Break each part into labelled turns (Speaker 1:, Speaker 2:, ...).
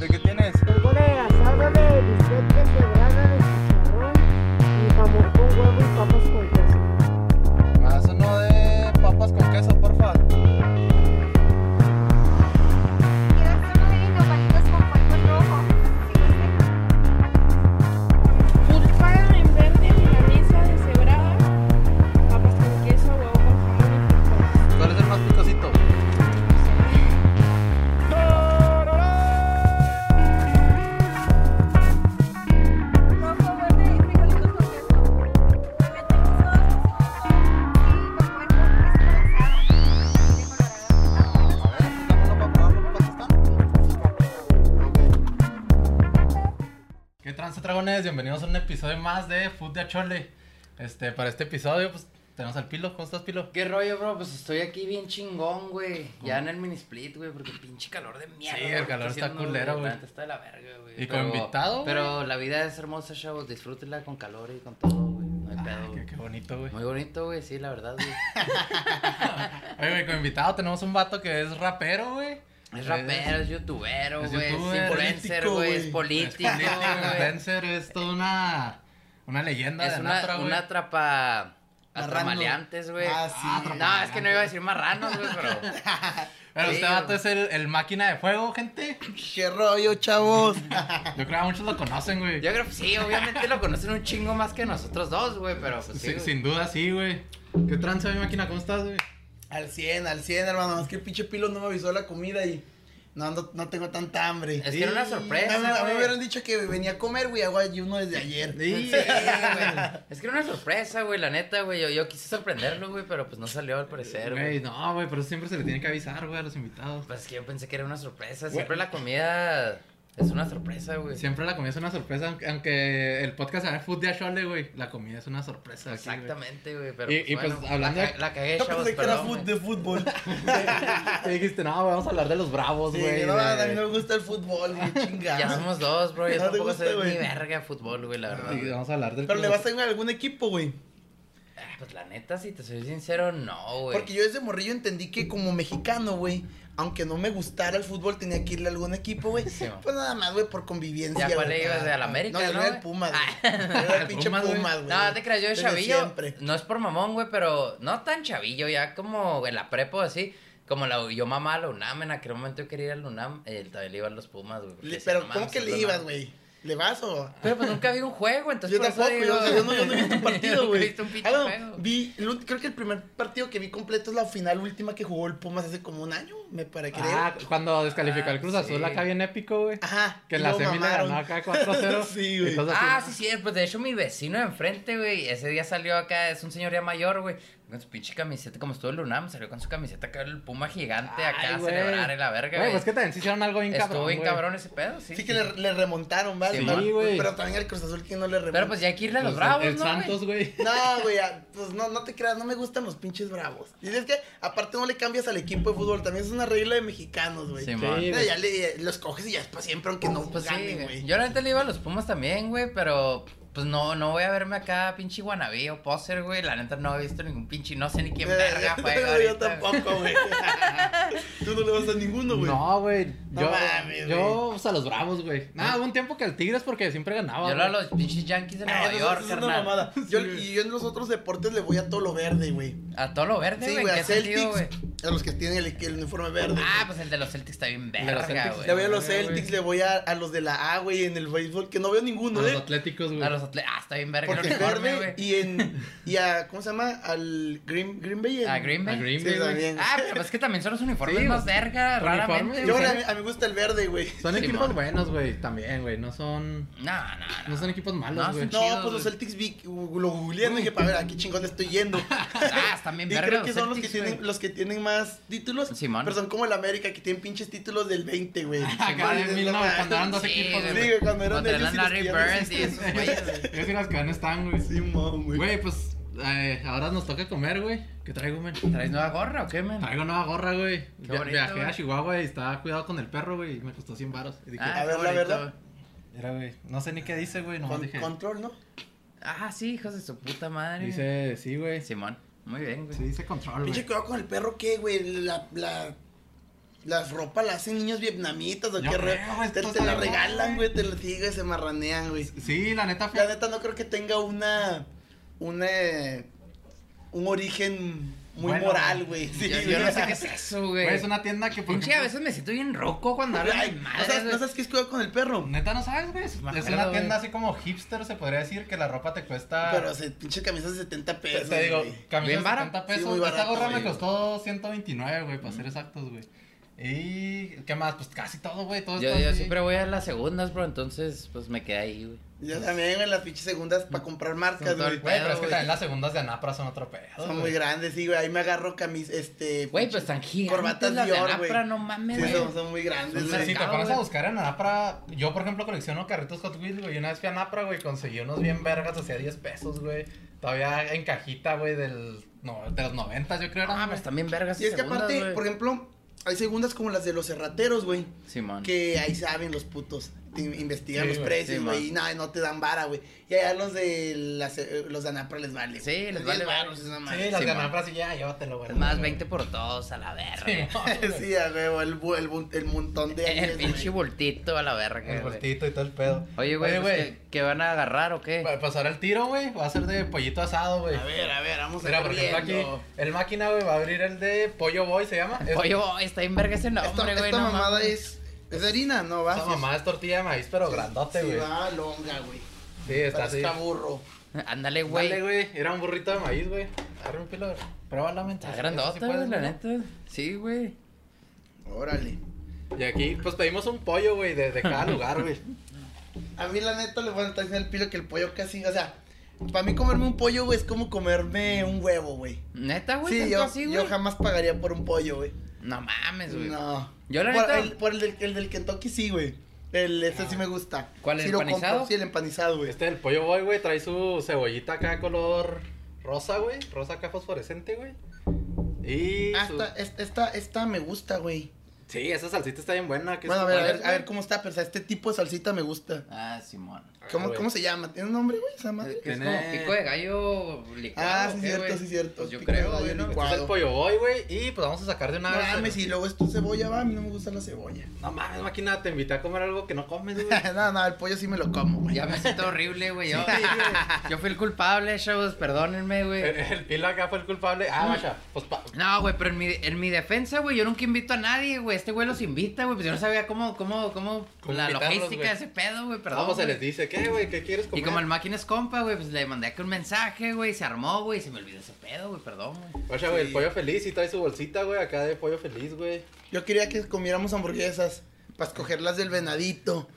Speaker 1: ¿De qué tienes?
Speaker 2: Tengo de asado de bistec de cebrada de chicharrón y jamón con huevo y papas con queso.
Speaker 1: Más uno Ah, de papas con queso, porfa.
Speaker 3: Quiero hacer uno de nopalitos con polvo rojo. Si
Speaker 4: Tulpan Pues
Speaker 3: gusta.
Speaker 4: en verde, milanesa deshebrada, papas con queso, huevo con jamón y frijoles.
Speaker 1: ¿Cuál es el más picosito?
Speaker 3: Rojo, verde y frijolitos con queso. Le metemos dos y con polvo es colorado. De colorado.
Speaker 1: A ver, pues dame uno para probarlo, ¿cuántos están? ¿Qué tranza, dragones? Bienvenidos a un episodio más de Food de Achole. Este, para este episodio, pues, tenemos al Pilo. ¿Cómo estás, Pilo?
Speaker 5: ¿Qué rollo, bro? Pues estoy aquí bien chingón, güey. Ya en el mini split, güey, porque pinche calor de mierda.
Speaker 1: Sí, el
Speaker 5: güey, que
Speaker 1: calor está
Speaker 5: haciendo,
Speaker 1: culero, güey.
Speaker 5: la neta Está de la verga, güey.
Speaker 1: Y con invitado,
Speaker 5: Pero la vida es hermosa, chavos. Disfrútenla con calor y con todo, güey. No hay
Speaker 1: Ah,
Speaker 5: pedo.
Speaker 1: qué, qué bonito, güey.
Speaker 5: Muy bonito, güey, sí, la verdad, güey.
Speaker 1: Oye, güey, como invitado tenemos un vato que es rapero, güey. Eh,
Speaker 5: Es rapero, es youtubero,
Speaker 1: Es
Speaker 5: güey. Es
Speaker 1: youtuber,
Speaker 5: influencer,
Speaker 6: político,
Speaker 5: güey. Es
Speaker 6: güey.
Speaker 5: político,
Speaker 1: Es político,
Speaker 5: güey.
Speaker 1: influencer, es toda una, una leyenda
Speaker 5: Es
Speaker 1: de
Speaker 5: una,
Speaker 1: Natra, güey.
Speaker 5: una trapa.
Speaker 6: Marrano.
Speaker 5: Atrapaleantes, güey.
Speaker 6: Ah, sí.
Speaker 5: No, es que no iba a decir marranos, güey, pero.
Speaker 1: Pero
Speaker 5: Sí,
Speaker 1: este vato
Speaker 5: güey.
Speaker 1: es el, el máquina de fuego, gente.
Speaker 6: ¿Qué rollo, chavos?
Speaker 1: Yo creo que muchos lo conocen, güey.
Speaker 5: Yo creo que sí, obviamente lo conocen un chingo más que nosotros dos, güey, pero pues sí.
Speaker 1: Sin,
Speaker 5: güey.
Speaker 1: sin duda, sí, güey. ¿Qué tranza, mi máquina? ¿Cómo estás, güey?
Speaker 6: al 100, al 100, hermano. Es que el pinche pilo no me avisó la comida y no, ando- no tengo tanta hambre.
Speaker 5: Es que era una
Speaker 1: Sí.
Speaker 5: sorpresa,
Speaker 6: A mí- a mí
Speaker 5: güey.
Speaker 6: me hubieran dicho que venía a comer, güey, hago ayuno desde ayer.
Speaker 5: Sí, güey. Es que era una sorpresa, güey, la neta, güey. Yo, yo quise sorprenderlo, güey, pero pues no salió al parecer,
Speaker 1: Güey,
Speaker 5: güey.
Speaker 1: no, güey, pero siempre se le tiene que avisar, güey, a los invitados.
Speaker 5: Pues es que yo pensé que era una sorpresa. Siempre la comida es una sorpresa, güey.
Speaker 1: Siempre la comida es una sorpresa, aunque- aunque el podcast sea Food de Achole, güey. La comida es una sorpresa. aquí, güey.
Speaker 5: Exactamente, güey, pero
Speaker 1: Y-
Speaker 5: pues,
Speaker 1: y, pues,
Speaker 5: bueno,
Speaker 1: hablando
Speaker 5: la,
Speaker 1: de-
Speaker 5: ca- la cagué,
Speaker 6: Yo
Speaker 5: chavos,
Speaker 6: pensé que era
Speaker 5: perdón,
Speaker 6: fut-
Speaker 5: güey.
Speaker 6: de fútbol.
Speaker 1: Y dijiste, no, güey, vamos a hablar de los bravos,
Speaker 6: Sí,
Speaker 1: güey.
Speaker 6: no,
Speaker 1: de-
Speaker 6: a mí no me gusta el fútbol, güey,
Speaker 5: Ya
Speaker 6: chingada.
Speaker 5: somos dos, bro. Yo
Speaker 6: No te
Speaker 5: tampoco
Speaker 6: gusta,
Speaker 5: sé ni
Speaker 6: güey.
Speaker 5: verga de fútbol, güey, la verdad.
Speaker 1: Sí, vamos a hablar del
Speaker 6: Pero le vas a ir a algún equipo, güey.
Speaker 5: Ah, Pues la neta, si te soy sincero, no, güey.
Speaker 6: Porque yo desde morrillo entendí que como mexicano, güey, aunque no me gustara el fútbol, tenía que irle a algún equipo, güey.
Speaker 5: Sí, man.
Speaker 6: pues nada más, güey, por convivencia.
Speaker 5: ¿Ya cuál
Speaker 6: güey.
Speaker 5: le ibas? ¿Al América,
Speaker 6: No, yo
Speaker 5: no,
Speaker 6: era el
Speaker 5: güey? Ah,
Speaker 6: Pumas, güey. Yo era el pinche
Speaker 1: Pumas, güey.
Speaker 6: Pumas, güey.
Speaker 5: No, te creas, yo de
Speaker 6: Desde
Speaker 5: chavillo.
Speaker 6: siempre.
Speaker 5: No es por mamón, güey, pero no tan chavillo, ya como en la prepa así. Como la, yo mamá a la UNAM, en aquel momento yo quería ir a la UNAM, eh, también le iba a los Pumas, güey. porque
Speaker 6: Le-
Speaker 5: decía,
Speaker 6: pero,
Speaker 5: pues, "No mames,
Speaker 6: ¿cómo que
Speaker 5: es
Speaker 6: le
Speaker 5: la
Speaker 6: ibas,
Speaker 5: UNAM".
Speaker 6: güey? ¿Le vas o...?
Speaker 5: Pero pues nunca vi un juego, entonces
Speaker 6: Yo
Speaker 5: por eso
Speaker 6: tampoco, yo,
Speaker 5: digo-
Speaker 6: yo no, yo no he visto un
Speaker 5: Nunca
Speaker 6: partido,
Speaker 5: he
Speaker 6: güey.
Speaker 5: visto un pinche
Speaker 6: Ah, no,
Speaker 5: juego.
Speaker 6: vi, el ult- creo que el primer partido que vi completo es la final última que jugó el Pumas hace como un año, me parece creer.
Speaker 1: Ah, cuando descalificó
Speaker 5: Ah,
Speaker 1: el Cruz
Speaker 5: sí.
Speaker 1: Azul acá bien épico, güey.
Speaker 6: Ajá.
Speaker 1: Que
Speaker 6: y
Speaker 1: en la
Speaker 6: lo
Speaker 1: semi le
Speaker 6: mamaron.
Speaker 1: ganó acá 4-0.
Speaker 6: Sí, güey.
Speaker 1: Y cosas así.
Speaker 5: Ah, sí, sí, pues de hecho mi vecino de enfrente, güey, ese día salió acá, es un señor ya mayor, güey, con su pinche camiseta, como estuvo el UNAM, salió con su camiseta acá, el puma gigante acá
Speaker 1: Ay,
Speaker 5: a
Speaker 1: güey.
Speaker 5: celebrar en la verga,
Speaker 1: Güey,
Speaker 5: güey.
Speaker 1: pues que también se hicieron algo bien cabrón.
Speaker 5: Estuvo bien
Speaker 1: güey.
Speaker 5: cabrón ese pedo, sí.
Speaker 6: Sí que le, le remontaron, ¿vale?
Speaker 1: Sí,
Speaker 6: Pero-
Speaker 1: güey.
Speaker 6: Pero también al Cruz Azul que no le remontó.
Speaker 5: Pero pues ya hay que irle a los
Speaker 1: Pues,
Speaker 5: bravos,
Speaker 1: El
Speaker 5: ¿no, güey?
Speaker 1: Santos, güey.
Speaker 6: No, güey, ah, pues no, no te creas, no me gustan los pinches bravos. Y es que aparte no le cambias al equipo de fútbol, también es una regla de mexicanos, güey.
Speaker 5: Simón.
Speaker 1: Sí,
Speaker 6: No,
Speaker 1: güey.
Speaker 6: ya le, los coges y ya es para siempre, aunque no
Speaker 5: Pues sí,
Speaker 6: ganen, güey.
Speaker 5: yo la neta le iba a los Pumas también, güey, pero pues no, no voy a verme acá pinche wannabe o poser, güey. La neta no he visto ningún pinche, no sé ni quién
Speaker 6: Eh,
Speaker 5: verga
Speaker 6: yo-
Speaker 5: juega
Speaker 6: Yo
Speaker 5: ahorita.
Speaker 6: tampoco, güey. Tú no le vas a ninguno, güey.
Speaker 1: No, güey.
Speaker 6: No
Speaker 1: Yo,
Speaker 6: mames,
Speaker 1: yo pues, a los bravos, güey. Nada, hubo un tiempo que el Tigres porque siempre ganaba.
Speaker 5: Yo le voy a
Speaker 1: güey.
Speaker 5: los pinches Yankees de
Speaker 6: Ah,
Speaker 5: Nueva
Speaker 6: eso-
Speaker 5: York,
Speaker 6: eso es una
Speaker 5: carnal.
Speaker 6: mamada. Yo, y yo en los otros deportes le voy a todo lo verde, güey.
Speaker 5: A todo lo verde,
Speaker 6: Sí,
Speaker 5: güey,
Speaker 6: güey,
Speaker 5: ¿qué
Speaker 6: a
Speaker 5: sentido, güey?
Speaker 6: Celtics. A los que tienen el, el uniforme verde.
Speaker 5: Ah, pues el de los Celtics está bien
Speaker 1: de los
Speaker 5: verga,
Speaker 1: Celtics
Speaker 5: güey.
Speaker 6: le voy a los
Speaker 1: güey, güey.
Speaker 6: Celtics, le voy a, a los de la A, güey, en el béisbol, que no veo ninguno,
Speaker 1: A los
Speaker 6: ¿eh?
Speaker 1: atléticos, güey.
Speaker 5: A los atletas, ah, está bien verga el
Speaker 6: Porque es
Speaker 5: uniforme,
Speaker 6: verde
Speaker 5: güey.
Speaker 6: y en. Y a. ¿Cómo se llama? Al Green, Green Bay. en-
Speaker 5: A Green Bay.
Speaker 1: A Green
Speaker 6: Sí,
Speaker 1: Bay, güey.
Speaker 6: también.
Speaker 5: Ah, pero es que también son los uniformes
Speaker 1: Sí,
Speaker 5: más
Speaker 1: los-
Speaker 5: verga,
Speaker 1: uniformes,
Speaker 5: raramente.
Speaker 6: Yo,
Speaker 5: güey.
Speaker 6: a, mí- a mí me gusta el verde, güey.
Speaker 1: Son
Speaker 5: Sí,
Speaker 1: equipos
Speaker 5: mon.
Speaker 1: buenos, güey. También, güey. No son.
Speaker 5: No, no, no.
Speaker 1: No son equipos
Speaker 5: No,
Speaker 1: malos, güey.
Speaker 5: son
Speaker 6: No,
Speaker 5: chido,
Speaker 6: pues los
Speaker 5: güey.
Speaker 6: Celtics vi, lo googleé y dije, para ver, aquí chingón le estoy yendo.
Speaker 5: Ah, están
Speaker 6: Y
Speaker 5: bien verga
Speaker 6: creo que son los que,
Speaker 5: Celtics, güey.
Speaker 6: tienen, los que tienen más títulos.
Speaker 5: Simón.
Speaker 6: Pero son como el América, que tienen pinches títulos del 20, güey.
Speaker 1: Acá de mil nove- cuando eran dos
Speaker 5: Sí,
Speaker 1: equipos,
Speaker 5: güey.
Speaker 6: Sí, güey, cuando eran
Speaker 5: Contra
Speaker 6: de ellos
Speaker 5: el
Speaker 6: y los
Speaker 5: Larry
Speaker 6: que ya no
Speaker 5: Bird y esos
Speaker 6: existen.
Speaker 5: güeyes, güey.
Speaker 1: Yo sí las que no están, güey.
Speaker 6: Simón, güey.
Speaker 1: Güey, pues eh, ahora nos toca comer, güey. ¿Qué traigo, men?
Speaker 5: ¿Traes nueva gorra o qué, men?
Speaker 1: Traigo nueva gorra, güey.
Speaker 5: Qué
Speaker 1: Via-
Speaker 5: bonito,
Speaker 1: Viajé a
Speaker 5: güey.
Speaker 1: Chihuahua y estaba cuidado con el perro, güey. Y me costó 100 baros. Y dije,
Speaker 5: Ah,
Speaker 6: A ver,
Speaker 5: qué
Speaker 6: la
Speaker 5: bonito.
Speaker 6: verdad.
Speaker 1: mira, güey, no sé ni qué dice, güey. Nomás
Speaker 6: Con-
Speaker 1: dije.
Speaker 6: control, ¿no?
Speaker 5: Ah, sí, hijos de su puta madre.
Speaker 1: Dice, sí, güey.
Speaker 5: Simón, muy bien, güey.
Speaker 1: Sí, dice control,
Speaker 6: Pinche
Speaker 1: güey.
Speaker 6: cuidado con el perro, ¿qué, güey? La, la Las ropas las hacen niños vietnamitas o
Speaker 1: Yo
Speaker 6: qué re-
Speaker 1: creo, güey,
Speaker 6: Te,
Speaker 1: esto
Speaker 6: te
Speaker 1: está
Speaker 6: la
Speaker 1: loco,
Speaker 6: regalan, güey, te la sigue, se marranean, güey.
Speaker 1: Sí, la neta,
Speaker 6: La
Speaker 1: fíjate.
Speaker 6: neta no creo que tenga una. una un origen muy
Speaker 1: Bueno,
Speaker 6: moral, güey. Sí,
Speaker 5: yo, yo no
Speaker 6: güey.
Speaker 5: sé qué es eso, güey.
Speaker 1: Güey, es una tienda que, por
Speaker 5: Pinche, a
Speaker 1: ejemplo,
Speaker 5: veces me siento bien roco cuando hablo de
Speaker 6: Ay,
Speaker 5: madre.
Speaker 6: ¿no, sabes, no sabes qué es cuidado con el perro?
Speaker 1: Neta, no sabes, güey. Es
Speaker 5: Me
Speaker 1: es
Speaker 5: acuerdo,
Speaker 1: una tienda
Speaker 5: güey.
Speaker 1: así como hipster, se podría decir, que la ropa te cuesta.
Speaker 6: Pero se pinche camisa de 70
Speaker 1: te,
Speaker 6: pesos.
Speaker 1: te digo,
Speaker 6: güey.
Speaker 1: camisa
Speaker 5: Bien
Speaker 1: de
Speaker 5: barato.
Speaker 1: 70
Speaker 6: Sí,
Speaker 1: pesos.
Speaker 6: muy
Speaker 1: esta
Speaker 6: barato,
Speaker 1: gorra me
Speaker 6: güey.
Speaker 1: costó 129, güey, para ser exactos, güey. Y, ¿qué más? Pues casi todo, güey. Todo
Speaker 5: Yo,
Speaker 1: está
Speaker 5: yo
Speaker 1: así.
Speaker 5: siempre voy a las segundas, bro, entonces pues me quedé ahí, güey.
Speaker 6: Yo también, güey, las pinches segundas para comprar marcas,
Speaker 5: Son todo
Speaker 6: güey.
Speaker 5: el
Speaker 1: Güey, pero es que
Speaker 5: güey.
Speaker 1: también las segundas de Anapra son otro pedo.
Speaker 6: Son
Speaker 1: güey.
Speaker 6: muy grandes, sí, güey. Ahí me agarro camis, este.
Speaker 5: Güey,
Speaker 6: pinche-
Speaker 5: pues tan gigantes
Speaker 6: Corbatas
Speaker 5: las de
Speaker 6: Dior, güey.
Speaker 5: Anapra, no mames,
Speaker 6: Sí,
Speaker 5: güey.
Speaker 6: son, son muy
Speaker 5: Son
Speaker 6: grandes,
Speaker 1: O sea, si
Speaker 6: güey.
Speaker 1: te
Speaker 5: mercado,
Speaker 1: pones a
Speaker 5: güey.
Speaker 1: buscar en Anapra, yo por ejemplo colecciono carritos Hot Wheels, güey. y Una vez fui a Anapra, güey, conseguí unos bien vergas, hacía 10 pesos, güey. Todavía en cajita, güey, del, no, de los 90, yo creo.
Speaker 5: No
Speaker 1: Era,
Speaker 5: mames, también vergas
Speaker 6: Y es que
Speaker 5: segundas,
Speaker 6: aparte,
Speaker 5: güey.
Speaker 6: por ejemplo, hay segundas como las de los cerrateros, güey.
Speaker 5: Simón.
Speaker 6: Que ahí saben los putos. Te in- investigan
Speaker 1: Sí,
Speaker 6: los
Speaker 1: güey,
Speaker 6: precios,
Speaker 5: sí,
Speaker 6: güey.
Speaker 5: man.
Speaker 6: y nada, no te dan vara, güey. Y allá los de las, eh, los de Anapra les vale.
Speaker 5: Sí,
Speaker 6: güey.
Speaker 5: les
Speaker 6: Los
Speaker 5: vale
Speaker 6: 10
Speaker 5: verga.
Speaker 6: varos, esa madre.
Speaker 1: Sí, las
Speaker 5: Sí,
Speaker 1: de
Speaker 5: man.
Speaker 1: Anapra, sí, ya, llévatelo, güey.
Speaker 5: Es más 20 por todos a la verga.
Speaker 1: Sí, mon, güey.
Speaker 6: Sí, a huevo, el, bu- el, bu- el montón de
Speaker 5: el
Speaker 6: años,
Speaker 5: pinche
Speaker 6: güey.
Speaker 5: voltito a la verga.
Speaker 1: El
Speaker 5: güey.
Speaker 1: voltito y todo el pedo.
Speaker 5: Oye, güey, pues, ¿qué, qué van a agarrar o qué?
Speaker 1: Para pasar el tiro, güey, va a ser de pollito asado, güey.
Speaker 6: A ver, a ver, vamos a
Speaker 1: Mira, por ejemplo, aquí, el máquina, güey, va a abrir el de Pollo Boy, se llama. Es-
Speaker 5: Oye, güey, está bien verga ese nombre,
Speaker 6: Esta,
Speaker 5: güey.
Speaker 6: esta
Speaker 5: no
Speaker 6: mamada
Speaker 5: mames.
Speaker 6: es, es de harina, ¿no? Va.
Speaker 1: Esa mamá es tortilla de maíz, pero grandote,
Speaker 6: Sí,
Speaker 1: güey.
Speaker 6: va longa, güey.
Speaker 1: Sí, está así.
Speaker 6: Parece burro.
Speaker 5: Ándale, güey.
Speaker 1: Dale, güey, era un burrito de maíz, güey. Agarra un pilo, pruébala, mentira.
Speaker 5: Está grandota, güey, la neta. Sí, güey.
Speaker 6: Órale.
Speaker 1: Y aquí, pues pedimos un pollo, güey, de, de cada lugar, güey.
Speaker 6: A mí, la neta, le voy a estar diciendo al pilo que el pollo casi. O sea, para mí comerme un pollo, güey, es como comerme un huevo, güey.
Speaker 5: Neta, Ah, güey,
Speaker 6: Sí,
Speaker 5: tanto
Speaker 6: yo,
Speaker 5: así,
Speaker 6: yo
Speaker 5: güey.
Speaker 6: jamás pagaría por un pollo, güey.
Speaker 5: No mames, güey.
Speaker 6: No.
Speaker 5: Yo, la
Speaker 6: por
Speaker 5: neta- Ah.
Speaker 6: El, por el del, el del Kentucky sí, güey. El, este sí me gusta.
Speaker 5: ¿Cuál, el
Speaker 6: Sí lo compro,
Speaker 5: empanizado?
Speaker 6: Sí, el empanizado, güey.
Speaker 1: Este, el pollo boy, güey, trae su cebollita acá color rosa, güey. Rosa acá fosforescente, güey. Y.
Speaker 6: Ah,
Speaker 1: su-
Speaker 6: esta, es- esta, esta me gusta, güey.
Speaker 1: Sí, esa salsita está bien buena. Que es
Speaker 6: Bueno, a
Speaker 1: como-
Speaker 6: ver, a
Speaker 5: ¿cuál
Speaker 6: ver,
Speaker 5: es,
Speaker 6: a ver
Speaker 5: güey?
Speaker 6: cómo está, pero o sea, este tipo de salsita me gusta.
Speaker 5: Ah, Eh, Simón.
Speaker 1: Ah,
Speaker 6: ¿Cómo,
Speaker 1: güey.
Speaker 6: ¿cómo se llama? ¿Tiene un nombre, güey, esa madre?
Speaker 5: Que es
Speaker 1: Tiene-
Speaker 5: como pico de gallo licuado.
Speaker 6: Ah, sí,
Speaker 5: ¿o qué,
Speaker 6: cierto,
Speaker 5: güey?
Speaker 6: sí, cierto.
Speaker 5: Pues yo
Speaker 6: Pico de
Speaker 5: creo,
Speaker 6: gallo
Speaker 5: güey, ¿no?
Speaker 1: Este es el pollo boy, güey. Y pues vamos a sacar de
Speaker 6: No
Speaker 1: una vez.
Speaker 6: mames, y luego es tu cebolla, va. A mí no me gusta la cebolla.
Speaker 1: No mames, máquina, te invité a comer algo que no comes, güey.
Speaker 6: no, no, el pollo sí me lo como, güey.
Speaker 5: Ya me siento horrible, güey. Yo, yo fui el culpable, chavos, perdónenme,
Speaker 1: el,
Speaker 5: güey.
Speaker 1: el pilo acá fue el culpable. Ah, vaya, pues pa-
Speaker 5: No, güey, pero en mi, en mi defensa, güey, yo nunca invito a nadie, güey. Este güey los invita, güey. Pues yo no sabía cómo, cómo, cómo,
Speaker 1: Cómo
Speaker 5: la
Speaker 1: invitarlos,
Speaker 5: logística
Speaker 1: güey.
Speaker 5: de ese pedo, güey, perdón.
Speaker 1: Vamos, se
Speaker 5: güey.
Speaker 1: les dice, ¿qué, güey? ¿Qué quieres comer?
Speaker 5: Y como el máquina es compa, güey, pues le mandé acá un mensaje, güey, se armó, güey, y se me olvidó ese pedo, güey, perdón, güey.
Speaker 1: Oye, güey, el pollo feliz sí trae su bolsita, güey, acá de pollo feliz, güey.
Speaker 6: Yo quería que comiéramos hamburguesas para escoger las del venadito.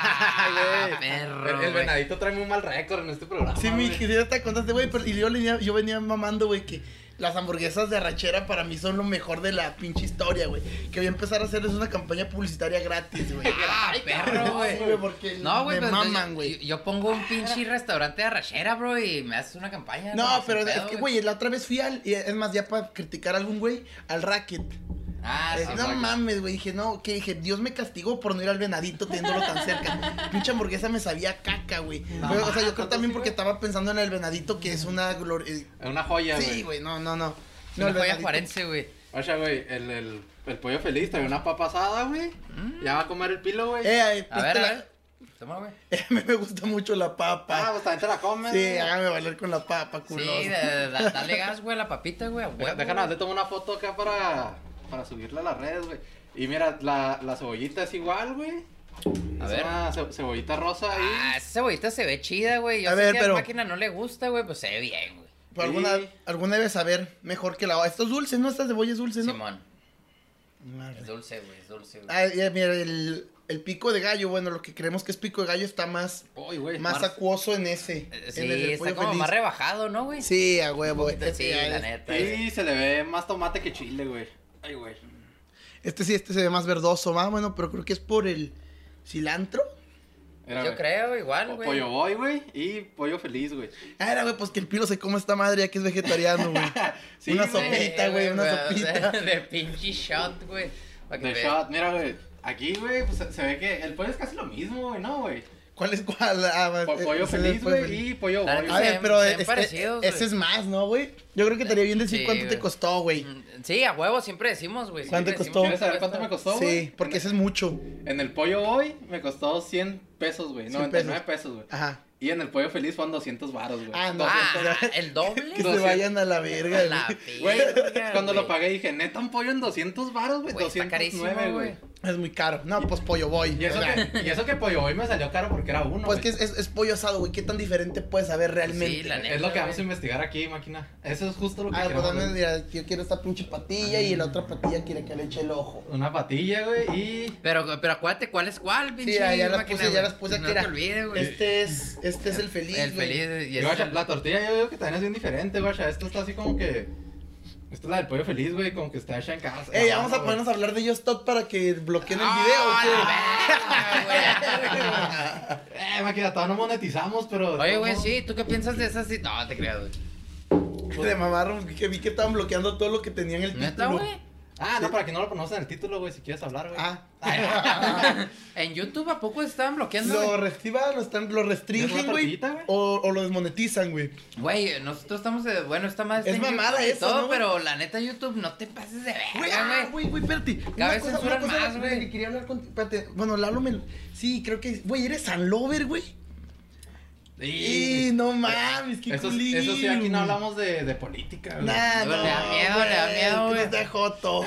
Speaker 5: Ah,
Speaker 1: güey.
Speaker 5: perro,
Speaker 1: El, el
Speaker 5: güey.
Speaker 1: venadito trae muy mal récord en este
Speaker 5: Ah,
Speaker 1: programa.
Speaker 6: Sí, mi
Speaker 1: güey.
Speaker 6: querida, te contaste, güey, pero y yo, le venía- yo venía mamando, güey, que las hamburguesas de arrachera para mí son lo mejor de la pinche historia, güey. Que voy a empezar a hacerles una campaña publicitaria gratis, güey.
Speaker 5: Ah, perro,
Speaker 6: Sí,
Speaker 5: güey.
Speaker 6: güey, porque
Speaker 5: No, güey,
Speaker 6: me
Speaker 5: pero
Speaker 6: maman,
Speaker 5: maman,
Speaker 6: güey.
Speaker 5: Yo, yo pongo un pinche restaurante de arrachera, bro, y me haces una campaña.
Speaker 6: No,
Speaker 5: sin
Speaker 6: pero es
Speaker 5: pedo,
Speaker 6: que, güey, la otra vez fui al, y es más, ya para criticar a algún güey, al racket.
Speaker 5: Ah,
Speaker 6: Eh,
Speaker 5: sí,
Speaker 6: no
Speaker 5: güey.
Speaker 6: mames, güey, dije, no, que dije, Dios me castigó por no ir al venadito teniéndolo tan cerca. Pinche hamburguesa me sabía a caca, güey. Pero, o sea, yo creo también porque estaba pensando en el venadito, que es una gloria.
Speaker 1: Una joya, güey.
Speaker 6: Sí, güey, no, no, no.
Speaker 5: No,
Speaker 6: el
Speaker 5: no voy a
Speaker 6: venadito-
Speaker 5: Juarense, güey.
Speaker 1: Oye, güey, el, el, el pollo feliz trae una papa asada, güey.
Speaker 5: Mm.
Speaker 1: Ya va a comer el pilo, güey.
Speaker 6: Eh,
Speaker 5: A
Speaker 6: pues,
Speaker 5: ver,
Speaker 6: te
Speaker 5: a
Speaker 6: la-
Speaker 5: ver. Toma, güey.
Speaker 6: A mí me gusta mucho la
Speaker 1: Ah,
Speaker 6: papa.
Speaker 1: pues también te la comes.
Speaker 6: sí,
Speaker 1: güey.
Speaker 6: hágame valer con la papa,
Speaker 5: Sí,
Speaker 6: culo.
Speaker 5: de- de- da- dale gas, güey, a la papita, güey, a
Speaker 1: Deja-
Speaker 5: huevo,
Speaker 1: Déjanos,
Speaker 5: güey.
Speaker 1: le tomo una foto acá para, para subirla a las redes, güey. Y mira, la, la cebollita es igual, güey.
Speaker 5: A
Speaker 1: es
Speaker 5: ver.
Speaker 1: una ce- cebollita rosa ahí.
Speaker 5: Ah, esa cebollita se ve chida, güey. Yo
Speaker 6: A
Speaker 5: sé
Speaker 6: ver,
Speaker 5: que
Speaker 6: pero-
Speaker 5: a la máquina no le gusta, güey, pues se ve bien, güey.
Speaker 6: Pero alguna,
Speaker 1: Sí.
Speaker 6: alguna debe saber mejor que la. Esto es dulce, ¿no? Estas cebollas dulces, ¿no?
Speaker 5: Simón.
Speaker 6: Madre.
Speaker 5: Es dulce, güey, es dulce, güey.
Speaker 6: Ah, ya, mira, el, el pico de gallo, bueno, lo que creemos que es pico de gallo está más,
Speaker 1: Uy, güey.
Speaker 6: más
Speaker 1: Mar-
Speaker 6: acuoso en ese.
Speaker 5: Eh,
Speaker 6: en
Speaker 5: Sí,
Speaker 6: el del
Speaker 5: está
Speaker 6: pollo
Speaker 5: como
Speaker 6: feliz.
Speaker 5: más rebajado, ¿no, güey?
Speaker 6: Sí, a huevo. güey. Este,
Speaker 5: Sí,
Speaker 6: ya
Speaker 5: la
Speaker 6: es-
Speaker 5: neta. güey.
Speaker 1: Y se le ve más tomate que chile, güey. Ay, güey.
Speaker 6: este sí, este se ve más verdoso, más bueno, pero creo que es por el cilantro.
Speaker 1: Mira,
Speaker 5: Yo
Speaker 1: güey.
Speaker 5: creo, igual,
Speaker 1: Po-
Speaker 5: güey.
Speaker 1: Pollo boy, güey, y pollo feliz, güey.
Speaker 6: Ah, era, güey, pues que el pilo se come esta madre ya que es vegetariano, güey.
Speaker 1: Sí,
Speaker 6: una
Speaker 1: güey.
Speaker 6: sopita, güey, una
Speaker 5: o sea,
Speaker 6: sopita.
Speaker 5: De pinche shot, güey. Pa' que
Speaker 1: The
Speaker 5: te-
Speaker 1: shot, mira, güey. Aquí, güey, pues se- se ve que el pollo es casi lo mismo, güey, ¿no, güey?
Speaker 6: ¿Cuál es cuál? Ah, va,
Speaker 1: Po-
Speaker 6: eh,
Speaker 1: Pues, pollo
Speaker 6: se
Speaker 1: feliz,
Speaker 6: después,
Speaker 1: güey, y pollo
Speaker 5: Claro
Speaker 1: bollo.
Speaker 6: A ver,
Speaker 5: Sean-
Speaker 6: pero
Speaker 5: sean
Speaker 6: este-
Speaker 5: parecidos,
Speaker 6: ese
Speaker 5: güey.
Speaker 6: es más, ¿no, güey? Yo creo que estaría bien decir
Speaker 5: Sí,
Speaker 6: cuánto te
Speaker 5: güey. Mm.
Speaker 6: costó, güey.
Speaker 5: Sí, a huevo, siempre decimos, güey.
Speaker 6: ¿Cuánto
Speaker 5: siempre
Speaker 6: costó?
Speaker 1: ¿Quieres
Speaker 5: decimos,
Speaker 1: saber cuánto me costó, güey?
Speaker 6: Sí, porque ese es mucho.
Speaker 1: En el pollo hoy me costó 100 pesos, güey.
Speaker 6: 100
Speaker 1: 99 pesos, güey.
Speaker 6: Ajá.
Speaker 1: Y en el pollo feliz fueron 200 varos, güey.
Speaker 6: Ah, no.
Speaker 5: Ah, el doble.
Speaker 6: Que se
Speaker 1: Doscientos.
Speaker 6: vayan a la verga.
Speaker 5: A la
Speaker 6: güey.
Speaker 1: Güey,
Speaker 5: verga,
Speaker 1: cuando lo
Speaker 5: güey.
Speaker 1: pagué dije, neta, un pollo en 200 varos, güey.
Speaker 5: Güey, está
Speaker 1: 209,
Speaker 5: carísimo,
Speaker 1: güey.
Speaker 5: güey.
Speaker 6: Es muy caro. No, pues pollo voy.
Speaker 1: Y eso,
Speaker 6: o sea,
Speaker 1: que, y eso que pollo hoy me salió caro porque era uno. güey.
Speaker 6: Pues que es, es- es pollo asado, güey. ¿Qué tan diferente puede saber realmente?
Speaker 5: Sí, la neta.
Speaker 1: es lo que vamos a
Speaker 5: güey.
Speaker 1: investigar aquí, máquina. Eso es justo lo que
Speaker 6: Ah, pues
Speaker 1: queremos,
Speaker 6: dame,
Speaker 1: güey.
Speaker 6: mira, yo quiero esta pinche patilla y la otra patilla quiere que le eche el ojo.
Speaker 1: Una patilla, güey, y...
Speaker 5: Pero, pero acuérdate cuál es cuál, pinche.
Speaker 6: ya- ya las
Speaker 5: máquina,
Speaker 6: puse, ya
Speaker 5: güey.
Speaker 6: las puse aquí,
Speaker 5: No te
Speaker 6: era.
Speaker 5: olvides, güey.
Speaker 6: Este es, este es el feliz,
Speaker 5: El
Speaker 6: güey.
Speaker 5: feliz. Y
Speaker 1: y, guacha,
Speaker 5: este-
Speaker 1: la tortilla yo veo que también es bien diferente, guacha. Esto está así como que... Esta es la del pollo feliz, güey, como que está hecha en casa.
Speaker 6: Ey, vamos a
Speaker 1: güey.
Speaker 6: ponernos a hablar de ellos top para que bloqueen el
Speaker 5: ¡Ah,
Speaker 6: video.
Speaker 5: la verga, güey!
Speaker 1: Eh, máquina, todavía no monetizamos, pero...
Speaker 5: Oye, güey,
Speaker 1: ¿no?
Speaker 5: sí, ¿tú qué piensas de esas? ci- No, te creas, güey.
Speaker 6: güey. De mamaron, que vi que estaban bloqueando todo lo que tenía en el
Speaker 5: ¿Neta,
Speaker 6: título.
Speaker 5: güey?
Speaker 1: Ah, no, para que no lo conozcan el título, güey, si quieres hablar, güey.
Speaker 6: Ah.
Speaker 5: En YouTube, ¿a poco estaban bloqueando?
Speaker 6: Lo
Speaker 5: güey?
Speaker 6: restriban, lo, están, lo restringen,
Speaker 1: ¿Es una
Speaker 6: güey.
Speaker 1: tortillita, güey?
Speaker 6: O, o lo desmonetizan, güey.
Speaker 5: Güey, nosotros estamos de. Bueno, está más.
Speaker 6: Es mamada eso,
Speaker 5: Todo,
Speaker 6: ¿no, güey?
Speaker 5: pero la neta, YouTube, no te pases de
Speaker 6: Güey,
Speaker 5: verga,
Speaker 6: ah,
Speaker 5: güey.
Speaker 6: güey, güey, espérate.
Speaker 5: Cada vez censuran
Speaker 6: de la-
Speaker 5: más,
Speaker 6: de la
Speaker 5: güey.
Speaker 6: que quería hablar con... Espérate, bueno, Lalo me... Sí, creo que... Güey, ¿eres San Lover, güey? Y no mames, Eh, qué
Speaker 1: Eso,
Speaker 6: culero.
Speaker 1: eso sí, aquí no hablamos de, de política, güey.
Speaker 6: Nah,
Speaker 5: Le
Speaker 6: no,
Speaker 5: da miedo, le da miedo, güey.
Speaker 6: Está joto.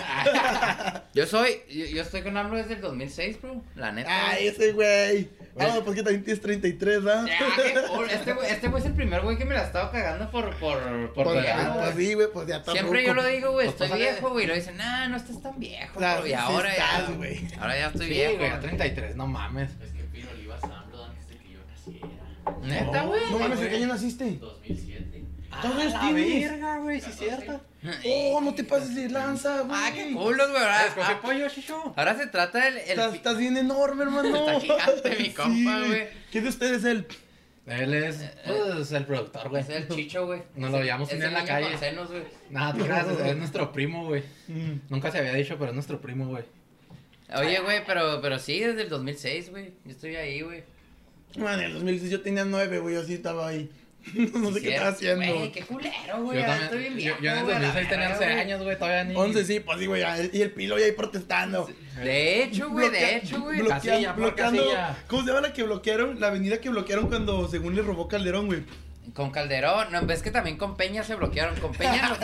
Speaker 5: Yo soy. Yo, yo estoy con AMLO desde el 2006, bro. La neta.
Speaker 6: Ay,
Speaker 5: güey.
Speaker 6: ese güey. Ah,
Speaker 1: Güey.
Speaker 6: no, pues que también tienes 33, ¿ah?
Speaker 5: Ya, qué cool. Este güey este güey es el primer güey que me la ha estado cagando por. por, por
Speaker 6: Pues,
Speaker 5: pegado,
Speaker 6: pues
Speaker 5: güey.
Speaker 6: sí, güey, pues ya está
Speaker 5: Siempre
Speaker 6: ruco.
Speaker 5: yo lo digo, güey,
Speaker 1: Pues
Speaker 5: estoy
Speaker 1: pásale.
Speaker 5: viejo, güey. Y lo dicen, nah, no estás tan viejo,
Speaker 6: Claro,
Speaker 5: bro. Y
Speaker 6: sí
Speaker 5: ahora
Speaker 6: estás,
Speaker 5: ya.
Speaker 6: güey.
Speaker 5: Ahora ya estoy
Speaker 1: Sí,
Speaker 5: viejo.
Speaker 1: güey, a 33, no mames.
Speaker 7: Es que Piro le ibas a AMLO antes de que yo naciera.
Speaker 5: Neta, güey.
Speaker 6: No mames, ¿en qué año naciste?
Speaker 7: 2007.
Speaker 6: ¿Cuántos años
Speaker 1: la
Speaker 6: tienes?
Speaker 1: verga, güey, sí es cierto.
Speaker 6: Oh, no te pases de lanza, güey.
Speaker 5: Ah, qué culos, güey.
Speaker 1: Ah,
Speaker 5: Ahora,
Speaker 1: escoge
Speaker 5: ah,
Speaker 1: pollo, chicho?
Speaker 5: ahora se trata del. el
Speaker 6: Estás,
Speaker 5: pi-
Speaker 6: estás bien enorme, hermano.
Speaker 5: Está gigante, mi compa, güey.
Speaker 6: ¿Quién de ustedes es el?
Speaker 1: Él es pues, el productor, güey.
Speaker 5: Eh, Es el chicho, güey.
Speaker 1: No lo veíamos
Speaker 5: Es
Speaker 1: un día en
Speaker 5: el
Speaker 1: la
Speaker 5: niño
Speaker 1: calle.
Speaker 5: con senos, güey.
Speaker 1: Nada, tú creas, pues, es nuestro primo, güey.
Speaker 6: Mm.
Speaker 1: Nunca se había dicho, pero es nuestro primo, güey.
Speaker 5: Oye, güey, pero, pero sí, desde el 2006, güey. Yo estoy ahí, güey.
Speaker 6: Man, en el 2006 yo tenía 9, güey. Yo sí estaba ahí. no sé qué estaba haciendo.
Speaker 5: Güey, qué culero, güey.
Speaker 1: Yo
Speaker 5: ahora
Speaker 1: también,
Speaker 5: Estoy bien
Speaker 1: yo,
Speaker 5: viejo,
Speaker 1: yo en el
Speaker 5: güey, a la
Speaker 1: 2006 tenía
Speaker 5: verga,
Speaker 1: 11
Speaker 5: güey.
Speaker 1: años, güey, todavía ni...
Speaker 6: 11, sí, pues sí, güey. ya, Y el pilo ya ahí protestando.
Speaker 5: De hecho, güey, de
Speaker 6: Bloquea-
Speaker 5: hecho, güey.
Speaker 6: bloquea-
Speaker 1: Casilla por
Speaker 6: bloqueando-
Speaker 1: casilla.
Speaker 6: ¿Cómo se llama la que bloquearon? La avenida que bloquearon cuando según le robó Calderón, güey.
Speaker 5: Con Calderón, no, ves que también con Peña se bloquearon. Con Peña nos,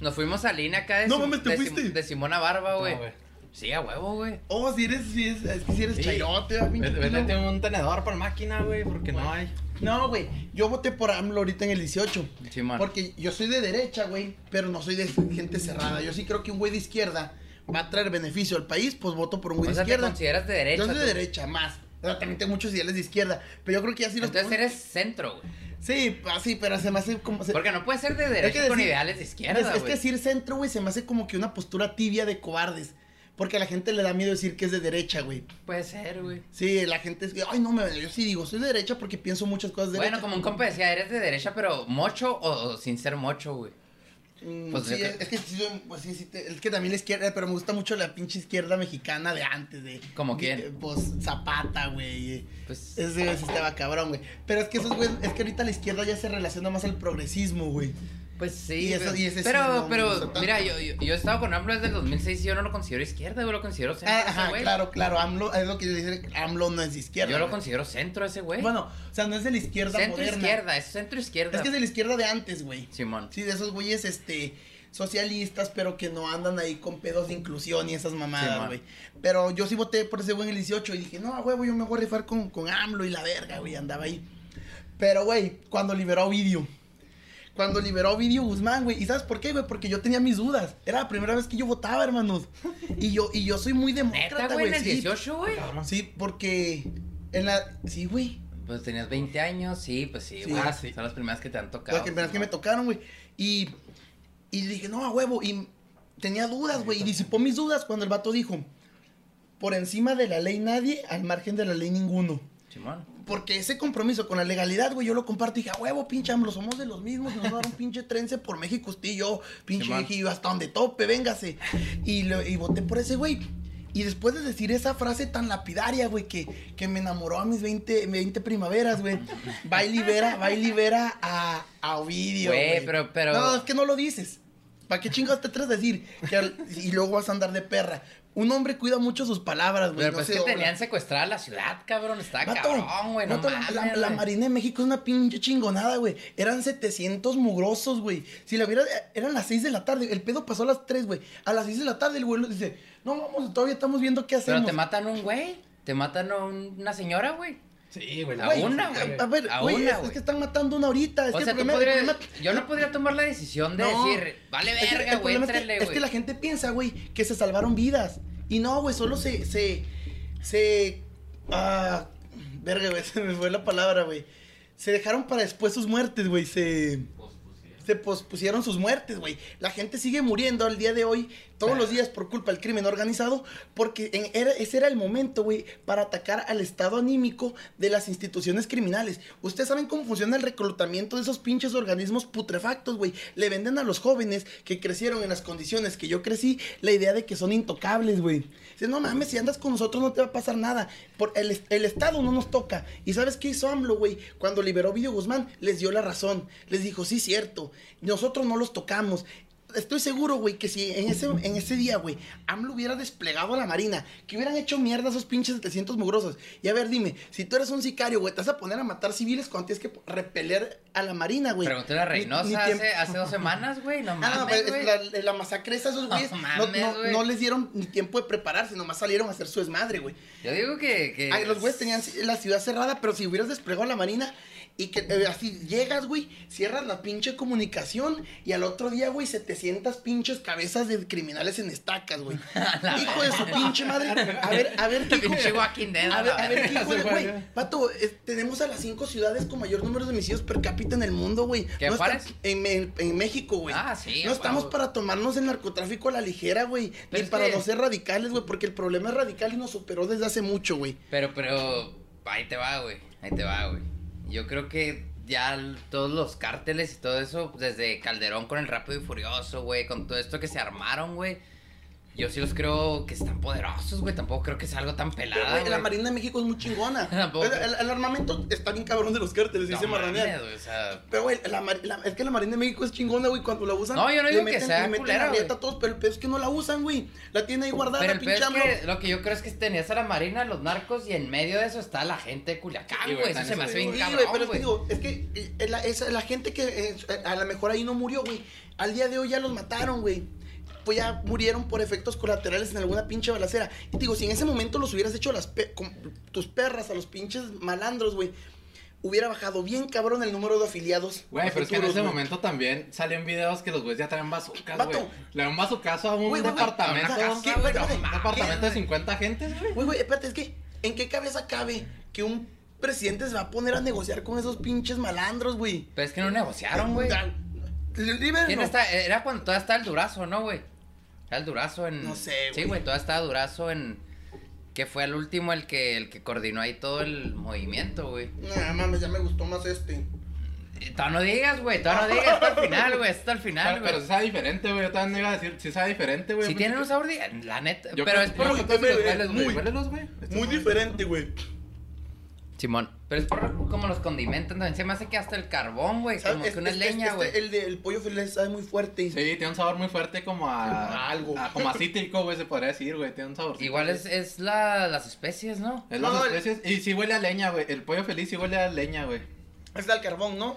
Speaker 5: nos fuimos a línea acá de,
Speaker 6: No
Speaker 5: Sim-
Speaker 6: mames, ¿te
Speaker 5: de
Speaker 6: fuiste?
Speaker 5: Sim- de Simona Barba,
Speaker 1: No,
Speaker 5: güey.
Speaker 1: güey.
Speaker 5: sí, a huevo, güey.
Speaker 6: Oh, si eres, si es, es que si eres
Speaker 1: Sí.
Speaker 6: chairote, ah, pinche
Speaker 1: Vete-
Speaker 6: pilo.
Speaker 1: Vete un tenedor por máquina, güey, porque no hay.
Speaker 6: No, güey. Yo voté por AMLO ahorita en el 18.
Speaker 5: Simón.
Speaker 6: Porque yo soy de derecha, güey, pero no soy de gente cerrada. Yo sí creo que un güey de izquierda va a traer beneficio al país, pues voto por un güey
Speaker 5: o
Speaker 6: de
Speaker 5: sea, te
Speaker 6: izquierda.
Speaker 5: consideras de derecha.
Speaker 6: Yo soy de
Speaker 5: tú.
Speaker 6: derecha, más. Pero también tengo muchos ideales de izquierda. Pero yo creo que ya sí los
Speaker 5: Entonces
Speaker 6: pongo-
Speaker 5: eres centro, güey.
Speaker 6: Sí, así, pero se me hace como. se-
Speaker 5: Porque no puedes ser de
Speaker 6: que
Speaker 5: derecha con
Speaker 6: decir-
Speaker 5: ideales de izquierda,
Speaker 6: es,
Speaker 5: güey.
Speaker 6: es que decir centro, güey, se me hace como que una postura tibia de cobardes. Porque a la gente le da miedo decir que es de derecha, güey.
Speaker 5: Puede ser, güey.
Speaker 6: Sí, la gente es. Ay, no, me, yo sí digo, soy de derecha porque pienso muchas cosas de
Speaker 5: Bueno,
Speaker 6: derecha.
Speaker 5: como un compa decía, eres de derecha, pero mocho o, o sin ser mocho, güey.
Speaker 6: Mm,
Speaker 5: Pues
Speaker 6: sí,
Speaker 5: yo
Speaker 6: es,
Speaker 5: creo-
Speaker 6: es que sí, soy- pues sí, sí te- es que también la izquierda, pero me gusta mucho la pinche izquierda mexicana de antes, de.
Speaker 5: ¿Cómo
Speaker 6: de-
Speaker 5: quién?
Speaker 6: Pues Zapata, güey.
Speaker 5: Pues.
Speaker 6: Ese güey sí estaba cabrón, güey. Pero es que esos güey, es que ahorita la izquierda ya se relaciona más al progresismo, güey.
Speaker 5: Pues sí,
Speaker 6: Y eso-
Speaker 5: güey.
Speaker 6: y ese sí
Speaker 5: pero,
Speaker 6: no me gusta
Speaker 5: pero,
Speaker 6: tanto.
Speaker 5: mira, yo, yo, yo he estado con AMLO desde el 2006 y yo no lo considero izquierda, yo lo considero centro,
Speaker 6: Ah,
Speaker 5: ese
Speaker 6: ajá,
Speaker 5: güey.
Speaker 6: claro, claro. AMLO, es lo que dice, AMLO no es de izquierda.
Speaker 5: Yo lo
Speaker 6: güey.
Speaker 5: considero centro ese güey.
Speaker 6: Bueno, o sea, no es de la izquierda
Speaker 5: centro
Speaker 6: moderna.
Speaker 5: izquierda, es centro izquierda.
Speaker 6: Es que es de la izquierda de antes, güey.
Speaker 5: Simón.
Speaker 6: Sí, de esos güeyes, este, socialistas, pero que no andan ahí con pedos de inclusión y esas
Speaker 5: Sí,
Speaker 6: mamadas,
Speaker 5: man.
Speaker 6: güey. pero yo sí voté por ese güey en el 18 y dije, no, a huevo, yo me voy a rifar con, con AMLO y la verga, güey, andaba ahí. Pero, güey, cuando liberó Ovidio. Cuando liberó Ovidio Guzmán, güey. ¿Y sabes por qué, güey? Porque yo tenía mis dudas. Era la primera vez que yo votaba, hermanos. Y yo, y yo soy muy
Speaker 5: Neta,
Speaker 6: demócrata,
Speaker 5: güey, en
Speaker 6: güey.
Speaker 5: el
Speaker 6: Sí,
Speaker 5: 18, güey.
Speaker 6: sí, porque en la... Sí, güey.
Speaker 5: Pues tenías 20 años, sí, pues sí,
Speaker 6: Sí.
Speaker 5: güey.
Speaker 1: Ah, sí.
Speaker 5: Son las primeras que te han
Speaker 6: Las
Speaker 5: tocado.
Speaker 6: que, primeras que me
Speaker 5: Simón.
Speaker 6: tocaron, güey. Y, y dije, no, a huevo. Y tenía dudas, güey. Y disipó mis dudas cuando el vato dijo, por encima de la ley nadie, al margen de la ley ninguno.
Speaker 5: Simón.
Speaker 6: Porque ese compromiso con la legalidad, güey, yo lo comparto. Y dije, a huevo, pinche AMLO, somos de los mismos. Nos va a dar un pinche trense por México, usted y yo. Pinche
Speaker 5: Simón.
Speaker 6: viejillo, hasta donde tope, véngase. Y, lo- y voté por ese güey. Y después de decir esa frase tan lapidaria, güey, que, que me enamoró a mis 20, 20 primaveras, güey, va y libera, va y libera a, a Ovidio.
Speaker 5: Güey,
Speaker 6: Güey,
Speaker 5: pero- pero-
Speaker 6: No, es que no lo dices. ¿Para qué chingados te atreves a decir? Que al- y luego vas a andar de perra. Un hombre cuida mucho sus palabras, güey.
Speaker 5: Pero
Speaker 6: no
Speaker 5: pues
Speaker 6: se
Speaker 5: que
Speaker 6: dobla.
Speaker 5: tenían secuestrada la ciudad, cabrón. Está
Speaker 6: Vato,
Speaker 5: Ah, cabrón, güey. No
Speaker 6: vato, la-
Speaker 5: mames.
Speaker 6: la, la
Speaker 5: güey.
Speaker 6: Marina de México es una pinche chingonada, güey. Eran 700 mugrosos, güey. Si la hubiera... Eran las 6 de la tarde. El pedo pasó a las 3, güey. A las 6 de la tarde el güey dice, no, vamos, todavía estamos viendo qué hacemos.
Speaker 5: Pero te matan un güey. Te matan a un- una señora, güey.
Speaker 1: Sí, güey.
Speaker 5: A
Speaker 1: la-
Speaker 5: una,
Speaker 1: güey.
Speaker 6: A, a ver,
Speaker 5: A
Speaker 6: güey,
Speaker 5: una,
Speaker 6: es- es,
Speaker 5: güey.
Speaker 6: que están matando una ahorita. Es
Speaker 5: O
Speaker 6: que
Speaker 5: sea,
Speaker 6: el
Speaker 5: tú
Speaker 6: problema-
Speaker 5: podrías-
Speaker 6: el problema-
Speaker 5: yo no podría tomar la decisión de
Speaker 6: No.
Speaker 5: decir, vale
Speaker 6: Es que
Speaker 5: verga,
Speaker 6: el
Speaker 5: güey,
Speaker 6: problema es que-
Speaker 5: éntrale,
Speaker 6: Es
Speaker 5: güey.
Speaker 6: que la gente piensa, güey, que se salvaron vidas. Y no, güey, solo se. se. se. Ah. Verga, güey, se me fue la palabra, güey. Se dejaron para después sus muertes, güey. Se. Se pospusieron sus muertes, güey. La gente sigue muriendo al día de hoy, todos los días por culpa del crimen organizado, porque en- era- ese era el momento, güey, para atacar al estado anímico de las instituciones criminales. Ustedes saben cómo funciona el reclutamiento de esos pinches organismos putrefactos, güey. Le venden a los jóvenes que crecieron en las condiciones que yo crecí la idea de que son intocables, güey. Dice, no mames, si andas con nosotros no te va a pasar nada. Por el, est- el Estado no nos toca. ¿Y sabes qué hizo AMLO, güey? Cuando liberó a Ovidio Guzmán, les dio la razón. Les dijo, sí, cierto, nosotros no los tocamos. Estoy seguro, güey, que si en ese, en ese día, güey, AMLO hubiera desplegado a la Marina, que hubieran hecho mierda a esos pinches 700 mugrosos. Y a ver, dime, si tú eres un sicario, güey, te vas a poner a matar civiles cuando tienes que repeler a la Marina, güey.
Speaker 5: Pregunté a la
Speaker 6: Ni-
Speaker 5: Reynosa
Speaker 6: ni tiempo-
Speaker 5: hace, hace dos semanas, güey. No
Speaker 6: Ah, no,
Speaker 5: mames,
Speaker 6: pero
Speaker 5: güey.
Speaker 6: es la, la masacre esa, esos
Speaker 5: No
Speaker 6: güeyes no,
Speaker 5: mames,
Speaker 6: no-
Speaker 5: güey.
Speaker 6: no les dieron ni tiempo de prepararse, nomás salieron a hacer su desmadre, güey.
Speaker 5: Yo digo que... que
Speaker 6: Ay, los güeyes tenían la ciudad cerrada, pero si hubieras desplegado la marina y que eh, así llegas, güey, cierras la pinche comunicación y al otro día, güey, 700 pinches cabezas de criminales en estacas, güey. Hijo de su pinche madre. A ver, a ver, qué hijo-
Speaker 5: Pinche Walking Dead,
Speaker 6: a ver, a ver, ¿qué hijo de-
Speaker 1: Se
Speaker 6: güey?
Speaker 1: juega.
Speaker 6: Pato, tenemos a las cinco ciudades con mayor número de homicidios per cápita en el mundo, güey.
Speaker 5: ¿Qué,
Speaker 6: está-
Speaker 5: Juárez?
Speaker 6: en, en- en México, güey.
Speaker 5: Ah, sí,
Speaker 6: No
Speaker 5: a
Speaker 6: estamos
Speaker 5: huevo.
Speaker 6: para tomarnos el narcotráfico a la ligera, güey. Ni
Speaker 5: Pero es
Speaker 6: para
Speaker 5: que-
Speaker 6: no ser radicales, güey, porque el problema es radical y nos superó desde hace mucho, güey.
Speaker 5: Pero, pero, ahí te va, güey. Ahí te va, güey. Yo creo que ya l- todos los cárteles y todo eso, desde Calderón con el Rápido y Furioso, güey, con todo esto que se armaron, güey. Yo sí los creo que están poderosos, güey. Tampoco creo que sea algo tan
Speaker 6: Pero,
Speaker 5: pelado.
Speaker 6: güey, la
Speaker 5: güey.
Speaker 6: Marina de México es muy chingona.
Speaker 5: Tampoco.
Speaker 6: el, el- el armamento está bien cabrón de los cárteles,
Speaker 5: No
Speaker 6: dice
Speaker 5: mames,
Speaker 6: Marranear.
Speaker 5: güey, o sea,
Speaker 6: Pero, güey, la mar- la- es que la Marina de México es chingona, güey. Cuando la usan,
Speaker 5: No, yo no digo que sea
Speaker 6: le meten
Speaker 5: culera,
Speaker 6: la
Speaker 5: güey.
Speaker 6: riata a todos, pero el pedo es que no la usan, güey. La tiene ahí guardada,
Speaker 5: Pero el
Speaker 6: la
Speaker 5: peor
Speaker 6: pinche
Speaker 5: es
Speaker 6: AMLO.
Speaker 5: que lo que yo creo es que tenías a la marina, los narcos, y en medio de eso está la gente de
Speaker 1: Sí,
Speaker 5: Culiacán,
Speaker 1: güey,
Speaker 5: güey. Eso
Speaker 1: están
Speaker 5: se me
Speaker 1: esos
Speaker 5: hace
Speaker 1: de-
Speaker 5: bien
Speaker 6: Sí,
Speaker 5: cabrón,
Speaker 6: güey, pero es
Speaker 5: güey.
Speaker 6: que digo, es que eh, la, esa- la gente que eh, a lo mejor ahí no murió, güey. Al día de hoy ya los mataron, güey. Pues ya murieron por efectos colaterales en alguna pinche balacera. Y te digo, si en ese momento los hubieras hecho las pe- con tus perras a los pinches malandros, güey, hubiera bajado bien cabrón el número de afiliados.
Speaker 1: Güey, pero es que en
Speaker 6: futuros,
Speaker 1: ese
Speaker 6: güey.
Speaker 1: momento también salían videos que los güeyes ya traen bazucas,
Speaker 6: Vato.
Speaker 1: güey. Le dan bazucazo a un
Speaker 6: Güey, güey,
Speaker 1: departamento.
Speaker 6: güey, ¿qué, güey,
Speaker 1: a
Speaker 6: güey?
Speaker 1: un departamento de
Speaker 6: ¿Qué?
Speaker 1: 50 gentes, güey.
Speaker 6: Güey, güey, espérate, es que, ¿en qué cabeza cabe que un presidente se va a poner a negociar con esos pinches malandros, güey?
Speaker 5: Pero es que no negociaron, güey.
Speaker 6: Ah, libérenlo.
Speaker 5: ¿Quién está? Era cuando todavía estaba el Durazo, ¿no, güey? Estaba el Durazo en.
Speaker 6: No sé,
Speaker 5: Sí,
Speaker 6: güey.
Speaker 5: güey, todavía estaba Durazo en. Que fue el último el que, el que coordinó ahí todo el movimiento, güey.
Speaker 6: Nah, mames, ya me gustó más este.
Speaker 5: Eh, Todavía no digas, güey, todavía no digas. Hasta el final, güey, hasta el final,
Speaker 1: Pero, pero sí
Speaker 5: güey.
Speaker 1: sabe diferente, güey. Yo también iba a decir, sí sabe diferente, güey.
Speaker 5: Si
Speaker 1: Yo
Speaker 5: tienen un
Speaker 1: pensé
Speaker 5: sabor, di- la neta.
Speaker 1: que- yo
Speaker 5: Pero
Speaker 1: creo-
Speaker 5: es por
Speaker 1: yo eh.
Speaker 5: lo
Speaker 1: creo
Speaker 5: que
Speaker 1: que los
Speaker 6: muy-
Speaker 1: hueles,
Speaker 6: muy-
Speaker 1: güey. Huélelos, güey. Estos
Speaker 6: Muy
Speaker 1: son-
Speaker 6: diferente, güey.
Speaker 5: Simón, pero es por como los condimentan también. Se me hace que hasta el carbón, güey.
Speaker 6: ¿Sabes?
Speaker 5: Como que
Speaker 6: Este-
Speaker 5: una
Speaker 6: este-
Speaker 5: leña,
Speaker 6: este-
Speaker 5: güey.
Speaker 6: el del pollo filé sabe muy fuerte.
Speaker 1: Sí, tiene un sabor muy fuerte como a...
Speaker 6: A algo.
Speaker 1: a- como a cítrico, güey, se podría decir, güey. Tiene un sabor.
Speaker 5: Igual es, es la, las especies, ¿no?
Speaker 1: Es las
Speaker 6: No, el-
Speaker 1: especies. Y sí huele a leña, güey. El pollo feliz sí huele a leña, güey.
Speaker 6: Es al carbón, ¿no?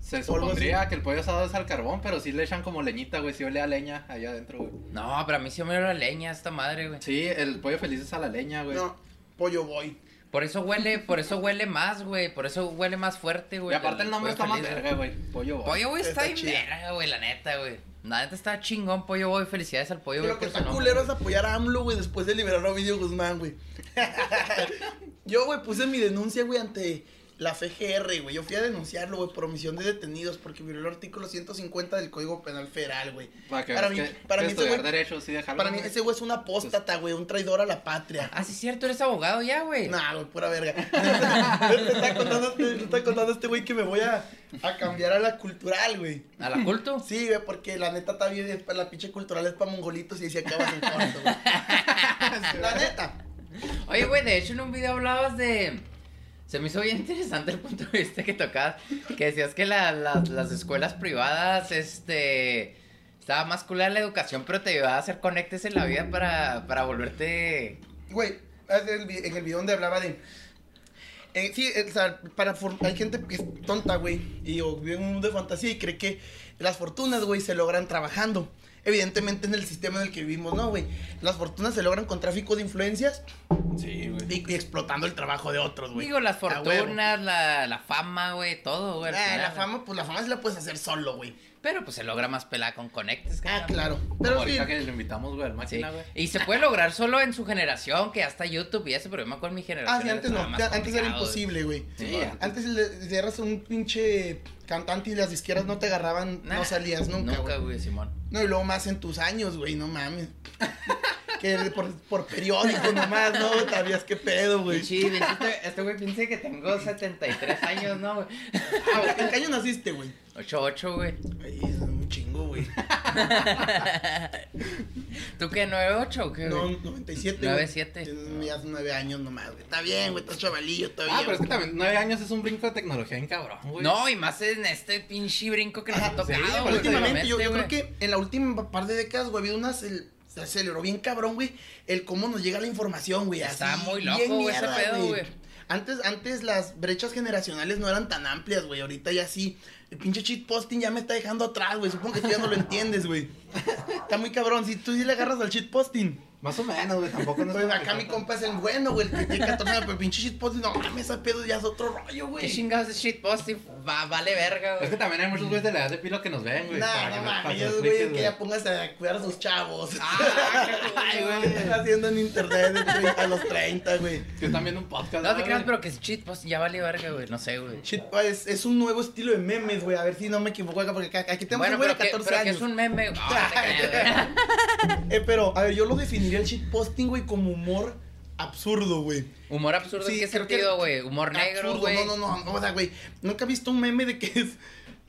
Speaker 1: Se
Speaker 6: Algo
Speaker 1: supondría que el pollo asado es al carbón, pero sí le echan como leñita, güey. Sí huele a leña allá adentro, güey.
Speaker 5: No, pero a mí sí me olía la leña esta madre, güey.
Speaker 1: Sí, el pollo feliz es a la leña, güey.
Speaker 6: No, pollo boy.
Speaker 5: Por eso huele, por eso huele más, güey. Por eso huele más fuerte,
Speaker 1: y
Speaker 5: güey.
Speaker 1: aparte el nombre está
Speaker 5: pollo
Speaker 1: más
Speaker 5: feliz,
Speaker 1: verga, güey. Pollo.
Speaker 5: güey. Pollo, güey, está
Speaker 6: Está
Speaker 5: bien
Speaker 6: chido.
Speaker 5: verga, güey, la neta, güey. La neta está chingón, pollo, güey. Felicidades al pollo, güey.
Speaker 6: Lo que
Speaker 5: por su
Speaker 6: está
Speaker 5: nombre,
Speaker 6: culero es
Speaker 5: güey.
Speaker 6: apoyar a AMLO, güey, después de liberar a Ovidio Guzmán, güey. Yo, güey, puse mi denuncia, güey, ante la FGR, güey. Yo fui a denunciarlo, güey, por omisión de detenidos porque violó el artículo 150 del Código Penal Federal, güey.
Speaker 8: Para que
Speaker 6: Para
Speaker 8: veas
Speaker 6: mí-
Speaker 8: que-
Speaker 6: para
Speaker 8: que
Speaker 6: mí ese
Speaker 8: estudiar
Speaker 6: güey-
Speaker 8: derecho sí dejarlo.
Speaker 6: Para mí ese güey es un apóstata, güey, un traidor a la patria.
Speaker 5: Ah, sí, es cierto, eres abogado ya, güey.
Speaker 6: Nah, güey, pura verga. te está contando, te está contando este güey que me voy a, a cambiar a la cultural, güey.
Speaker 5: ¿A la culto?
Speaker 6: Sí, güey, porque la neta está bien, es pa- la pinche cultural es para mongolitos y se acabas en corto, güey. la neta.
Speaker 5: Oye, güey, de hecho en un video hablabas de... Se me hizo bien interesante el punto de vista que tocabas, que decías que la- la- las escuelas privadas, este... Estaba más culera la educación, pero te ayudaba a hacer conectes en la vida para, para volverte...
Speaker 6: Güey, hace el vi- en el video donde hablaba de. eh, sí, eh, o sea, para for- hay gente que es tonta, güey, y o vive en un mundo de fantasía y cree que las fortunas, güey, se logran trabajando. Evidentemente en el sistema en el que vivimos, ¿no, güey? Las fortunas se logran con tráfico de influencias
Speaker 8: Sí, güey.
Speaker 6: y, y explotando el trabajo de otros, güey.
Speaker 5: Digo, las
Speaker 6: A huevo.
Speaker 5: fortunas, la, la fama, güey, todo, güey. al
Speaker 6: Ah, la
Speaker 5: final.
Speaker 6: fama, pues la fama se la puedes hacer solo, güey.
Speaker 5: Pero pues se logra más pelada con conectes, cabrón.
Speaker 6: Ah, claro.
Speaker 8: Pero
Speaker 6: Pero sí,
Speaker 8: ahorita que lo invitamos, güey, al
Speaker 6: Ah,
Speaker 5: Sí.
Speaker 8: máquina, güey.
Speaker 5: Y se puede lograr solo en su generación, que hasta YouTube y eso, pero yo me acuerdo en mi generación.
Speaker 6: Ah, sí, antes no,
Speaker 5: estaba más
Speaker 6: antes era
Speaker 5: complicado,
Speaker 6: imposible, güey.
Speaker 5: Sí,
Speaker 8: Sí,
Speaker 5: antes-
Speaker 6: Antes le le eras un pinche cantante y las disqueras no te agarraban,
Speaker 5: Nah,
Speaker 6: no salías nunca,
Speaker 5: Nunca,
Speaker 6: güey.
Speaker 5: güey, Simón.
Speaker 6: No, y luego más en tus años, güey, no mames. que por, por periódico nomás, ¿no? Sabías qué pedo, güey.
Speaker 5: Sí, este este güey piensa que tengo 73 años, ¿no, güey?
Speaker 6: Ah, güey, ¿En qué año naciste, güey?
Speaker 5: 8-8, güey.
Speaker 6: Ay, es un chingo, güey.
Speaker 5: ¿Tú qué, 9-8 o qué,
Speaker 6: No,
Speaker 5: güey?
Speaker 6: 97, güey.
Speaker 5: 9-7.
Speaker 6: Tienes ya nueve años nomás, güey. Está bien, güey, estás chavalillo todavía.
Speaker 1: Ah, pero es que
Speaker 6: güey.
Speaker 1: también nueve años es un brinco de tecnología en cabrón, güey.
Speaker 5: No, y más en este pinche brinco que nos ha
Speaker 6: Ajá,
Speaker 5: tocado,
Speaker 1: sí,
Speaker 5: güey.
Speaker 6: Ah, Últimamente, yo, yo creo
Speaker 5: güey.
Speaker 6: que en la última par de décadas, güey, ha habido unas. el- se aceleró bien cabrón, güey, el cómo nos llega la información, güey.
Speaker 5: Está
Speaker 6: así,
Speaker 5: muy loco,
Speaker 6: bien
Speaker 5: güey, ese
Speaker 6: mierda,
Speaker 5: pedo, güey.
Speaker 6: Antes, antes las brechas generacionales no eran tan amplias, güey. Ahorita ya sí. El pinche cheat posting ya me está dejando atrás, güey. Supongo que tú ya no lo entiendes, güey. Está muy cabrón. Si tú sí le agarras al cheat posting.
Speaker 1: Más o menos, güey, tampoco no es
Speaker 6: Pues
Speaker 1: como
Speaker 6: acá
Speaker 1: que-
Speaker 6: mi compa es el bueno, güey. El que tiene 14 años, pero el pinche cheat posting. No mames, ese pedo ya es otro rollo,
Speaker 5: Qué
Speaker 6: güey.
Speaker 5: chingados de shitposting. Va, vale verga,
Speaker 1: Es que
Speaker 5: güey.
Speaker 1: también hay muchos güeyes de la edad de pilo que nos ven, güey. para
Speaker 6: Nah,
Speaker 1: que
Speaker 6: no
Speaker 1: nos- para que
Speaker 6: mames,
Speaker 1: nos
Speaker 6: esos güeyes
Speaker 1: expliques,
Speaker 6: que ya pongas a cuidar a sus chavos.
Speaker 5: Ah, Ay, güey.
Speaker 6: ¿Qué están haciendo en internet de 30 a los 30, güey?
Speaker 1: Que están viendo un podcast.
Speaker 5: No te
Speaker 1: güey.
Speaker 5: creas, pero que es shitposting ya vale verga, güey. No sé, güey.
Speaker 6: Shit, güey, es, es un nuevo estilo de memes, güey. A ver si no me equivoco acá, porque acá- aquí tenemos
Speaker 5: Bueno,
Speaker 6: un güey de
Speaker 5: pero, que,
Speaker 6: 14
Speaker 5: pero que
Speaker 6: años.
Speaker 5: es un meme. güey. Ah, no te creas, güey.
Speaker 6: Eh, pero, a ver, yo lo definiría el shitposting, güey, como humor absurdo, güey.
Speaker 5: Humor absurdo,
Speaker 6: Sí,
Speaker 5: ¿en qué
Speaker 6: creo que-
Speaker 5: sentido, güey? Humor negro,
Speaker 6: Absurdo,
Speaker 5: güey.
Speaker 6: No, no, no, o sea, güey. Nunca he visto un meme de que es.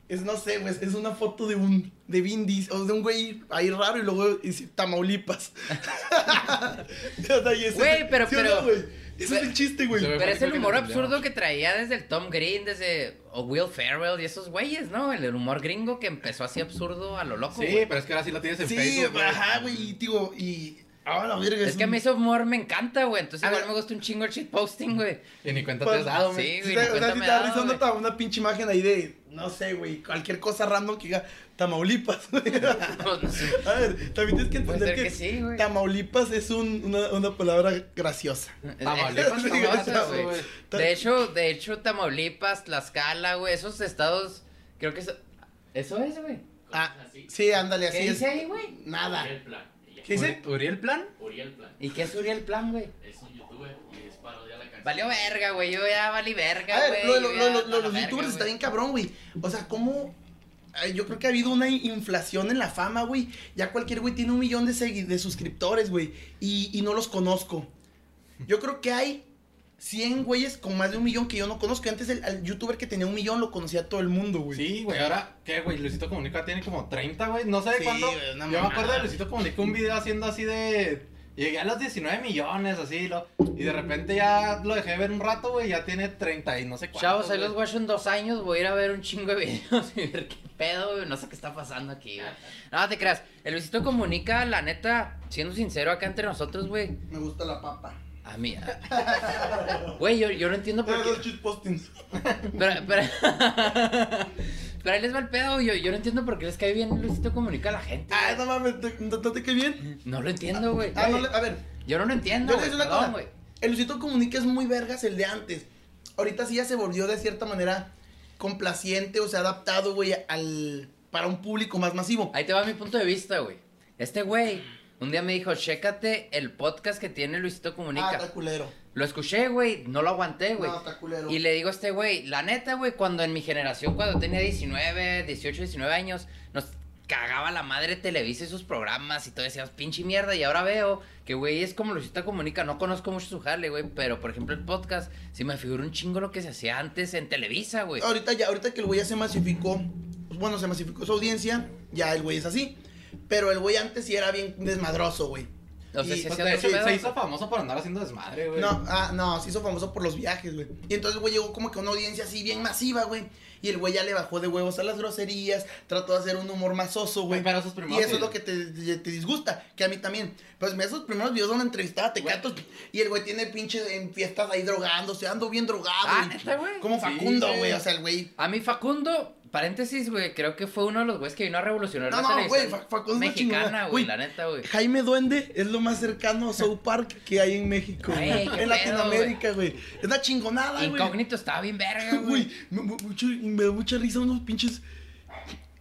Speaker 6: Es, no sé, güey, es una foto de un, de Vin Diesel, o de un güey ahí raro y luego dice Tamaulipas. O sea, y ese-
Speaker 5: Güey, pero-
Speaker 6: ¿sí o no,
Speaker 5: pero-
Speaker 6: güey? Ese es
Speaker 5: pero-
Speaker 6: el chiste, güey.
Speaker 1: Se ve
Speaker 5: Pero es
Speaker 1: creo
Speaker 5: el
Speaker 1: que
Speaker 5: humor
Speaker 1: no entendemos.
Speaker 5: absurdo que traía desde el Tom Green, desde o Will Ferrell y esos güeyes, ¿no? El, el humor gringo que empezó así absurdo a lo loco,
Speaker 1: Sí,
Speaker 5: güey.
Speaker 1: pero es que ahora sí lo tienes en
Speaker 6: Sí,
Speaker 1: Facebook.
Speaker 6: ajá, güey, y digo, y... Ahora, la verga,
Speaker 5: Es que a
Speaker 6: un-
Speaker 5: mí ese humor me encanta, güey. Entonces
Speaker 6: A
Speaker 5: igual
Speaker 6: ver.
Speaker 5: me gusta un chingo el shitposting, güey.
Speaker 1: Y ni cuenta
Speaker 6: Pues,
Speaker 1: te has dado, güey.
Speaker 5: Sí,
Speaker 6: O
Speaker 5: güey. ni
Speaker 6: sea, o sea,
Speaker 5: cuenta me
Speaker 6: si te
Speaker 5: he
Speaker 6: da
Speaker 5: dado,
Speaker 6: risa,
Speaker 5: güey.
Speaker 6: una, una pinche imagen ahí de, no sé, güey, cualquier cosa random que diga Tamaulipas, güey.
Speaker 5: Pues, no sé,
Speaker 6: A ver, también tienes que
Speaker 5: Puede
Speaker 6: entender
Speaker 5: ser
Speaker 6: que,
Speaker 5: que sí, güey.
Speaker 6: Tamaulipas es un- una, una palabra graciosa.
Speaker 5: Tamaulipas,
Speaker 6: Sí,
Speaker 5: famosas,
Speaker 6: güey.
Speaker 5: güey.
Speaker 6: Ta-
Speaker 5: De hecho, de hecho, Tamaulipas, Tlaxcala, güey, esos estados, creo que eso, eso es, güey.
Speaker 6: Ah,
Speaker 7: así.
Speaker 6: sí, ándale, así
Speaker 5: ¿Qué
Speaker 6: es.
Speaker 5: dice ahí, güey?
Speaker 6: Nada.
Speaker 7: Uriel Plan. y ya.
Speaker 6: ¿Qué dice?
Speaker 1: Uri- ¿Uriel Plan?
Speaker 7: Uriel Plan.
Speaker 5: ¿Y qué es Uriel Plan, güey?
Speaker 7: Es un youtuber y es parodia a la canción.
Speaker 5: Valió verga, güey, yo ya valí
Speaker 6: A
Speaker 5: verga, güey.
Speaker 6: ver, lo, de
Speaker 5: yo
Speaker 6: lo- lo-
Speaker 5: ya
Speaker 6: lo-
Speaker 5: a
Speaker 6: lo-
Speaker 5: la
Speaker 6: los
Speaker 5: verga,
Speaker 6: youtubers está
Speaker 5: güey.
Speaker 6: bien cabrón, güey. O sea, ¿cómo...? Ay, Yo creo que ha habido una inflación en la fama, güey. Ya cualquier güey tiene un millón de, segui- de suscriptores, güey. Y, y no los conozco. Yo creo que hay 100 güeyes con más de un millón que yo no conozco. Antes el, al youtuber que tenía un millón lo conocía todo el mundo, güey.
Speaker 1: Sí, güey, ahora, ¿qué, güey? Luisito Comunica tiene como 30, güey, no sé de
Speaker 6: Sí,
Speaker 1: cuándo.
Speaker 6: güey, una
Speaker 1: Yo me
Speaker 6: mamada.
Speaker 1: acuerdo de Luisito Comunica un video haciendo así de... Llegué a los 19 millones, así, lo, y de repente ya lo dejé ver un rato, güey, ya tiene 30 y no sé cuánto.
Speaker 5: Chavos, ahí
Speaker 1: güey.
Speaker 5: los guacho en dos años, voy a ir a ver un chingo de videos y ver qué pedo, güey, no sé qué está pasando aquí, güey. No, te creas, el Luisito Comunica, la neta, siendo sincero acá entre nosotros, güey,
Speaker 6: Me gusta la papa.
Speaker 5: a mí... a- Güey, yo, yo no entiendo por
Speaker 6: Ah,
Speaker 5: qué...
Speaker 6: los cheat postings.
Speaker 5: Pero, pero, pero ahí les va el pedo, yo, yo no entiendo por qué les cae bien Luisito Comunica a la gente.
Speaker 6: Ah,
Speaker 5: güey.
Speaker 6: no mames, ¿te- no te, te cae bien.
Speaker 5: no lo entiendo, güey.
Speaker 6: Ah, no, le- a ver,
Speaker 5: Yo no lo entiendo,
Speaker 6: Yo les
Speaker 5: güey.
Speaker 6: digo una
Speaker 5: perdón,
Speaker 6: cosa.
Speaker 5: güey.
Speaker 6: El Lucito Comunica es muy vergas el de antes. Ahorita sí ya se volvió de cierta manera complaciente o se ha adaptado, güey, al para un público más masivo.
Speaker 5: Ahí te va mi punto de vista, güey. Este güey Un día me dijo, chécate el podcast que tiene Luisito
Speaker 6: Ah,
Speaker 5: Comunica.
Speaker 6: está culero.
Speaker 5: Lo escuché, güey, no lo aguanté, güey.
Speaker 6: No, está culero.
Speaker 5: Y le digo a este güey, la neta, güey, cuando en mi generación, cuando tenía 19, 18, 19 años, nos cagaba la madre Televisa y sus programas y todo decíamos, pinche mierda. Y ahora veo que, güey, es como Luisita Comunica. No conozco mucho su jale, güey, pero por ejemplo el podcast, sí me figura un chingo lo que se hacía antes en Televisa, güey.
Speaker 6: Ahorita ya, ahorita que el güey ya se masificó, pues, bueno, se masificó su audiencia, ya el güey es así. Pero el güey antes sí era bien desmadroso, güey.
Speaker 5: No sé
Speaker 6: y-
Speaker 5: si
Speaker 1: Pues,
Speaker 5: hacía
Speaker 1: de
Speaker 5: otro
Speaker 1: hecho, se
Speaker 5: pedo.
Speaker 1: hizo famoso por andar haciendo desmadre, güey.
Speaker 6: No, ah, no, se hizo famoso por los viajes, güey. Y entonces, güey, llegó como que una audiencia así bien masiva, güey. Y el güey ya le bajó de huevos a las groserías, trató de hacer un humor masoso, güey.
Speaker 1: Güey, pero sus
Speaker 6: Y
Speaker 1: primeros.
Speaker 6: eso es lo que te, te- te disgusta, que a mí también. Pues me esos primeros videos donde entrevistaba a Tecatos y el güey tiene pinches en fiestas ahí drogándose, ando bien drogado.
Speaker 5: Ah,
Speaker 6: güey.
Speaker 5: ¿neta, güey?
Speaker 6: Como
Speaker 1: Sí,
Speaker 6: Facundo,
Speaker 1: güey.
Speaker 6: güey, o sea, el güey.
Speaker 5: A mí Facundo, paréntesis, güey, creo que fue uno de los güeyes que vino a revolucionar
Speaker 6: No,
Speaker 5: la
Speaker 6: no,
Speaker 5: televisión
Speaker 6: güey, Fa- Facundo es una
Speaker 5: mexicana,
Speaker 6: chingada.
Speaker 5: güey,
Speaker 6: Güey.
Speaker 5: la neta, güey.
Speaker 6: Jaime Duende es lo más cercano a South Park que hay en México,
Speaker 5: Güey,
Speaker 6: güey.
Speaker 5: qué
Speaker 6: En
Speaker 5: pedo,
Speaker 6: Latinoamérica, güey. Es una chingonada, güey.
Speaker 5: Incógnito estaba bien verga,
Speaker 6: Güey,
Speaker 5: güey.
Speaker 6: me, me- mucho- me da mucha risa unos pinches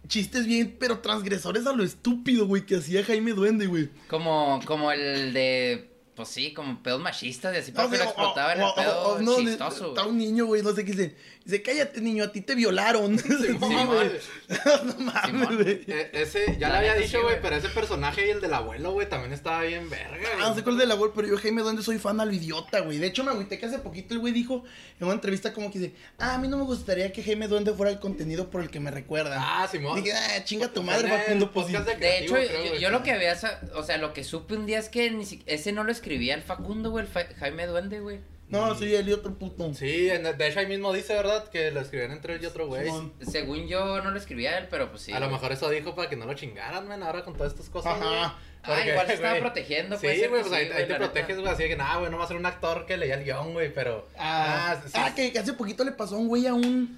Speaker 6: chistes bien, pero transgresores a lo estúpido, güey, que hacía Jaime Duende, güey.
Speaker 5: Como, como el de. Pues sí, como pedos machistas y así,
Speaker 6: No,
Speaker 5: pero que lo
Speaker 6: o-
Speaker 5: explotaba en
Speaker 6: o-
Speaker 5: el
Speaker 6: o-
Speaker 5: pedo
Speaker 6: o- no, de-
Speaker 5: chistoso,
Speaker 6: Está
Speaker 5: güey.
Speaker 6: un niño, güey, no sé qué dice. Dice, cállate, niño, a ti te violaron.
Speaker 5: sí,
Speaker 6: no,
Speaker 5: güey.
Speaker 6: güey. no mames,
Speaker 5: Simón.
Speaker 6: güey.
Speaker 1: Eh, ese, ya
Speaker 5: La
Speaker 1: le había
Speaker 5: neta, sí,
Speaker 1: dicho, güey,
Speaker 5: güey.
Speaker 1: pero ese personaje y el del abuelo, güey, también estaba bien verga,
Speaker 6: Ah, no sé
Speaker 1: güey.
Speaker 6: cuál es de la abuelo, pero yo Jaime Duende soy fan al idiota, güey. De hecho, me agüité que hace poquito el güey dijo en una entrevista como que dice, ah, a mí no me gustaría que Jaime Duende fuera el contenido por el que me recuerdan.
Speaker 1: Ah, Simón.
Speaker 6: Dije, ah, chinga tu madre,
Speaker 1: Fue en el
Speaker 6: Facundo. Pues,
Speaker 1: podcast
Speaker 6: sí".
Speaker 5: De hecho,
Speaker 1: creativo, creo,
Speaker 5: yo,
Speaker 1: güey.
Speaker 5: yo lo que había, sa- o sea, lo que supe un día es que ni si- ese no lo escribía el Facundo, güey, el Fa- Jaime Duende, güey.
Speaker 6: No, sí, el otro puto.
Speaker 1: Sí, en- de hecho ahí mismo dice, ¿verdad? Que lo escribían entre él y otro güey.
Speaker 6: Simón.
Speaker 5: Según yo, no lo escribía él, pero pues sí.
Speaker 1: a lo
Speaker 5: güey.
Speaker 1: mejor eso dijo para que no lo chingaran, men, ahora con todas estas cosas.
Speaker 6: Ajá.
Speaker 1: güey.
Speaker 5: Ah, igual se estaba
Speaker 1: güey,
Speaker 5: protegiendo,
Speaker 1: Sí,
Speaker 5: puede
Speaker 1: güey,
Speaker 5: ser
Speaker 1: pues
Speaker 5: que sí,
Speaker 1: ahí,
Speaker 5: güey,
Speaker 1: ahí te
Speaker 5: la neta.
Speaker 1: proteges, güey, así de que nada, güey, no va a ser un actor que leía el guión, güey, pero...
Speaker 6: Ah,
Speaker 1: sí,
Speaker 6: ah, que que hace poquito le pasó a un güey a un.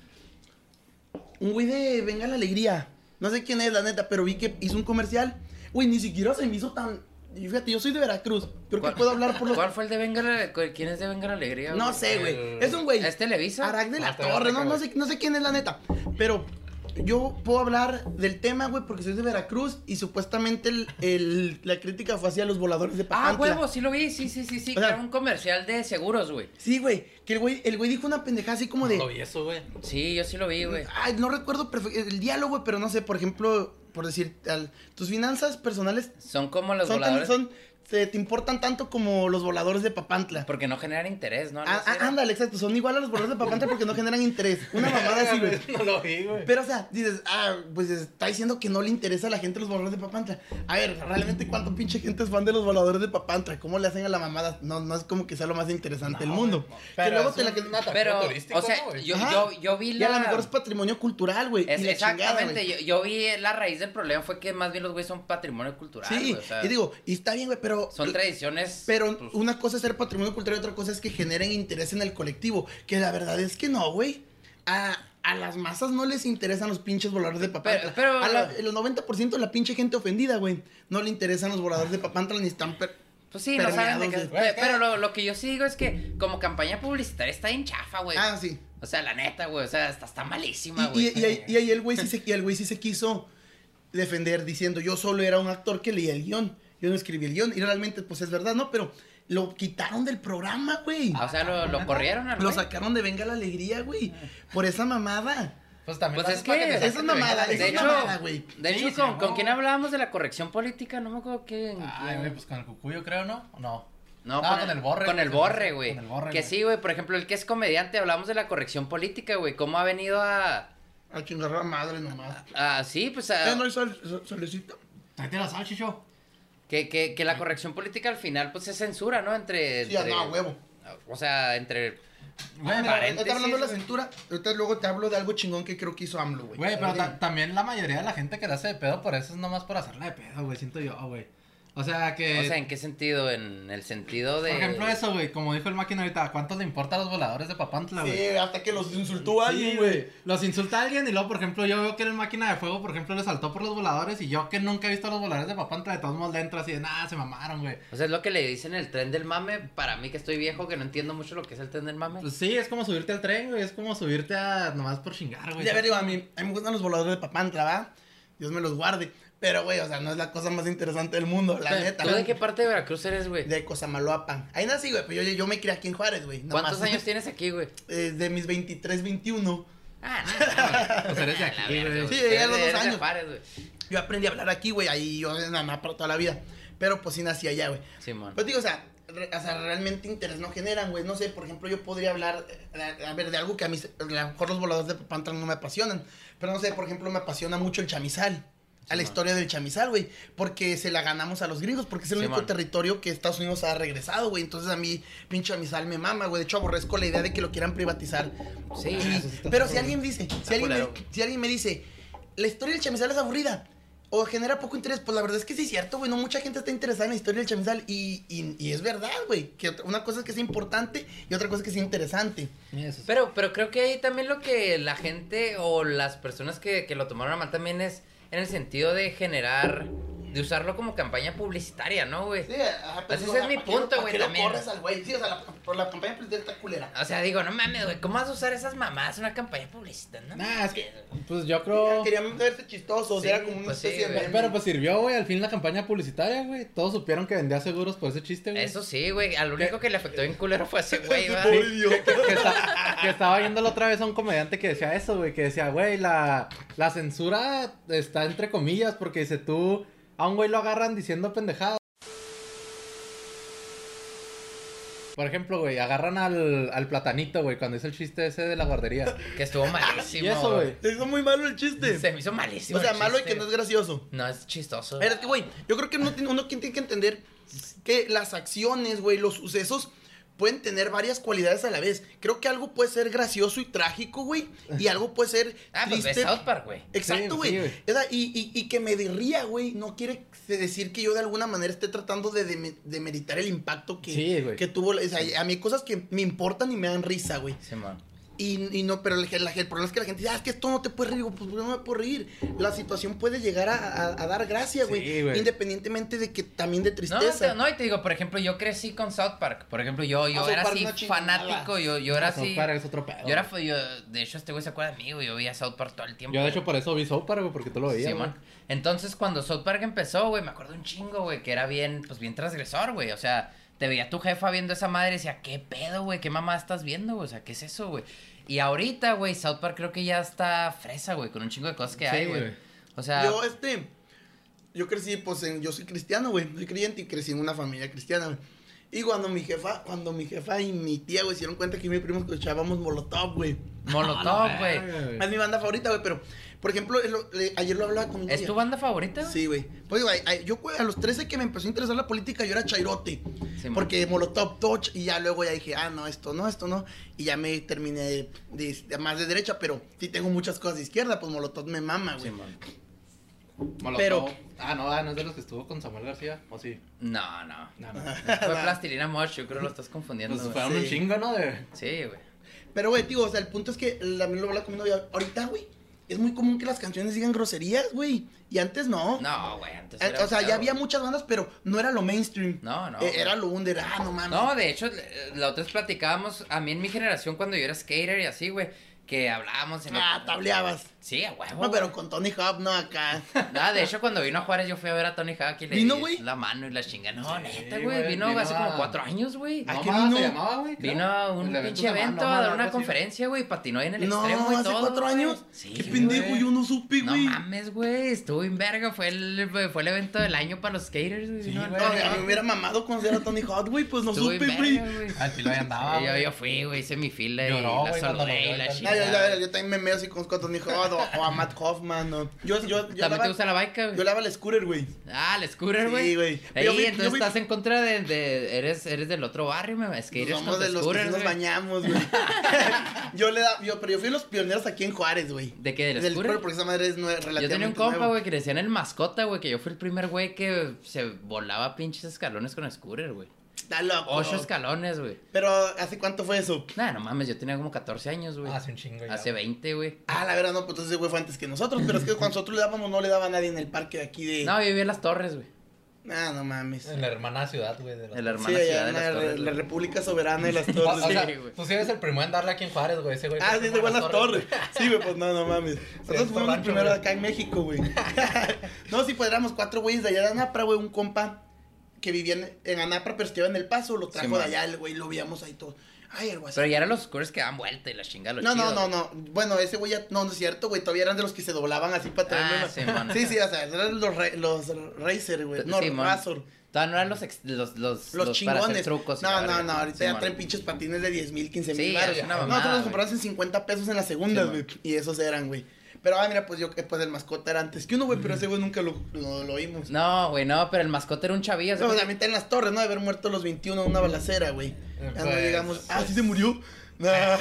Speaker 6: Un güey de Venga la Alegría. No sé quién es, la neta, pero vi que hizo un comercial. Güey, ni siquiera se me hizo tan. y Fíjate, yo soy de Veracruz. Creo que
Speaker 5: ¿Cuál-
Speaker 6: puedo hablar por los.
Speaker 5: ¿Cuál fue el de Venga la- cu- ¿Quién es de Venga la Alegría?
Speaker 6: No
Speaker 5: güey?
Speaker 6: sé,
Speaker 1: El-
Speaker 6: güey. Es un güey.
Speaker 5: ¿Es Televisa?
Speaker 6: Arac de la
Speaker 1: Ah, te
Speaker 6: Torre. No,
Speaker 1: vas a
Speaker 6: no,
Speaker 1: sacar,
Speaker 6: sé, no sé quién es, la neta. Pero yo puedo hablar del tema, güey, porque soy de Veracruz y supuestamente el- el- la crítica fue hacia los voladores de
Speaker 5: Ah,
Speaker 6: Papantla.
Speaker 5: huevo, sí lo vi, sí, sí, sí, sí,
Speaker 6: O
Speaker 5: que
Speaker 6: sea-
Speaker 5: era un comercial de seguros, güey.
Speaker 6: Sí, güey. Que el güey, el güey dijo una pendejada así como de.
Speaker 1: No vi eso, güey.
Speaker 5: Sí, yo sí lo vi, güey.
Speaker 6: Ay, no recuerdo perfe- el diálogo, pero no sé, por ejemplo, por decir, al- tus finanzas personales
Speaker 5: Son como los
Speaker 6: son, tan-
Speaker 5: voladores.
Speaker 6: son te, te importan tanto como los voladores de Papantla.
Speaker 5: Porque no generan interés, ¿no? No
Speaker 6: Ah,
Speaker 5: sé.
Speaker 6: ah, ándale, exacto, son igual a los voladores de Papantla porque no generan interés. Una mamada así, güey.
Speaker 1: No lo vi, güey.
Speaker 6: Pero, o sea, dices, ah, pues está diciendo que no le interesa a la gente los voladores de Papantla. A ver, realmente, ¿cuánto pinche gente es fan de los voladores de Papantla? ¿Cómo le hacen a la mamada? No, no es como que sea lo más interesante del mundo. que
Speaker 1: Pero
Speaker 6: luego
Speaker 1: es
Speaker 6: te la
Speaker 1: un
Speaker 6: que-
Speaker 1: atractivo
Speaker 5: Pero,
Speaker 1: turístico,
Speaker 5: o sea,
Speaker 1: ¿no, güey?
Speaker 5: yo,
Speaker 6: Ajá.
Speaker 5: yo, yo vi
Speaker 6: Y
Speaker 5: la...
Speaker 6: a lo mejor es patrimonio cultural, güey.
Speaker 5: Es-
Speaker 6: y la chingada, güey.
Speaker 5: exactamente, yo, yo vi la raíz del problema fue que más bien los güeyes son patrimonio cultural.
Speaker 6: Sí,
Speaker 5: güey, o sea,
Speaker 6: y digo, y está bien, güey, pero.
Speaker 5: son tradiciones.
Speaker 6: Pero
Speaker 5: pues,
Speaker 6: una cosa es ser patrimonio cultural y otra cosa es que generen interés en el colectivo. Que la verdad es que no, güey. A, a las masas no les interesan los pinches voladores de papantla.
Speaker 5: Pero- pero-
Speaker 6: a la- el 90% de la pinche gente ofendida, güey. No le interesan los voladores de papantla ni están. per-
Speaker 5: pues sí, no saben de qué.
Speaker 6: permeados,
Speaker 1: güey.
Speaker 5: pe- Pero lo, lo que yo sí digo es que como campaña publicitaria está bien chafa, güey.
Speaker 6: Ah, sí.
Speaker 5: O sea, la neta, güey. O sea, está, está malísima,
Speaker 6: Y,
Speaker 5: güey.
Speaker 6: y- y ahí- y ahí el güey sí se, y el güey sí se quiso defender diciendo yo solo era un actor que leía el guión. Yo no escribí el guión. Y realmente, pues es verdad, ¿no? Pero lo quitaron del programa, güey.
Speaker 5: Ah, o sea, lo, lo corrieron al
Speaker 6: Lo
Speaker 5: güey.
Speaker 6: sacaron de Venga la Alegría, güey. Por esa mamada.
Speaker 1: Pues también
Speaker 5: Pues
Speaker 1: lo
Speaker 5: es
Speaker 1: haces para
Speaker 5: que-
Speaker 1: te
Speaker 5: esa
Speaker 1: saquen
Speaker 6: es
Speaker 1: de
Speaker 6: mamada,
Speaker 1: ventaja,
Speaker 6: esa
Speaker 5: De
Speaker 6: es
Speaker 5: hecho,
Speaker 6: mamada, güey.
Speaker 5: de
Speaker 1: Sí,
Speaker 5: hecho
Speaker 1: se
Speaker 5: con,
Speaker 1: mamó.
Speaker 5: ¿con quién hablábamos de la corrección política? No me acuerdo qué. en
Speaker 1: Ay,
Speaker 5: quién.
Speaker 1: güey, pues con el cucuyo creo, ¿no? No. No,
Speaker 5: No, con,
Speaker 1: con el borre, güey,
Speaker 5: Con el
Speaker 1: se me hace.
Speaker 5: borre, güey.
Speaker 1: Con el borre,
Speaker 5: Que
Speaker 1: güey.
Speaker 5: sí, güey. Por ejemplo, el que es comediante, hablamos de la corrección política, güey. ¿Cómo ha venido a.
Speaker 6: A chingar la madre nomás.
Speaker 5: a- sí, pues a.
Speaker 6: Eh, no, hay sol- sol- solecito.
Speaker 1: Tráete la sal, chicho.
Speaker 5: Que, que, que la corrección política al final, pues es censura, ¿no? Entre.
Speaker 6: Sí, ah,
Speaker 5: entre-
Speaker 6: no, a huevo.
Speaker 5: O sea, entre.
Speaker 1: Güey,
Speaker 6: Mira, ahorita
Speaker 5: paréntesis,
Speaker 6: hablando de la
Speaker 5: güey.
Speaker 6: cintura, ahorita luego te hablo de algo chingón que creo que hizo AMLO, güey.
Speaker 1: Güey, pero ta- también la mayoría de la gente que la hace de pedo por eso es nomás por hacerla de pedo, güey, siento yo, güey. O sea que...
Speaker 5: O sea, ¿en qué sentido? En el sentido de.
Speaker 1: Por ejemplo eso, güey, como dijo el máquina ahorita, ¿a cuánto le importa a los voladores de Papantla, güey?
Speaker 6: Sí, hasta que los insultó
Speaker 1: Sí,
Speaker 6: alguien, güey.
Speaker 1: Los insulta a alguien y luego, por ejemplo, yo veo que el máquina de fuego, por ejemplo, le saltó por los voladores y yo que nunca he visto a los voladores de Papantla, de todos modos le entro así de, nada, se mamaron, güey.
Speaker 5: O sea, es lo que le dicen el tren del mame. Para mí, que estoy viejo, que no entiendo mucho lo que es el tren del mame.
Speaker 1: Pues sí, es como subirte al tren, güey, es como subirte a nomás por chingar, güey.
Speaker 6: Ya ver, digo, a mí, a mí me gustan los voladores de papantla, ¿va? Dios me los guarde. Pero, güey, o sea, no es la cosa más interesante del mundo, la
Speaker 5: Pero,
Speaker 6: neta.
Speaker 5: ¿Tú de qué parte de Veracruz eres, güey?
Speaker 6: De Cosamaloapan. Ahí nací, güey, pero yo, yo me crié aquí en Juárez, güey. nada
Speaker 5: ¿Cuántos
Speaker 6: más.
Speaker 5: años tienes aquí, güey?
Speaker 6: Eh, de mis 23, 21.
Speaker 5: Ah, no,
Speaker 1: Pues eres de
Speaker 5: Ah, la
Speaker 1: aquí,
Speaker 5: verga,
Speaker 1: güey.
Speaker 5: güey.
Speaker 6: Sí, llegué a los
Speaker 5: Eres de-
Speaker 6: dos
Speaker 5: eres de
Speaker 6: años.
Speaker 5: Juárez, güey.
Speaker 6: Yo aprendí a hablar aquí, güey, ahí yo en Anapra toda la vida. Pero pues sí nací allá, güey.
Speaker 5: Simón.
Speaker 6: Pues digo, o sea, re- o sea, realmente interés no generan, güey. No sé, por ejemplo, yo podría hablar, eh, a, a ver, de algo que a mí, se- a lo mejor los voladores de Papantla no me apasionan. Pero no sé, por ejemplo, me apasiona mucho el chamizal. A la
Speaker 5: Simón.
Speaker 6: historia del chamizal, güey. Porque se la ganamos a los gringos, porque es el único
Speaker 5: Simón.
Speaker 6: territorio que Estados Unidos ha regresado, güey. Entonces a mí, pinche chamizal me mama, güey. De hecho, aborrezco la idea de que lo quieran privatizar.
Speaker 5: Sí,
Speaker 6: Y-
Speaker 5: eso sí está
Speaker 6: pero si
Speaker 5: culero.
Speaker 6: alguien dice, si
Speaker 5: Está
Speaker 6: alguien, me,
Speaker 5: culero, güey.
Speaker 6: si alguien me dice, la historia del chamizal es aburrida o genera poco interés, pues la verdad es que sí es cierto, güey, no mucha gente está interesada en la historia del chamizal y, y- y es verdad, güey, que otra- una cosa es que es importante y otra cosa es que es interesante.
Speaker 1: Eso sí.
Speaker 5: Pero, pero creo que ahí también lo que la gente o las personas que, que lo tomaron a mal también es en el sentido de generar, de usarlo como campaña publicitaria, ¿no, güey?
Speaker 6: ajá,
Speaker 5: Pues ese es mi
Speaker 6: ¿pa' qué lo-
Speaker 5: punto,
Speaker 6: pa'
Speaker 5: güey,
Speaker 6: qué lo
Speaker 5: también.
Speaker 6: corres al güey? Sí, o sea, la, por la campaña presidencial está culera.
Speaker 5: O sea, digo, no mames, güey, ¿cómo vas a usar esas mamás en una campaña publicitaria? No,
Speaker 1: Nah, es que, pues yo
Speaker 6: Ya
Speaker 1: creo.
Speaker 6: Querían verse chistosos,
Speaker 5: Sí,
Speaker 6: era como una
Speaker 5: pues sí,
Speaker 6: especie de...
Speaker 5: güey.
Speaker 6: meme.
Speaker 1: Pero pues sirvió, güey, al fin la campaña publicitaria, güey. Todos supieron que vendía seguros por ese chiste, güey.
Speaker 5: Eso sí, güey, al único que le afectó bien culero fue a ese güey,
Speaker 6: Ese
Speaker 5: ¿verdad?
Speaker 6: pobre idiota.
Speaker 1: que, esta- que estaba viendo la otra vez a un comediante que decía eso, güey, que decía, güey, la, la censura está entre comillas, porque dice tú, a un güey lo agarran diciendo pendejadas. Por ejemplo, güey, agarran al, al platanito, güey, cuando hizo el chiste ese de la guardería.
Speaker 5: Que estuvo malísimo.
Speaker 1: Y eso, güey.
Speaker 6: Se hizo muy malo el chiste.
Speaker 5: Se me hizo malísimo.
Speaker 6: o sea,
Speaker 5: el
Speaker 6: malo y
Speaker 5: chiste.
Speaker 6: que no es gracioso.
Speaker 5: No, es chistoso.
Speaker 6: Pero es que, güey, yo creo que uno tiene, uno tiene que entender que las acciones, güey, los sucesos pueden tener varias cualidades a la vez. Creo que algo puede ser gracioso y trágico, güey, y algo puede ser
Speaker 5: Ah, pues de
Speaker 6: triste.
Speaker 5: South Park, güey.
Speaker 6: Exacto,
Speaker 1: Sí,
Speaker 6: güey.
Speaker 1: sí, güey.
Speaker 6: O sea, y, y- y que me derría, güey, no quiere decir que yo de alguna manera esté tratando de deme- demeritar el impacto que,
Speaker 1: Sí, güey.
Speaker 6: que tuvo. la- O sea, a mí hay cosas que me importan y me dan risa, güey.
Speaker 5: Simón.
Speaker 6: Y, y no, pero la, gen- la gen- el problema es que la gente dice, ah, es que esto no te puede reír. Digo, pues no me puedo reír. La situación puede llegar a, a- a dar gracia, güey.
Speaker 1: Sí, güey.
Speaker 6: Independientemente de que también de
Speaker 5: No,
Speaker 6: tristeza.
Speaker 5: te- no, y te digo, por ejemplo, yo crecí con South Park. Por ejemplo, yo, yo
Speaker 6: South
Speaker 5: era
Speaker 6: Park
Speaker 5: así
Speaker 6: no chingaba.
Speaker 5: fanático, yo, yo era
Speaker 1: South
Speaker 5: así.
Speaker 1: Park es otro pedo.
Speaker 5: Yo era,
Speaker 1: güey.
Speaker 5: fa- yo, de hecho, este güey se acuerda de mí, güey. Yo veía South Park todo el tiempo.
Speaker 1: Yo, de hecho, por eso vi South Park, güey, porque tú lo veías, güey.
Speaker 5: Simón. Entonces, cuando South Park empezó, güey, me acuerdo un chingo, güey, que era bien, pues bien transgresor, güey. O sea, te veía tu jefa viendo esa madre y decía, ¿qué pedo, güey? ¿Qué mamá estás viendo, güey? O sea, ¿qué es eso, güey? Y ahorita, güey, South Park creo que ya está fresa, güey, con un chingo de cosas que
Speaker 1: Sí,
Speaker 5: hay, güey.
Speaker 1: güey.
Speaker 5: O sea,
Speaker 6: Yo, este, yo crecí, pues, en, yo soy cristiano, güey. Soy creyente y crecí en una familia cristiana, güey. Y cuando mi jefa, cuando mi jefa y mi tía, güey, se dieron cuenta que yo y mi primo escuchábamos Molotov, güey. Ah,
Speaker 5: Molotov,
Speaker 1: Ah,
Speaker 5: güey.
Speaker 6: Es mi banda favorita, güey, pero, por ejemplo, el- le- ayer lo hablaba con mi
Speaker 5: ¿Es
Speaker 6: tía.
Speaker 5: tu banda favorita?
Speaker 6: Sí, güey. Pues, güey, ay, yo, güey, a los 13 que me empezó a interesar la política, yo era chairote.
Speaker 5: Simón.
Speaker 6: Porque Molotov, Touch, y ya luego ya dije, ah, no, esto no, esto no. Y ya me terminé de, de- de más de derecha, pero sí tengo muchas cosas de izquierda, pues Molotov me mama, güey.
Speaker 5: Simón.
Speaker 1: Pero. Ah, no, ah, no es de los que estuvo con Samuel García, o sí.
Speaker 5: No, no.
Speaker 1: No, no.
Speaker 5: Fue Plastilina Mosh, yo creo que lo estás confundiendo.
Speaker 1: Pues
Speaker 5: güey.
Speaker 1: fueron un
Speaker 6: sí.
Speaker 1: chingo, ¿no? De...
Speaker 5: Sí, güey.
Speaker 6: Pero, güey, digo, o sea, el punto es que también lo hablaba con mi novia. Ahorita, güey, es muy común que las canciones digan groserías, güey. Y antes no.
Speaker 5: No, güey, antes
Speaker 6: Eh,
Speaker 5: era
Speaker 6: o sea, ya
Speaker 5: peor,
Speaker 6: había
Speaker 5: güey.
Speaker 6: muchas bandas, pero no era lo mainstream.
Speaker 5: No, no,
Speaker 6: Eh,
Speaker 5: güey.
Speaker 6: era lo under, ah, no mames.
Speaker 5: No, de hecho, eh, la otra vez platicábamos, a mí en mi generación, cuando yo era skater y así, güey, que hablábamos en...
Speaker 6: ah, tableabas.
Speaker 5: Sí, a huevo.
Speaker 6: No, pero
Speaker 5: güey.
Speaker 6: con Tony Hop, no acá.
Speaker 5: Ah, de hecho, cuando vino a Juárez, yo fui a ver a Tony Hawk y le
Speaker 6: ¿Vino,
Speaker 5: di
Speaker 6: güey?
Speaker 5: la mano y la chinga. No,
Speaker 1: Sí,
Speaker 5: neta, güey,
Speaker 1: güey,
Speaker 5: vino,
Speaker 1: vino
Speaker 5: hace como
Speaker 1: a-
Speaker 5: cuatro años, güey.
Speaker 6: ¿A
Speaker 1: No,
Speaker 6: qué
Speaker 1: ma,
Speaker 6: vino?
Speaker 1: se llamaba, güey? creo.
Speaker 5: Vino a un
Speaker 1: El
Speaker 5: pinche
Speaker 1: se llamaba
Speaker 5: evento
Speaker 1: Noma,
Speaker 5: a dar
Speaker 1: algo
Speaker 5: una
Speaker 1: así.
Speaker 5: conferencia, güey, y patinó ahí en el
Speaker 6: no,
Speaker 5: extremo y
Speaker 6: hace
Speaker 5: todo.
Speaker 6: cuatro
Speaker 5: güey.
Speaker 6: años.
Speaker 5: Sí,
Speaker 6: Qué
Speaker 5: güey.
Speaker 6: pendejo, yo no supe,
Speaker 5: No
Speaker 6: güey.
Speaker 5: mames, güey, estuvo en verga, fue el, fue el evento del año para los skaters, güey.
Speaker 1: Sí,
Speaker 5: vino a-
Speaker 1: güey.
Speaker 6: No, a mí me hubiera mamado conocer a Tony Hot, güey, pues no
Speaker 5: Estuvo en
Speaker 6: supe, güey.
Speaker 5: verga, güey.
Speaker 1: Al chile ahí andaba.
Speaker 5: Sí, yo,
Speaker 1: Ah, güey.
Speaker 5: yo fui, güey, hice mi fila
Speaker 1: Lloró,
Speaker 5: y la
Speaker 1: güey, cuando lo
Speaker 5: saludé
Speaker 1: vio
Speaker 5: y
Speaker 1: y
Speaker 5: la
Speaker 1: tal.
Speaker 6: No,
Speaker 5: chingada.
Speaker 6: yo, la verdad, yo también me meo así con con Tony Hot o, o a Matt Hoffman. O... Yo, yo, yo,
Speaker 5: También
Speaker 6: lava,
Speaker 5: te gusta la bica,
Speaker 6: yo
Speaker 5: güey.
Speaker 6: lava el scooter, güey.
Speaker 5: Ah, el scooter,
Speaker 6: Sí,
Speaker 5: güey.
Speaker 6: güey.
Speaker 5: Ey,
Speaker 6: Yo fui- yo
Speaker 5: entonces
Speaker 6: fui- Pues
Speaker 5: estás en contra de, de- eres, eres del otro barrio, me es que eres
Speaker 6: Somos
Speaker 5: contra
Speaker 6: de los que
Speaker 5: scooter,
Speaker 6: sí nos
Speaker 5: güey.
Speaker 6: bañamos, güey. yo le da, yo, pero yo fui los pioneros aquí en Juárez, güey.
Speaker 5: ¿De qué? ¿Del scooter?
Speaker 6: Del scooter, porque esa madre es nue- relativamente
Speaker 5: Yo tenía un compa,
Speaker 6: nueva.
Speaker 5: güey, que le decían el mascota, güey, que yo fui el primer güey que se volaba pinches escalones con scooter, güey.
Speaker 6: Está loco.
Speaker 5: Ocho escalones, güey.
Speaker 6: Pero, ¿hace cuánto fue eso?
Speaker 5: Nah, no mames, yo tenía como 14 años, güey.
Speaker 1: Ah, hace un chingo ya.
Speaker 5: Hace 20, güey.
Speaker 6: Ah, la verdad, no, pues entonces ese güey fue antes que nosotros. Pero es que cuando nosotros le dábamos, no le daba a nadie en el parque de aquí de.
Speaker 5: No, yo vivía en las torres, güey.
Speaker 6: Ah, no mames.
Speaker 1: En la hermana ciudad, güey. de la-
Speaker 5: El
Speaker 6: Sí,
Speaker 5: hermano ciudad
Speaker 6: allá
Speaker 5: de las
Speaker 6: en la,
Speaker 5: torres.
Speaker 6: la
Speaker 5: güey.
Speaker 6: República Soberana de las
Speaker 1: O- o
Speaker 6: Torres.
Speaker 1: sea,
Speaker 6: sí.
Speaker 5: güey.
Speaker 1: tú sí eres el primero en darle aquí en Juárez, güey. Ese güey.
Speaker 6: Ah,
Speaker 1: fue como
Speaker 6: sí, se fue a las torres.
Speaker 1: güey.
Speaker 6: Sí, güey, pues no, no mames. Nosotros
Speaker 1: es
Speaker 6: fuimos los
Speaker 1: borracho,
Speaker 6: primeros
Speaker 1: güey.
Speaker 6: acá en México, güey. no, sí, pues éramos cuatro güeyes de allá de Anapra, güey, un compa que vivía en, en Anapra, pero estaba en El Paso, lo trajo de
Speaker 5: Simón.
Speaker 6: allá, el güey, lo veíamos ahí todo. Ay, el
Speaker 5: Pero
Speaker 6: WhatsApp.
Speaker 5: ya eran los scores que dan vuelta y la chinga los
Speaker 6: No, no, no, no. Bueno, ese güey ya, no, no es cierto, güey, todavía eran de los que se doblaban así para traerme
Speaker 5: Ah,
Speaker 6: una-
Speaker 5: Simón.
Speaker 6: Sí, sí, o sea, eran los, ra- los Racer, güey. No,
Speaker 5: Simón.
Speaker 6: Razor.
Speaker 5: Todavía no eran los, ex- los, los,
Speaker 6: Los,
Speaker 5: para hacer
Speaker 6: chingones.
Speaker 5: trucos. y
Speaker 6: no,
Speaker 5: la
Speaker 6: no,
Speaker 5: verga.
Speaker 6: no, ahorita ya
Speaker 5: Simón.
Speaker 6: traen pinches patines de 10 mil, 15 mil.
Speaker 5: Sí,
Speaker 6: varos.
Speaker 5: es una
Speaker 6: no, nosotros
Speaker 5: mamada,
Speaker 6: los compramos en 50 pesos en la segunda,
Speaker 5: Simón.
Speaker 6: güey. Y esos eran, güey. Pero, ah, mira, pues yo, eh, pues el mascota era antes que uno, güey, pero ese güey nunca lo, lo, lo oímos. No,
Speaker 5: No, güey, no, pero el mascote era un chavillo. ¿se acuerdan?
Speaker 6: también está en las torres, ¿no? De haber muerto a los 21 en una balacera, güey. Ya no
Speaker 1: Pues,
Speaker 6: llegamos. Ah, sí se murió. No.
Speaker 5: Ah,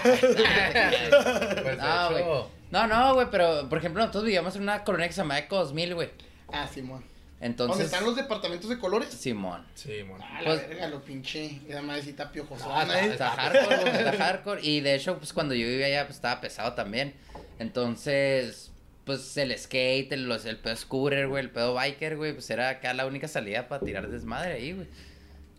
Speaker 1: Pues, de
Speaker 5: No, Ah, güey.
Speaker 1: hecho,
Speaker 5: No, no, güey, pero por ejemplo, nosotros vivíamos en una colonia que se llamaba Eco 2000, güey.
Speaker 6: ah, Simón. ¿Dónde
Speaker 5: Entonces,
Speaker 6: están los departamentos de colores?
Speaker 5: Simón.
Speaker 1: Sí, mon.
Speaker 6: Ah, la
Speaker 5: Pues-
Speaker 6: verga, lo pinche. Esa madrecita
Speaker 1: Ah,
Speaker 6: piojosona,
Speaker 1: está-
Speaker 6: eh.
Speaker 5: Está hardcore, güey, está hardcore. Y de hecho, pues cuando yo vivía allá, pues estaba pesado también. Entonces, pues el skate, el, los- el pedo scooter, güey, el pedo biker, güey, pues era acá la única salida para tirar desmadre ahí, güey.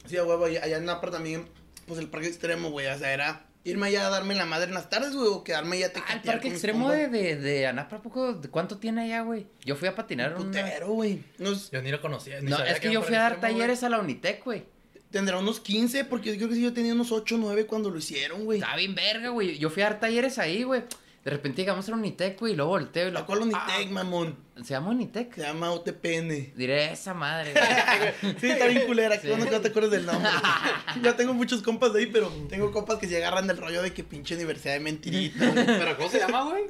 Speaker 6: Sí, a huevo, allá allá en Napra también, pues el parque extremo, güey, o sea, era irme allá a darme la madre en las tardes, güey, o quedarme allá te
Speaker 5: Ah, el parque extremo de, de, de Anapra, ¿poco, de ¿cuánto tiene allá, güey? Yo fui a patinar un...
Speaker 6: Putero, güey. Nos-
Speaker 1: Yo ni lo conocía. ni
Speaker 5: No,
Speaker 1: sabía
Speaker 5: es que
Speaker 1: era
Speaker 5: yo
Speaker 1: por este
Speaker 5: fui
Speaker 1: el
Speaker 5: a dar
Speaker 1: extremo, güey.
Speaker 5: talleres a la Unitec, güey.
Speaker 6: Tendrá unos 15, porque yo creo que sí, yo tenía unos 8, 9 cuando lo hicieron, güey.
Speaker 5: Estaba bien verga, güey. Yo fui a dar talleres ahí, güey. De repente llegamos a la Unitec, güey, y luego volteo y
Speaker 6: La
Speaker 5: lo...
Speaker 6: cual Unitec, mamón.
Speaker 5: ¿Se llama Unitec?
Speaker 6: Se llama OTPN.
Speaker 5: Diré esa madre, güey.
Speaker 6: Sí, está bien culera, que
Speaker 5: Sí.
Speaker 6: bueno que no te acuerdas del nombre. Yo tengo muchos compas de ahí, pero tengo compas que se agarran del rollo de que pinche universidad de mentirita. güey.
Speaker 1: ¿Pero cómo se llama, güey?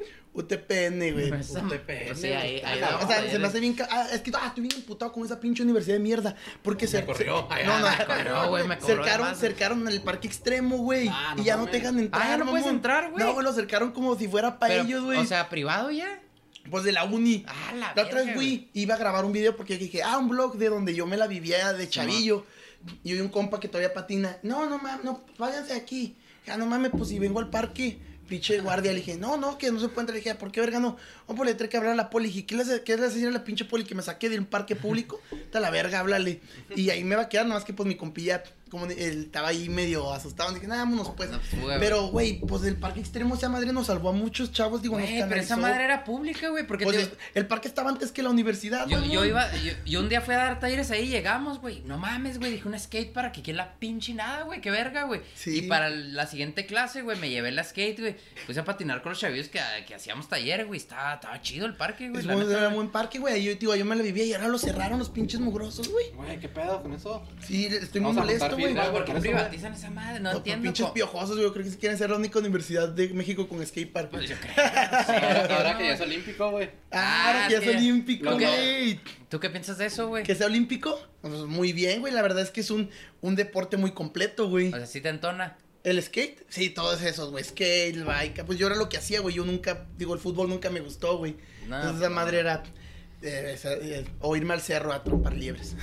Speaker 6: UTPN, güey.
Speaker 5: Esa-
Speaker 1: UTPN,
Speaker 5: pues sí, ahí, ahí
Speaker 6: Ah,
Speaker 5: daba
Speaker 6: o sea,
Speaker 5: talleres.
Speaker 6: se me hace bien. ca- Ah, es que ah, estoy bien emputado con esa pinche universidad de mierda. Porque se.
Speaker 1: corrió.
Speaker 6: se- No, no,
Speaker 5: Me cobró, güey, me cobró de
Speaker 6: cercaron,
Speaker 5: más.
Speaker 6: cercaron el parque extremo, güey.
Speaker 1: Ah, no
Speaker 6: y ya no
Speaker 1: mames.
Speaker 6: te dejan entrar.
Speaker 5: Ah, ya no puedes
Speaker 6: mamón.
Speaker 5: entrar, güey.
Speaker 6: No, güey, lo cercaron como si fuera para
Speaker 5: Pero,
Speaker 6: ellos, güey.
Speaker 5: O sea, privado ya.
Speaker 6: pues de la uni.
Speaker 5: Ah, la
Speaker 6: La otra vez,
Speaker 5: verga,
Speaker 6: güey, iba a grabar un video porque dije, ah, un blog de donde yo me la vivía de chavillo. Y hoy un compa que todavía patina. No, no mames, no, váyanse de aquí. Ya no mames, pues si vengo al parque, pinche guardia. Le dije, no, no, que no se puede entrar. Le dije, "Ah, ¿por qué verga no? No, pues le tengo que hablar a la poli. Le dije, ¿qué le hace- qué le hace decir a la pinche poli que me saqué de un parque público? Está la verga, háblale. Y ahí me va a quedar, nomás que pues mi compilla, como él estaba ahí medio asustado. Dije, nada, vámonos pues.
Speaker 5: No, pues, fuga, güey.
Speaker 6: Pero, güey, pues el parque extremo, esa madre nos salvó a muchos chavos. Digo, nos
Speaker 5: Güey, pero esa
Speaker 6: canalizó.
Speaker 5: madre era pública, güey. Porque
Speaker 6: Pues
Speaker 5: te-
Speaker 6: es- el parque estaba antes que la universidad.
Speaker 5: yo,
Speaker 6: mamón.
Speaker 5: yo iba, yo, yo un día fui a dar talleres ahí y llegamos, güey. No mames, güey. Dije un skate para que quede la pinche nada, güey. Qué verga, güey.
Speaker 6: Sí.
Speaker 5: Y para la siguiente clase, güey, me llevé la skate, güey. Puse a patinar con los chavillos que, que hacíamos taller, güey. Estaba, estaba chido el parque, güey.
Speaker 6: Es
Speaker 5: la
Speaker 6: buen-
Speaker 5: neta,
Speaker 6: era
Speaker 5: güey.
Speaker 6: buen parque, güey. Yo, digo, yo me la vivía y ahora lo cerraron los pinches mugrosos, güey.
Speaker 8: Güey, ¿qué pedo con eso?
Speaker 6: Sí, estoy muy
Speaker 8: Vamos a juntar
Speaker 6: molesto,
Speaker 8: filas,
Speaker 6: güey.
Speaker 5: Güey, ¿Por qué
Speaker 8: Por eso,
Speaker 5: privatizan esa madre? No
Speaker 6: Los
Speaker 5: entiendo.
Speaker 6: pinches
Speaker 5: co-
Speaker 6: piojosos, güey. Yo creo que se quieren ser la única universidad de México con skatepark.
Speaker 5: Pues yo creo.
Speaker 8: Ahora,
Speaker 5: Sí,
Speaker 8: ahora
Speaker 5: no,
Speaker 8: que ya es
Speaker 5: güey.
Speaker 8: olímpico, güey.
Speaker 6: Ah, ahora
Speaker 5: Ah,
Speaker 6: que ya
Speaker 5: es
Speaker 6: es
Speaker 5: que-
Speaker 6: olímpico,
Speaker 5: lo que-
Speaker 6: güey.
Speaker 5: ¿Tú qué piensas de eso, güey?
Speaker 6: Que sea olímpico. Pues muy bien, güey. La verdad es que es un, un deporte muy completo, güey.
Speaker 5: O sea, sí te entona.
Speaker 6: El skate, sí, todos esos, güey. Skate, el bike. Pues yo era lo que hacía, güey. Yo nunca, digo, el fútbol nunca me gustó, güey.
Speaker 5: No,
Speaker 6: Entonces esa
Speaker 5: pues no.
Speaker 6: madre era eh, esa- eh, o irme al cerro a trompar liebres.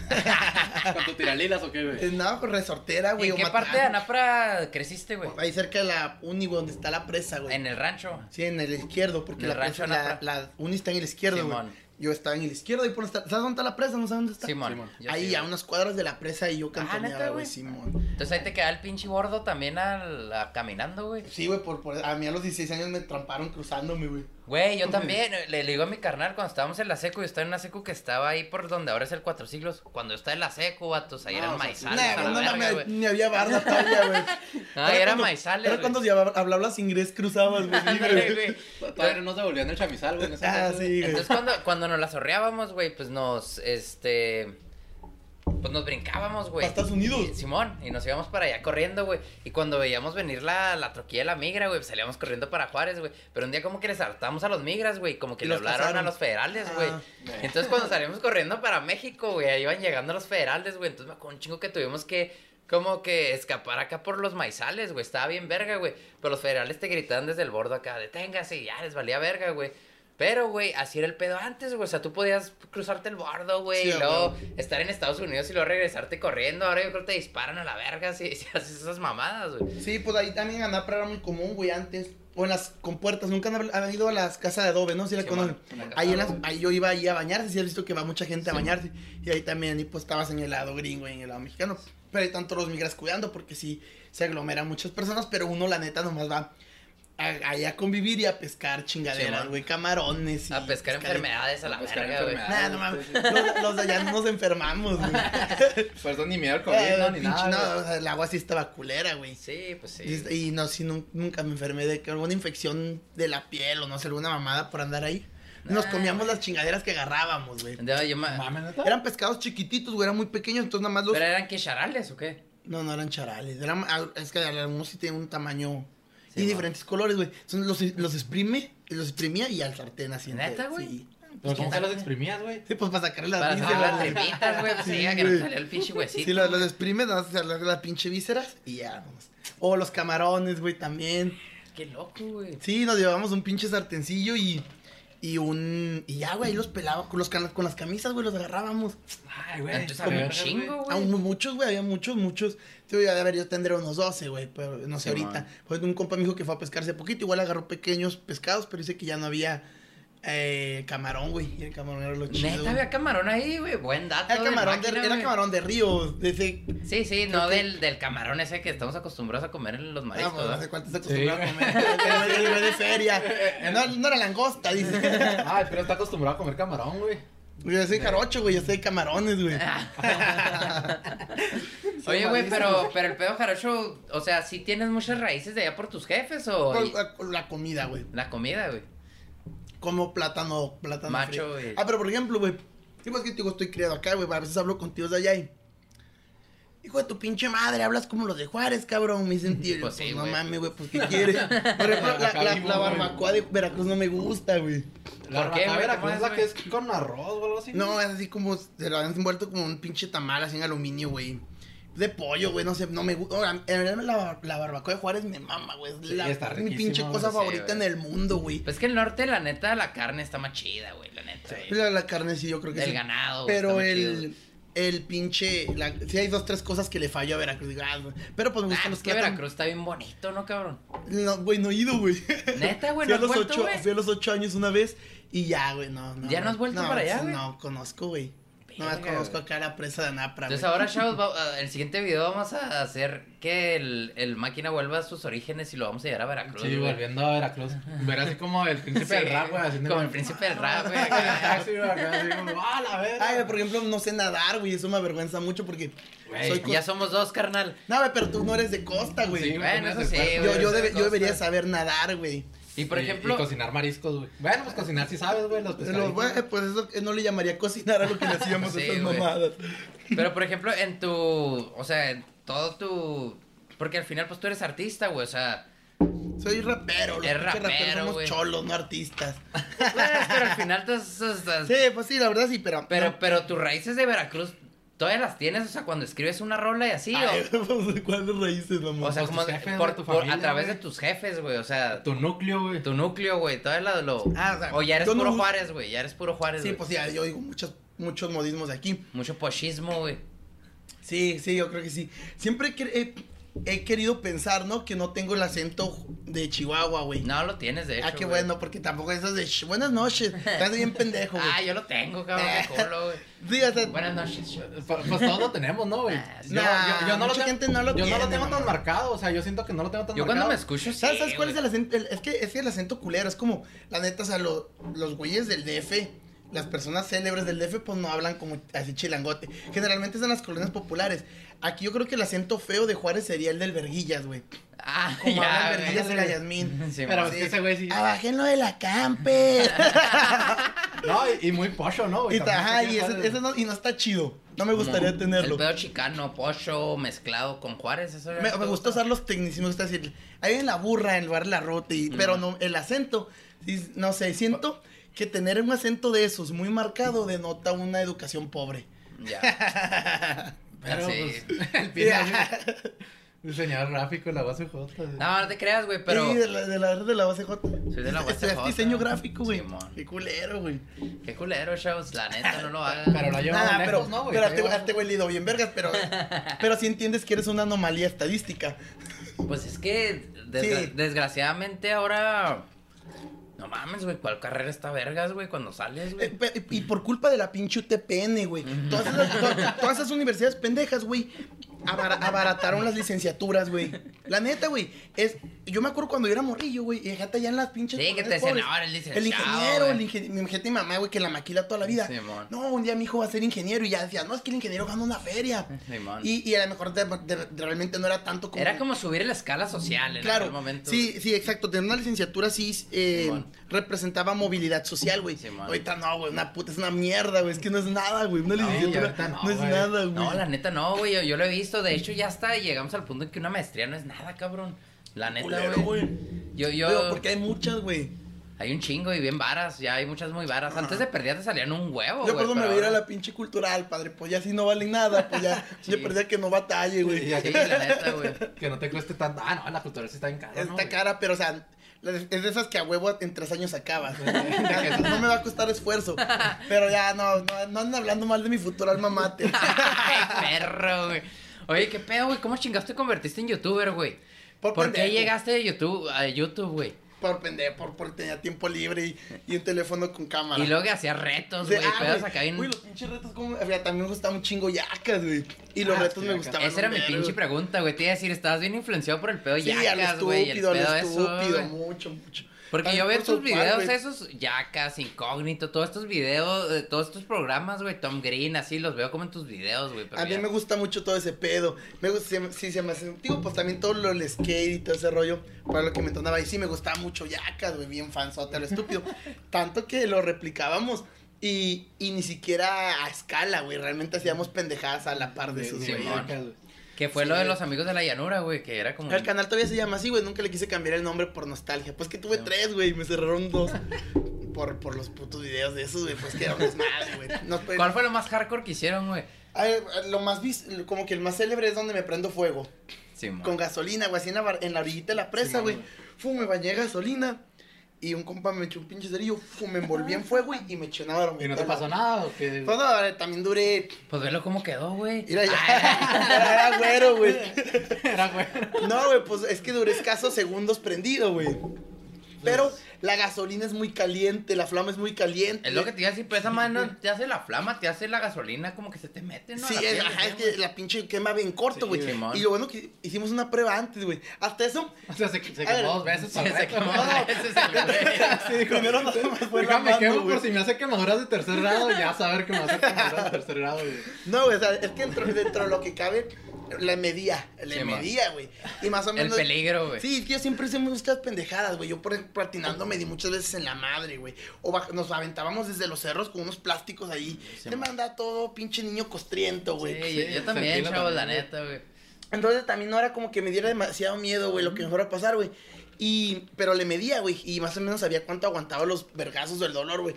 Speaker 8: ¿Con tu tiralilas o qué,
Speaker 6: Eh,
Speaker 8: güey?
Speaker 6: No, pues resortera, güey.
Speaker 5: ¿En
Speaker 6: o
Speaker 5: qué
Speaker 6: matar-
Speaker 5: parte de Anapra creciste, güey?
Speaker 6: Ahí cerca de la uni, güey, donde está la presa, güey.
Speaker 5: En el rancho.
Speaker 6: Sí, en el izquierdo, porque
Speaker 5: En
Speaker 6: la,
Speaker 5: el rancho
Speaker 6: presa, la,
Speaker 5: Anapra.
Speaker 6: la uni está en el izquierdo, güey.
Speaker 5: Simón.
Speaker 6: Yo estaba en el izquierdo y por donde está- ¿Sabes dónde está la presa? No sé dónde está.
Speaker 5: Simón.
Speaker 8: Simón.
Speaker 5: yo sí,
Speaker 6: Ahí a
Speaker 5: güey. Ah,
Speaker 6: unas cuadras de la presa y yo cantoneaba,
Speaker 5: ¿neta,
Speaker 6: güey,
Speaker 5: güey?
Speaker 6: Simón.
Speaker 5: Entonces ahí te queda el pinche gordo también al, a- caminando, güey.
Speaker 6: Sí, güey, por, por- a mí a los 16 años me tramparon cruzándome, güey.
Speaker 5: Güey, yo también. eh, Le, le digo a mi carnal cuando estábamos en la seco. Yo estaba en una seco que estaba ahí por donde ahora es el Cuatro Siglos. Cuando yo estaba en la seco, vatos, ahí
Speaker 8: Ah,
Speaker 5: eran
Speaker 8: o sea,
Speaker 5: maizales.
Speaker 6: Nah,
Speaker 5: a la
Speaker 6: no
Speaker 5: verga,
Speaker 6: mames,
Speaker 5: güey.
Speaker 6: ni había barra todavía, güey.
Speaker 5: Ah, era
Speaker 6: cuando-
Speaker 5: maizales,
Speaker 6: Era
Speaker 5: güey.
Speaker 6: cuando ya hablabas inglés, cruzabas, güey.
Speaker 5: Ándale,
Speaker 6: libre, güey.
Speaker 5: güey.
Speaker 8: Todavía no se volvió en el chamizal, güey. en ese
Speaker 6: Ah,
Speaker 8: entonces, güey.
Speaker 6: sí, güey.
Speaker 5: Entonces cuando, cuando nos la zorreábamos, güey, pues nos, este... Pues nos brincábamos, güey.
Speaker 6: ¿Para Estados Unidos?
Speaker 5: Y- Simón, y nos íbamos para allá corriendo, güey. Y cuando veíamos venir la, la troquilla de la migra, güey, pues salíamos corriendo para Juárez, güey. Pero un día como que les saltamos a los migras, güey, como que
Speaker 6: Y
Speaker 5: le
Speaker 6: los
Speaker 5: hablaron
Speaker 6: cazaron.
Speaker 5: a los federales, güey.
Speaker 6: Ah.
Speaker 5: Y Entonces cuando salimos corriendo para México, güey, ahí iban llegando los federales, güey. Entonces me acuerdo un chingo que tuvimos que como que escapar acá por los maizales, güey. Estaba bien verga, güey. Pero los federales te gritaban desde el bordo acá, deténgase, y ya les valía verga, güey. Pero, güey, así era el pedo antes, güey. O sea, tú podías cruzarte el bordo, güey.
Speaker 6: Sí,
Speaker 5: y
Speaker 6: a
Speaker 5: luego estar en Estados Unidos y luego regresarte corriendo. Ahora yo creo que te disparan a la verga si, si haces esas mamadas, güey.
Speaker 6: Sí, pues ahí también Anapra era muy común, güey, antes. O en las compuertas, nunca han, han ido a las casas de adobe, ¿no? Si la
Speaker 5: Sí,
Speaker 6: conocen.
Speaker 5: man, en la
Speaker 6: Ahí, en
Speaker 5: casa,
Speaker 6: las- ahí yo iba ahí a bañarse, si has visto que va mucha gente a bañarse. Y ahí también, y pues estabas en el lado gringo y en el lado mexicano. Pero hay tanto los migras cuidando porque sí se aglomeran muchas personas, pero uno la neta nomás va a- ahí a convivir y a pescar
Speaker 5: Sí,
Speaker 6: chingaderas,
Speaker 5: man.
Speaker 6: güey, camarones. y
Speaker 5: A pescar enfermedades a la
Speaker 8: Buscar
Speaker 5: verga, güey.
Speaker 8: enfermedades.
Speaker 6: Nah, no mames. Los, los de allá no nos enfermamos, güey.
Speaker 8: Pues no, ni miedo al COVID,
Speaker 6: Eh,
Speaker 8: no, ni
Speaker 6: pinche,
Speaker 8: nada.
Speaker 6: no,
Speaker 8: güey.
Speaker 6: o sea, el agua sí estaba culera, güey.
Speaker 5: Sí, pues sí.
Speaker 6: Y- Y no, sí, nun- nunca me enfermé de que alguna infección de la piel o no sé, alguna mamada por andar ahí. Nos
Speaker 5: Nah.
Speaker 6: comíamos las chingaderas que agarrábamos, güey.
Speaker 5: No, yo ma-
Speaker 1: Mames, neta.
Speaker 6: Eran pescados chiquititos, güey, eran muy pequeños, entonces nada más los...
Speaker 5: ¿Pero eran que charales o qué?
Speaker 6: No, no eran charales, eran, ah, es que algunos sí tenían un tamaño
Speaker 5: Sí,
Speaker 6: y
Speaker 5: ma.
Speaker 6: diferentes colores, güey. Entonces los, los exprime, los exprimía y al sartén así.
Speaker 5: ¿Neta,
Speaker 6: entero,
Speaker 5: güey?
Speaker 6: Sí.
Speaker 1: Pero ¿cómo que los exprimías, güey?
Speaker 6: Sí, pues para sacarle las
Speaker 5: Para sacar
Speaker 6: vísceras,
Speaker 5: las
Speaker 6: güey.
Speaker 5: tripitas, güey. Pues
Speaker 6: Sí,
Speaker 5: sí, que nos
Speaker 6: güey.
Speaker 5: salió el pinche huesito.
Speaker 6: Sí, los, los exprimes, nada más se alarga la pinche vísceras y ya, vamos. O los camarones, güey, también.
Speaker 5: Qué loco, güey.
Speaker 6: Sí, nos llevábamos un pinche sartencillo y, y un... Y ya, güey, ahí los pelaba con, los, can- con las camisas, güey, los agarrábamos.
Speaker 1: Ay, güey.
Speaker 5: Antes Ah, había un chingo,
Speaker 6: Aún
Speaker 5: güey.
Speaker 6: mu- muchos, güey, había muchos, muchos. Te voy a ver, yo tendré unos 12, güey, pero no sé
Speaker 5: Sí,
Speaker 6: ahorita.
Speaker 5: man.
Speaker 6: Pues un compa me dijo que fue a pescar hace poquito, igual agarró pequeños pescados, pero dice que ya no había eh, camarón, güey. Y el camarón era lo chido.
Speaker 5: Neta,
Speaker 6: güey.
Speaker 5: había camarón ahí, güey. Buen dato.
Speaker 6: Era
Speaker 5: de
Speaker 6: camarón de,
Speaker 5: máquina,
Speaker 6: era
Speaker 5: güey.
Speaker 6: camarón de río, de ese-
Speaker 5: Sí, sí, no
Speaker 6: que-
Speaker 5: del, del camarón ese que estamos acostumbrados a comer en los
Speaker 6: Ah,
Speaker 5: mariscos.
Speaker 6: pues, no sé
Speaker 5: ¿verdad?
Speaker 6: cuánto se acostumbraba a comer. Era de- era de feria. No, no era langosta, dice.
Speaker 8: Ay, pero está acostumbrado a comer camarón, güey.
Speaker 6: Yo soy jarocho, güey, yo soy de camarones, güey.
Speaker 5: Ah, Oye, güey, pero, pero el pedo jarocho, o sea, ¿sí tienes muchas raíces de allá por tus jefes o
Speaker 6: Con- con La comida, güey.
Speaker 5: la comida, güey?
Speaker 6: como plátano, plátano
Speaker 5: Macho,
Speaker 6: frito.
Speaker 5: güey.
Speaker 6: Ah, pero por ejemplo, güey, yo más que te digo, estoy criado acá, güey, a veces hablo con tíos de allá y... Hijo de tu pinche madre, hablas como los de Juárez, cabrón, me dicen tío. Yo,
Speaker 5: Pues
Speaker 6: Pues,
Speaker 5: sí,
Speaker 6: no
Speaker 5: güey.
Speaker 6: mames, güey, pues ¿qué quieres? Por ejemplo, la,
Speaker 1: Acá
Speaker 6: la-
Speaker 1: vivo,
Speaker 6: la
Speaker 1: güey.
Speaker 6: barbacoa de Veracruz no me gusta, güey.
Speaker 1: La
Speaker 5: ¿Por qué,
Speaker 1: raja
Speaker 5: güey?
Speaker 1: Veracruz
Speaker 5: ¿Cómo
Speaker 1: es
Speaker 5: es,
Speaker 1: la que
Speaker 5: güey?
Speaker 1: es con arroz o algo así.
Speaker 6: No, es así como se lo han envuelto como un pinche tamal así en aluminio, güey. De pollo, güey, no sé, no me gusta. En realidad la, bar- la barbacoa de Juárez me mama, güey. Es
Speaker 1: Sí,
Speaker 6: la-
Speaker 1: está
Speaker 6: mi pinche
Speaker 1: riquísima,
Speaker 6: cosa
Speaker 5: güey. Sí,
Speaker 6: favorita en
Speaker 5: güey.
Speaker 6: el mundo, güey.
Speaker 5: Pues que el norte, la neta, la carne está más chida, güey, la neta. güey.
Speaker 6: La, la carne sí, yo creo que
Speaker 5: El
Speaker 6: sí.
Speaker 5: ganado, güey,
Speaker 6: Pero
Speaker 5: está muy
Speaker 6: el, el pinche. La, sí, hay dos, tres cosas que le falló a Veracruz. digo, ah, güey. pero pues me
Speaker 5: Ah,
Speaker 6: gustan
Speaker 5: es
Speaker 6: los
Speaker 5: que
Speaker 6: plátanos.
Speaker 5: Veracruz está bien bonito, ¿no, cabrón?
Speaker 6: No, güey, no he ido, güey.
Speaker 5: Neta, güey,
Speaker 6: fui,
Speaker 5: no
Speaker 6: a
Speaker 5: has
Speaker 6: los
Speaker 5: vuelto,
Speaker 6: ocho,
Speaker 5: güey.
Speaker 6: fui a los ocho años una vez y ya, güey, no, no.
Speaker 5: ¿Ya no has vuelto para allá,
Speaker 6: sí,
Speaker 5: güey?
Speaker 6: No, conozco, güey. No más
Speaker 5: Verga,
Speaker 6: conozco
Speaker 5: güey.
Speaker 6: acá la presa de Anapra, güey.
Speaker 5: Entonces ahora, chavos, va- a- el siguiente video vamos a hacer que el, el máquina vuelva a sus orígenes y lo vamos a llevar a Veracruz,
Speaker 1: Sí,
Speaker 5: güey.
Speaker 1: volviendo a Veracruz. Ver así como el príncipe del rap, güey. haciendo-
Speaker 5: Como el príncipe del rap, güey.
Speaker 1: En el
Speaker 5: acá.
Speaker 1: taxi, güey, acá, así como, ¡ah, la verga!
Speaker 6: Ay, güey, por ejemplo, no sé nadar, güey. Eso me avergüenza mucho porque.
Speaker 1: Güey,
Speaker 6: soy cos-
Speaker 5: Ya somos dos, carnal.
Speaker 6: No, güey, pero tú no eres de costa, güey.
Speaker 1: Sí, güey,
Speaker 5: Bueno,
Speaker 1: tú
Speaker 5: eso
Speaker 1: me
Speaker 5: sí,
Speaker 1: haces
Speaker 5: güey.
Speaker 6: yo, yo,
Speaker 5: de
Speaker 6: debe-
Speaker 5: costa.
Speaker 6: yo
Speaker 5: Pues,
Speaker 6: debería saber nadar, güey.
Speaker 5: Y por
Speaker 1: Y-
Speaker 5: ejemplo,
Speaker 1: Y cocinar mariscos, güey. Bueno, pues cocinar sí sabes, güey, los
Speaker 6: Pero,
Speaker 1: pescaditos.
Speaker 6: güey, pues eso eh, no le llamaría cocinar a lo que le hacíamos
Speaker 5: Sí,
Speaker 6: estas
Speaker 5: güey.
Speaker 6: mamadas.
Speaker 5: pero por ejemplo, en tu, o sea, en todo tu, porque al final pues tú eres artista, güey, o sea,
Speaker 6: Soy rapero, los
Speaker 5: Es
Speaker 6: pinches raperos
Speaker 5: rapero,
Speaker 6: somos
Speaker 5: güey.
Speaker 6: cholos, no artistas.
Speaker 5: pues, pero al final tú, tú- tú-
Speaker 6: Sí, pues sí, la verdad sí, pero.
Speaker 5: pero,
Speaker 6: no.
Speaker 5: pero tus raíces de Veracruz, todavía las tienes, o sea, cuando escribes una rola y así, o-
Speaker 6: Ay, pues, ¿Cuáles raíces, mamá?
Speaker 5: o, sea,
Speaker 1: pues,
Speaker 5: como
Speaker 1: tus jefes,
Speaker 5: por,
Speaker 1: güey, tu
Speaker 5: por- a
Speaker 1: familia,
Speaker 5: través
Speaker 1: güey.
Speaker 5: de tus jefes, güey, o sea, tu,
Speaker 1: Tu núcleo, güey.
Speaker 5: núcleo, güey, todavía la- lo,
Speaker 6: Ah, o sea,
Speaker 5: o ya eres
Speaker 6: yo no
Speaker 5: puro
Speaker 6: uso-
Speaker 5: Juárez, güey, ya eres puro Juárez,
Speaker 6: sí,
Speaker 5: güey.
Speaker 6: pues ya, yo digo muchos, muchos modismos de aquí.
Speaker 5: mucho pochismo, güey,
Speaker 6: Sí, sí, yo creo que sí. Siempre que- he, he querido pensar, ¿no? Que no tengo el acento de Chihuahua, güey.
Speaker 5: no lo tienes de hecho,
Speaker 6: ah, qué
Speaker 5: güey.
Speaker 6: bueno, porque tampoco esas de "Sh, buenas noches. Estás bien pendejo, güey.
Speaker 5: Ah, yo lo tengo, cabrón, qué culo, güey.
Speaker 6: Sí, o sea,
Speaker 5: Buenas noches, yo.
Speaker 1: Pues pues todos lo tenemos, ¿no, güey?
Speaker 5: Nah,
Speaker 1: Yo,
Speaker 6: nah,
Speaker 1: yo- yo no lo
Speaker 6: Ah, mucha
Speaker 1: tengo,
Speaker 6: gente no lo
Speaker 1: yo no lo
Speaker 6: tiene,
Speaker 1: tengo
Speaker 6: mamá.
Speaker 1: tan marcado, o sea, yo siento que no lo tengo tan
Speaker 5: Yo
Speaker 1: marcado.
Speaker 5: cuando me escucho, sí,
Speaker 6: ¿Sabes, ¿sabes cuál es
Speaker 5: güey.
Speaker 6: el acento? El- es, que, es que el acento culero, es como, la neta, o sea, lo- los güeyes del DF, las personas célebres del DF, pues no hablan como así chilangote. Generalmente es en las colonias populares. Aquí yo creo que el acento feo de Juárez sería el del Verguillas, güey.
Speaker 5: Ah,
Speaker 6: Como habla el
Speaker 5: güey.
Speaker 6: Verguillas y la Yasmín.
Speaker 5: Sí,
Speaker 1: Pero
Speaker 5: ma.
Speaker 1: es que ese güey sí.
Speaker 6: Ah, bájenlo de la camper.
Speaker 1: No, y, y muy pocho, ¿no? güey?
Speaker 6: y, ta-
Speaker 1: También
Speaker 6: ajá,
Speaker 1: se
Speaker 6: y,
Speaker 1: quiere
Speaker 6: ese-
Speaker 1: hacer-
Speaker 6: ese no, y no está chido. No me gustaría
Speaker 5: Como
Speaker 6: tenerlo.
Speaker 5: El pedo chicano, pocho, mezclado con Juárez, eso era
Speaker 6: Me,
Speaker 5: todo.
Speaker 6: me gusta usar los tecnicismos, me gusta decir, ahí en la burra, en el bar la rota, y- pero no, el acento, sí, no sé, siento que tener un acento de esos muy marcado denota una educación pobre.
Speaker 5: Ya.
Speaker 1: Pero,
Speaker 5: Sí.
Speaker 1: pues, el pie así, diseñador gráfico, la base J.
Speaker 5: No, no te creas, güey, pero.
Speaker 6: Sí, de la, de la, de la base J.
Speaker 5: Soy de la base
Speaker 6: Estudiaste
Speaker 5: J.
Speaker 6: diseño gráfico, güey.
Speaker 5: Simón.
Speaker 6: Qué culero, güey.
Speaker 5: Qué culero, chavos. La neta, no lo hagan.
Speaker 1: Pero lo ha llevado
Speaker 6: Nada,
Speaker 1: lejos,
Speaker 6: pero,
Speaker 1: Ah, ¿no, güey?
Speaker 6: pero
Speaker 1: Lo ha
Speaker 6: a este- a
Speaker 1: llevado-
Speaker 6: este güey le he ido bien vergas, pero, pero sí entiendes que eres una anomalía estadística.
Speaker 5: Pues es que desgra-
Speaker 6: Sí.
Speaker 5: desgraciadamente ahora. No mames, güey. ¿Cuál carrera está vergas, güey? Cuando sales, güey.
Speaker 6: Eh, pe- Y por culpa de la pinche UTPN, güey. Todas esas, to- todas esas universidades pendejas, güey, abara- abarataron las licenciaturas, güey. La neta, güey. Es, yo me acuerdo cuando yo era morrillo, güey, y fíjate allá en las pinches.
Speaker 5: Sí, que
Speaker 6: colonias
Speaker 5: te decían,
Speaker 6: pobres.
Speaker 5: "Ahora el licenciado,
Speaker 6: El ingeniero, el
Speaker 5: güey".
Speaker 6: ingen- mi gente y mamá, güey, que la maquila toda la vida.
Speaker 5: Simón.
Speaker 6: no, un día mi hijo va a ser ingeniero y ya decía, no, es que el ingeniero gana una feria.
Speaker 5: Simón.
Speaker 6: Y, y a lo mejor de- de- de- realmente no era tanto como.
Speaker 5: Era como subir la escala social en
Speaker 6: Claro,
Speaker 5: aquel momento.
Speaker 6: sí, sí, exacto. Tener una licenciatura sí eh,
Speaker 5: Simón.
Speaker 6: representaba movilidad social, güey.
Speaker 5: Simón.
Speaker 6: ahorita no, güey, una puta, es una mierda, güey. Es que no es nada, güey. Una
Speaker 5: No, y
Speaker 6: licenciatura
Speaker 5: ahorita
Speaker 6: no,
Speaker 5: no,
Speaker 6: es
Speaker 5: güey.
Speaker 6: nada, güey.
Speaker 5: No, la neta no, güey. Yo, yo lo he visto. De hecho, ya hasta llegamos al punto en que una maestría no es nada, cabrón. La neta,
Speaker 6: Culero,
Speaker 5: güey. Yo, yo.
Speaker 6: Digo, porque hay muchas, güey.
Speaker 5: Hay un chingo y bien varas. Ya hay muchas muy varas. Antes de perdida te salían un huevo, güey.
Speaker 6: Yo cuando me
Speaker 5: pero
Speaker 6: voy a ir a
Speaker 5: ahora-
Speaker 6: la pinche cultural, padre, pues ya si no vale nada, pues ya
Speaker 5: Sí.
Speaker 6: yo perdía que no batalle, güey.
Speaker 5: Sí, la neta, güey.
Speaker 1: Que no te cueste tanto. Ah, no, la cultura sí está en cara. ¿no,
Speaker 6: Está
Speaker 1: güey?
Speaker 6: cara, pero o sea, la- es de esas que a huevo en tres años acabas. no me va a costar esfuerzo. Pero ya, no, no, no anden hablando mal de mi futuro alma mater.
Speaker 5: Ay, perro, güey. Oye, qué pedo, güey. ¿Cómo chingaste te convertiste en youtuber, güey?
Speaker 6: Por
Speaker 5: ¿Por, qué
Speaker 6: pendejo.
Speaker 5: llegaste de YouTube, a YouTube, güey?
Speaker 6: Por pendejo, por, por tenía tiempo libre y, y un teléfono con cámara.
Speaker 5: Y luego que hacías retos,
Speaker 6: Sí,
Speaker 5: güey.
Speaker 6: ah,
Speaker 5: pedos
Speaker 6: güey,
Speaker 5: acá bien-
Speaker 6: Güey, los pinches retos como... Fíjate, también me gustaban un chingo yacas, güey. Y los
Speaker 1: Ah,
Speaker 6: retos
Speaker 1: sí,
Speaker 6: me
Speaker 1: acá.
Speaker 6: gustaban.
Speaker 5: Esa era
Speaker 6: un
Speaker 5: mi
Speaker 6: vergo.
Speaker 5: pinche pregunta, güey. Te iba a decir, estabas bien influenciado por el pedo
Speaker 6: Sí, a lo
Speaker 5: yacas, güey. y el
Speaker 6: estúpido, a lo
Speaker 5: pedo eso.
Speaker 6: estúpido.
Speaker 5: güey.
Speaker 6: Mucho, mucho.
Speaker 5: Porque
Speaker 6: También
Speaker 5: yo veo
Speaker 6: por
Speaker 5: tus
Speaker 6: su par,
Speaker 5: videos
Speaker 6: güey.
Speaker 5: esos, yacas, incógnito, todos estos videos, eh, todos estos programas, güey. Tom Green, así, los veo como en tus videos, güey. pero
Speaker 6: A mí
Speaker 5: ya.
Speaker 6: me gusta mucho todo ese pedo. Me gusta, se me- sí, se me hace. Digo, pues también todo lo del skate y todo ese rollo. Para lo que me entonaba. Y sí, me gustaba mucho Yacas, güey. Bien fanzota, lo estúpido. Tanto que lo replicábamos. Y, y ni siquiera a escala, güey. Realmente hacíamos pendejadas a la par de esos,
Speaker 1: Sí,
Speaker 6: güey.
Speaker 5: Simón.
Speaker 1: acá, güey.
Speaker 5: Que fue
Speaker 6: Sí.
Speaker 5: lo de los amigos de la llanura, güey, que era como...
Speaker 6: El canal todavía se llama así, güey. Nunca le quise cambiar el nombre por nostalgia. Pues que tuve tres, güey. y Me cerraron dos. Por, por los putos videos de esos, güey. Pues que era un desmadre, güey. No, pues-
Speaker 5: ¿Cuál fue lo más hardcore que hicieron, güey?
Speaker 6: Ay, lo más vis- como que el más célebre es donde me prendo fuego.
Speaker 5: Sí,
Speaker 6: con gasolina, güey, así en la, bar- en la orillita de la presa,
Speaker 1: Simón,
Speaker 6: güey.
Speaker 1: güey.
Speaker 6: Fum, me bañé de gasolina y un compa me echó un pinche cerillo, fum, me envolví en fuego y, y me eché una
Speaker 1: ¿Y no te pasó nada o qué?
Speaker 6: Pues no, eh, también duré.
Speaker 5: Pues velo cómo quedó, güey.
Speaker 6: Mira, ya. Era, güero, güey.
Speaker 1: Era, güey.
Speaker 6: No, güey, pues es que duré escasos segundos prendido, güey. Pero la gasolina es muy caliente, la flama es muy caliente.
Speaker 5: Es lo que te iba a decir, pero esa mano te hace la flama, te hace la gasolina, como que se te mete, ¿no? A
Speaker 6: Sí,
Speaker 5: la
Speaker 6: es,
Speaker 5: piel,
Speaker 6: ajá,
Speaker 5: ¿no?
Speaker 6: es que la pinche quema bien
Speaker 5: Sí,
Speaker 6: corto, güey.
Speaker 5: Simón.
Speaker 6: y lo bueno que hicimos una prueba antes, güey. Hasta eso,
Speaker 1: O sea, se, se
Speaker 6: A ver.
Speaker 1: quemó dos veces.
Speaker 5: Sí, se
Speaker 1: correcto,
Speaker 5: quemó.
Speaker 1: ¿no?
Speaker 5: Ese es el güey.
Speaker 6: sí, primero nos fue
Speaker 1: Déjame
Speaker 6: lavando,
Speaker 1: quemo
Speaker 6: güey.
Speaker 1: por si me hace quemaduras de tercer grado, ya saber que me hace quemaduras de tercer grado, güey.
Speaker 6: No, güey, o sea, es que dentro, dentro de lo que cabe, le medía, le
Speaker 5: Sí, ma.
Speaker 6: medía, güey. Y más o
Speaker 5: El
Speaker 6: menos.
Speaker 5: peligro, güey.
Speaker 6: Sí, es que yo siempre hice muchas pendejadas, güey. Yo, por ejemplo, patinando me di muchas veces en la madre, güey. O baj- nos aventábamos desde los cerros con unos plásticos ahí.
Speaker 5: Sí,
Speaker 6: Te
Speaker 5: ma.
Speaker 6: manda todo pinche niño costriento,
Speaker 5: Sí,
Speaker 6: güey.
Speaker 5: yo, yo también,
Speaker 1: tranquilo
Speaker 5: chavos, la
Speaker 1: también,
Speaker 5: neta, güey.
Speaker 6: Entonces también no era como que me diera demasiado miedo, güey, lo que me fuera a pasar, güey. Y, pero le medía, güey, y más o menos sabía cuánto aguantaba los vergazos del dolor, güey.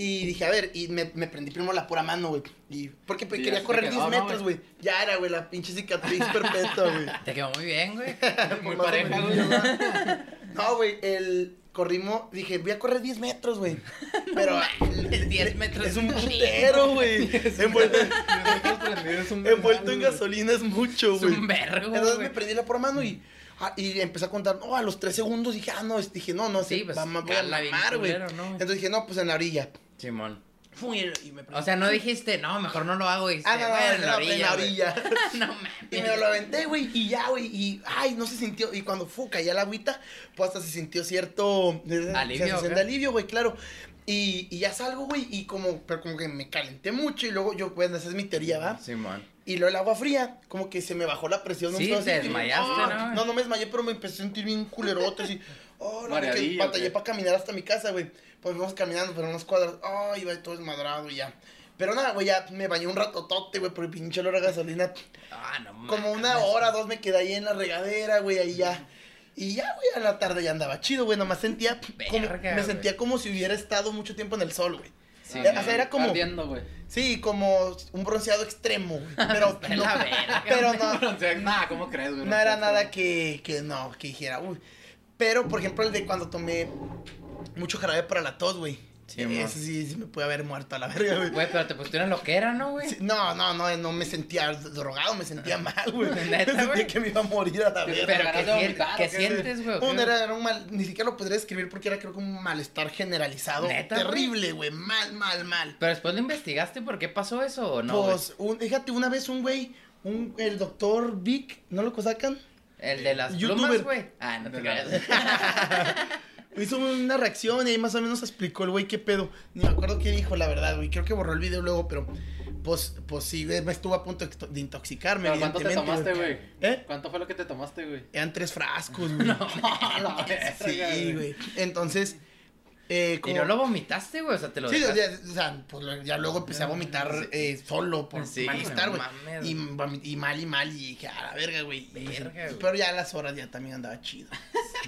Speaker 6: Y dije, a ver, y me, me prendí primero la pura mano, güey. Y, porque pues,
Speaker 1: Y
Speaker 6: quería
Speaker 1: así te
Speaker 6: correr
Speaker 1: quedó, ¿no,
Speaker 6: 10 metros, güey. Ya era, güey, la pinche cicatriz perpetua, güey.
Speaker 5: Te quedó muy bien, güey.
Speaker 1: Muy
Speaker 6: Más o
Speaker 1: pareja,
Speaker 6: menos,
Speaker 1: güey.
Speaker 6: ¿verdad? No, güey, el corrimos, dije, voy a correr 10 metros, güey. Pero
Speaker 5: mames, 10 metros
Speaker 6: es un
Speaker 5: es un chingo.
Speaker 6: putero, güey. Envuelto, en-
Speaker 1: Es un
Speaker 6: envuelto en
Speaker 1: vergal,
Speaker 6: gasolina es mucho,
Speaker 5: Es
Speaker 6: güey.
Speaker 5: un vergo,
Speaker 6: Entonces
Speaker 5: Oh, güey.
Speaker 6: me prendí la pura mano y, ah, y empecé a contar, no, a los tres segundos dije, ah, no, es- dije, no, no,
Speaker 5: Sí,
Speaker 6: sí,
Speaker 5: pues,
Speaker 6: va, va- voy a
Speaker 5: cala bien
Speaker 6: mamar, güey.
Speaker 5: culero, ¿no?
Speaker 6: Entonces dije, no, pues en la orilla.
Speaker 5: Simón.
Speaker 6: Fum, Y y me prendí.
Speaker 5: O sea, no dijiste, no, mejor no lo hago. Dijiste,
Speaker 6: ah, no, no,
Speaker 5: güey,
Speaker 6: en la orilla. En la
Speaker 5: güey.
Speaker 6: orilla.
Speaker 5: no
Speaker 6: Y me lo
Speaker 5: mames.
Speaker 6: aventé, güey, y ya, güey, y, ay, no se sintió, y cuando, fu, caía la agüita, pues hasta se sintió cierto
Speaker 5: Alivio,
Speaker 6: sensación
Speaker 5: ¿ok?
Speaker 6: de alivio, güey, claro. Y, y ya salgo, güey, y como, pero como que me calenté mucho, y luego yo, pues, esa es mi teoría, ¿va?
Speaker 5: Simón.
Speaker 6: Y luego el agua fría, como que se me bajó la presión.
Speaker 5: Sí,
Speaker 6: estaba
Speaker 5: te
Speaker 6: así,
Speaker 5: desmayaste,
Speaker 6: "Ah".
Speaker 5: ¿no?
Speaker 6: No, no me desmayé, pero me empecé a sentir bien culerote, así. Oh, no, que
Speaker 8: Mareadillo,
Speaker 6: batallé
Speaker 8: güey.
Speaker 6: para caminar hasta mi casa, güey. Pues vamos caminando, pero unas cuadras. Oh, iba todo desmadrado y ya. Pero nada, güey, ya me bañé un ratotote, güey, por el pinche olor a gasolina.
Speaker 5: Ah, no mames.
Speaker 6: Como una hora, dos me quedé ahí en la regadera, güey, ahí ya. Y ya, güey, a la tarde ya andaba chido, güey. Nomás sentía. Como,
Speaker 5: Verga,
Speaker 6: me
Speaker 5: güey.
Speaker 6: sentía como si hubiera estado mucho tiempo en el sol, güey.
Speaker 8: Sí,
Speaker 6: Eh, o sea, era como.
Speaker 8: Ardiendo, güey.
Speaker 6: Sí, como un bronceado extremo, güey. Pero,
Speaker 5: Está en
Speaker 6: no,
Speaker 5: la verga,
Speaker 6: pero no,
Speaker 8: O sea, nada, ¿cómo crees, güey?
Speaker 6: no era nada que, que no, que dijera, uy. Pero, por ejemplo, el de cuando tomé mucho jarabe para la tos, güey.
Speaker 5: Sí, amor.
Speaker 6: Ese sí, sí me puede haber muerto a la verga, güey.
Speaker 5: Güey, pero te pusiste una loquera, ¿no, güey?
Speaker 6: Sí, no, no, no, no me sentía drogado, me sentía mal, güey. Me
Speaker 5: Ah. ¿Neta, güey?
Speaker 6: sentía que me iba a morir a la verga.
Speaker 5: Pero ¿qué,
Speaker 1: ganas de
Speaker 5: sien-
Speaker 1: vomitar,
Speaker 5: qué
Speaker 1: ¿o qué?
Speaker 5: sientes, güey?
Speaker 6: Un, era, era un mal, ni siquiera lo podría describir porque era creo que un malestar generalizado.
Speaker 5: ¿Neta, güey?
Speaker 6: terrible, güey. Mal, mal, mal.
Speaker 5: Pero después lo investigaste por qué pasó eso o no. güey?
Speaker 6: pues, un- fíjate, una vez un güey, un, el doctor Vic, ¿no lo sacan?
Speaker 5: El de las
Speaker 6: youtuber.
Speaker 5: plumas, güey. Ah, no te creas.
Speaker 6: Hizo una reacción y ahí más o menos explicó el güey qué pedo. Ni me acuerdo qué dijo, la verdad, güey. Creo que borró el video luego, pero pues, pues sí, güey, me estuvo a punto de de intoxicarme.
Speaker 8: Pero ¿Cuánto te
Speaker 6: evidentemente,
Speaker 8: tomaste, güey?
Speaker 6: ¿Eh?
Speaker 8: ¿Cuánto fue lo que te tomaste, güey?
Speaker 6: Eran tres frascos, güey. sí,
Speaker 8: güey.
Speaker 6: güey. Entonces, eh,
Speaker 5: Y
Speaker 6: como-
Speaker 5: no lo vomitaste, güey. O sea, te lo
Speaker 6: Sí, o
Speaker 5: dejaste.
Speaker 6: sea, o sea, pues lo- ya luego empecé a vomitar eh, solo por
Speaker 5: Sí,
Speaker 6: malestar,
Speaker 5: güey,
Speaker 6: güey.
Speaker 5: mames.
Speaker 6: Y, vomit- y mal y mal, y dije, a la verga, güey. Y- pues,
Speaker 5: Verga, güey.
Speaker 6: Pero ya a las horas ya también andaba chido.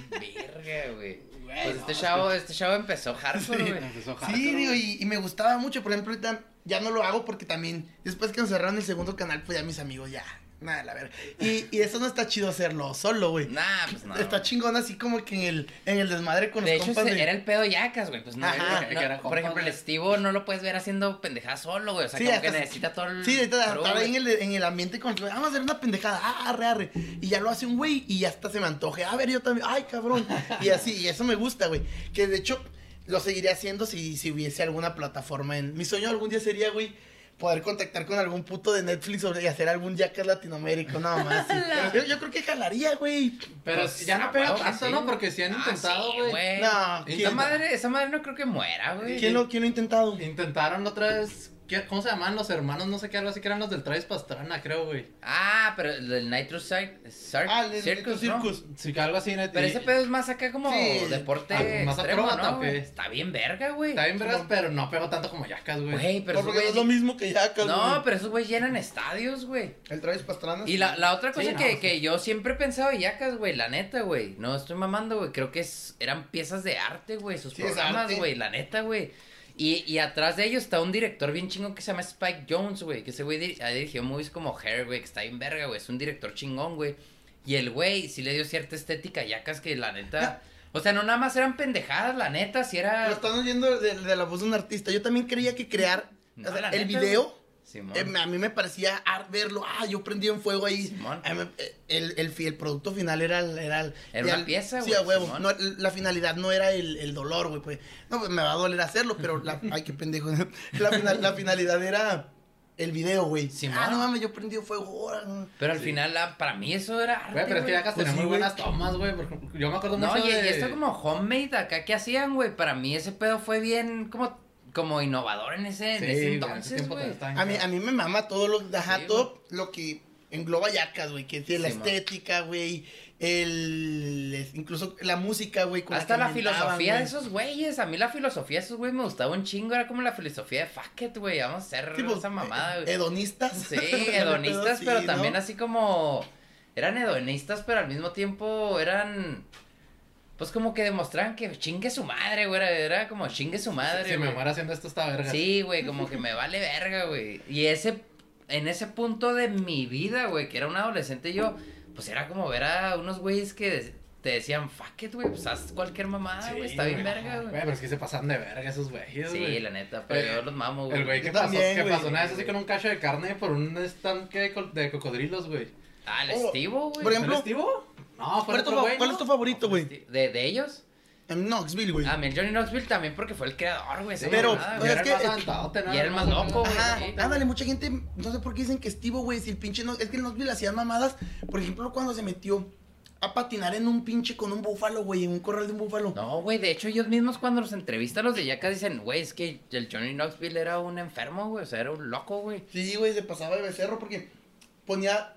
Speaker 5: Verga, güey.
Speaker 8: Güey,
Speaker 5: Pues
Speaker 8: no,
Speaker 5: este chavo, este chavo empezó hardcore, güey.
Speaker 8: Empezó
Speaker 6: Sí,
Speaker 8: hardcore,
Speaker 6: digo,
Speaker 8: güey.
Speaker 6: y, y me gustaba mucho. Por ejemplo, ahorita ya no lo hago porque también después que nos cerraron el segundo canal, pues ya mis amigos ya, nada, la verga. Y, y eso no está chido hacerlo solo, güey.
Speaker 5: Nah, pues no.
Speaker 6: Está chingón así como que en el, en el desmadre con
Speaker 5: De
Speaker 6: los
Speaker 5: hecho,
Speaker 6: compas.
Speaker 5: se-
Speaker 6: de-
Speaker 5: era el pedo yacas, güey. Pues no,
Speaker 6: Ajá,
Speaker 5: no,
Speaker 8: que eran
Speaker 5: por
Speaker 8: compas,
Speaker 5: ejemplo, el
Speaker 8: güey.
Speaker 5: Steve no lo puedes ver haciendo pendejadas solo, güey. O sea,
Speaker 6: Sí,
Speaker 5: como
Speaker 6: hasta-
Speaker 5: que necesita todo el.
Speaker 6: Sí, de estar
Speaker 5: crew,
Speaker 6: estar ahí
Speaker 5: güey.
Speaker 6: en el, en el ambiente con vamos a hacer una pendejada, ah, arre, arre. Y ya lo hace un güey y ya hasta se me antoje. A ver, yo también, ay, cabrón. Y así, y eso me gusta, güey. Que de hecho lo seguiría haciendo si, si hubiese alguna plataforma en... Mi sueño algún día sería, güey, poder contactar con algún puto de Netflix sobre- y hacer algún Jackass latinoamérico, nada más. sí. Yo, yo creo que jalaría, güey.
Speaker 8: Pero
Speaker 5: Pues,
Speaker 8: ya
Speaker 5: ah,
Speaker 8: no pega
Speaker 5: huevo que
Speaker 8: tanto,
Speaker 5: sí.
Speaker 8: ¿no? Porque si han
Speaker 5: Ah,
Speaker 8: intentado,
Speaker 5: sí,
Speaker 8: güey.
Speaker 6: No,
Speaker 5: Esa
Speaker 8: ¿quién?
Speaker 5: madre, esa madre no creo que muera, güey.
Speaker 6: ¿Quién lo, quién lo ha intentado?
Speaker 8: Intentaron otra vez. ¿qué- ¿Cómo se llaman los hermanos? No sé qué, algo así que eran los del Travis Pastrana, creo, güey.
Speaker 5: Ah, pero el del Nitro Cir Cir-
Speaker 6: Ah, el- el
Speaker 5: Circus, ¿no?
Speaker 6: Circus.
Speaker 8: Sí, que algo así, neta.
Speaker 5: Pero
Speaker 8: y-
Speaker 5: ese pedo es más acá como
Speaker 6: Sí,
Speaker 5: deporte
Speaker 8: ah, más
Speaker 5: extremo,
Speaker 8: acróbata,
Speaker 5: ¿no, güey?
Speaker 8: pues.
Speaker 5: Está bien verga, güey.
Speaker 8: Está bien, vergas, pero no pegó tanto como Yacas, güey.
Speaker 5: Güey, pero
Speaker 6: No,
Speaker 5: esos
Speaker 6: porque no es lo
Speaker 5: güeyes-
Speaker 6: mismo que Jackass,
Speaker 5: No,
Speaker 6: güey.
Speaker 5: pero esos güeyes llenan estadios, güey.
Speaker 6: El Travis Pastrana.
Speaker 5: Y la, la otra cosa
Speaker 8: Sí, no,
Speaker 5: que,
Speaker 8: sí.
Speaker 5: que yo siempre he pensado de Yacas, güey, la neta, güey. No estoy mamando, güey. Creo que es- eran piezas de arte, güey. Sus
Speaker 6: Sí, es
Speaker 5: programas,
Speaker 6: arte.
Speaker 5: güey, la neta, güey. Y, y atrás de ellos está un director bien chingo que se llama Spike Jones, güey. Que ese güey dir- ha dirigido movies como Hair, güey, que está bien verga, güey. Es un director chingón, güey. Y el güey sí le dio cierta estética a Yacas que la neta. O sea, no nada más eran pendejadas, la neta, si era.
Speaker 6: Lo están oyendo de, de la voz de un artista. Yo también creía que crear
Speaker 5: No,
Speaker 6: o sea,
Speaker 5: la
Speaker 6: el
Speaker 5: neta,
Speaker 6: video.
Speaker 5: Simón.
Speaker 6: eh, a mí me parecía ar- verlo. Ah, yo prendí un fuego ahí.
Speaker 5: Simón.
Speaker 6: A mí me- eh, el, el, fi- el producto final era. el- Era, el-
Speaker 5: Era una pieza,
Speaker 6: Sí,
Speaker 5: güey,
Speaker 6: a huevo.
Speaker 5: Simón.
Speaker 6: No, la finalidad no era el, el dolor, güey. Pues, no, pues me va a doler hacerlo, pero. La, ay, qué pendejo. La, final- la finalidad era el video, güey.
Speaker 5: Simón.
Speaker 6: Ah, no mames, yo prendí un fuego. ahora, no.
Speaker 5: Pero al final, la- para mí eso era arte.
Speaker 8: Güey, pero es que
Speaker 5: güey.
Speaker 8: Yacas
Speaker 6: Pues
Speaker 8: tenía muy
Speaker 6: sí, güey.
Speaker 8: buenas tomas, güey. por ejemplo, Yo me acuerdo
Speaker 5: No,
Speaker 8: mucho
Speaker 5: y,
Speaker 8: de...
Speaker 5: y esto como homemade acá que hacían, güey. Para mí ese pedo fue bien como, como innovador en ese, en
Speaker 8: Sí, güey,
Speaker 5: ese
Speaker 8: en ese
Speaker 5: entonces,
Speaker 8: tiempo
Speaker 5: güey.
Speaker 8: estaba en-
Speaker 6: A mí, a mí me mama todo lo, ajá,
Speaker 5: Sí,
Speaker 6: todo lo que engloba yacas, güey, que es la
Speaker 5: Sí, man.
Speaker 6: estética, güey, el es- incluso la música, güey, con
Speaker 5: Hasta
Speaker 6: que
Speaker 5: la
Speaker 6: ambientaban,
Speaker 5: filosofía de
Speaker 6: güey.
Speaker 5: esos güeyes. A mí la filosofía de esos güeyes me gustaba un chingo. Era como la filosofía de fuck it, güey. Vamos a hacer
Speaker 6: Tipo,
Speaker 5: esa mamada, güey.
Speaker 6: pues, eh, Hedonistas.
Speaker 5: Sí, hedonistas,
Speaker 6: Sí,
Speaker 5: pero
Speaker 6: ¿no?
Speaker 5: también así como. Eran hedonistas, pero al mismo tiempo eran. Pues como que demostraban que chingue su madre, güey. Era, era como chingue su madre,
Speaker 8: Si me
Speaker 5: güey.
Speaker 8: muero haciendo esto, está verga.
Speaker 5: Sí, güey, como que me vale verga, güey. Y ese, en ese punto de mi vida, güey, que era un adolescente yo, pues era como ver a unos güeyes que des- te decían, fuck it, güey, pues haz cualquier mamada,
Speaker 8: Sí,
Speaker 5: Ah, güey, está bien
Speaker 8: güey.
Speaker 1: Ah,
Speaker 5: verga,
Speaker 8: Güey,
Speaker 5: güey.
Speaker 8: pero es que se pasan de verga esos güeyes,
Speaker 5: Sí,
Speaker 8: güey.
Speaker 5: la neta, pero
Speaker 8: Oye,
Speaker 5: yo los mamo, güey.
Speaker 8: El güey que
Speaker 6: Yo
Speaker 8: pasó,
Speaker 6: también,
Speaker 8: que
Speaker 6: güey.
Speaker 8: pasó una vez así con un cacho de carne por un estanque de col- de cocodrilos, güey.
Speaker 5: Ah, el
Speaker 6: Oh,
Speaker 5: Estivo, güey.
Speaker 6: por
Speaker 8: ¿No
Speaker 6: ejemplo,
Speaker 8: eres Tibo? No, fue
Speaker 6: ¿Cuál, es tu,
Speaker 8: otro
Speaker 6: fa-
Speaker 8: güey,
Speaker 6: cuál
Speaker 8: ¿no?
Speaker 6: es tu favorito, güey?
Speaker 5: ¿De, de ellos?
Speaker 6: Em, Knoxville, güey.
Speaker 5: Ah, mí el Johnny Knoxville también porque fue el creador, güey. esa
Speaker 8: Sí,
Speaker 6: Pero,
Speaker 5: mamada,
Speaker 8: y
Speaker 5: güey.
Speaker 6: pues,
Speaker 8: era
Speaker 6: es
Speaker 8: el
Speaker 6: que-
Speaker 8: más avanzadote, ¿no?
Speaker 5: y era el más loco, güey.
Speaker 6: Ajá,
Speaker 5: sí.
Speaker 6: ándale, mucha gente, no sé por qué dicen que Steve, güey, si el pinche no, es que el Knoxville hacía mamadas, por ejemplo, cuando se metió a patinar en un pinche con un búfalo, güey, en un corral de un búfalo.
Speaker 5: No, güey, de hecho ellos mismos cuando los entrevistan los de Yaka dicen, güey, es que el Johnny Knoxville era un enfermo, güey, o sea, era un loco, güey.
Speaker 6: Sí, güey, se pasaba de becerro porque ponía,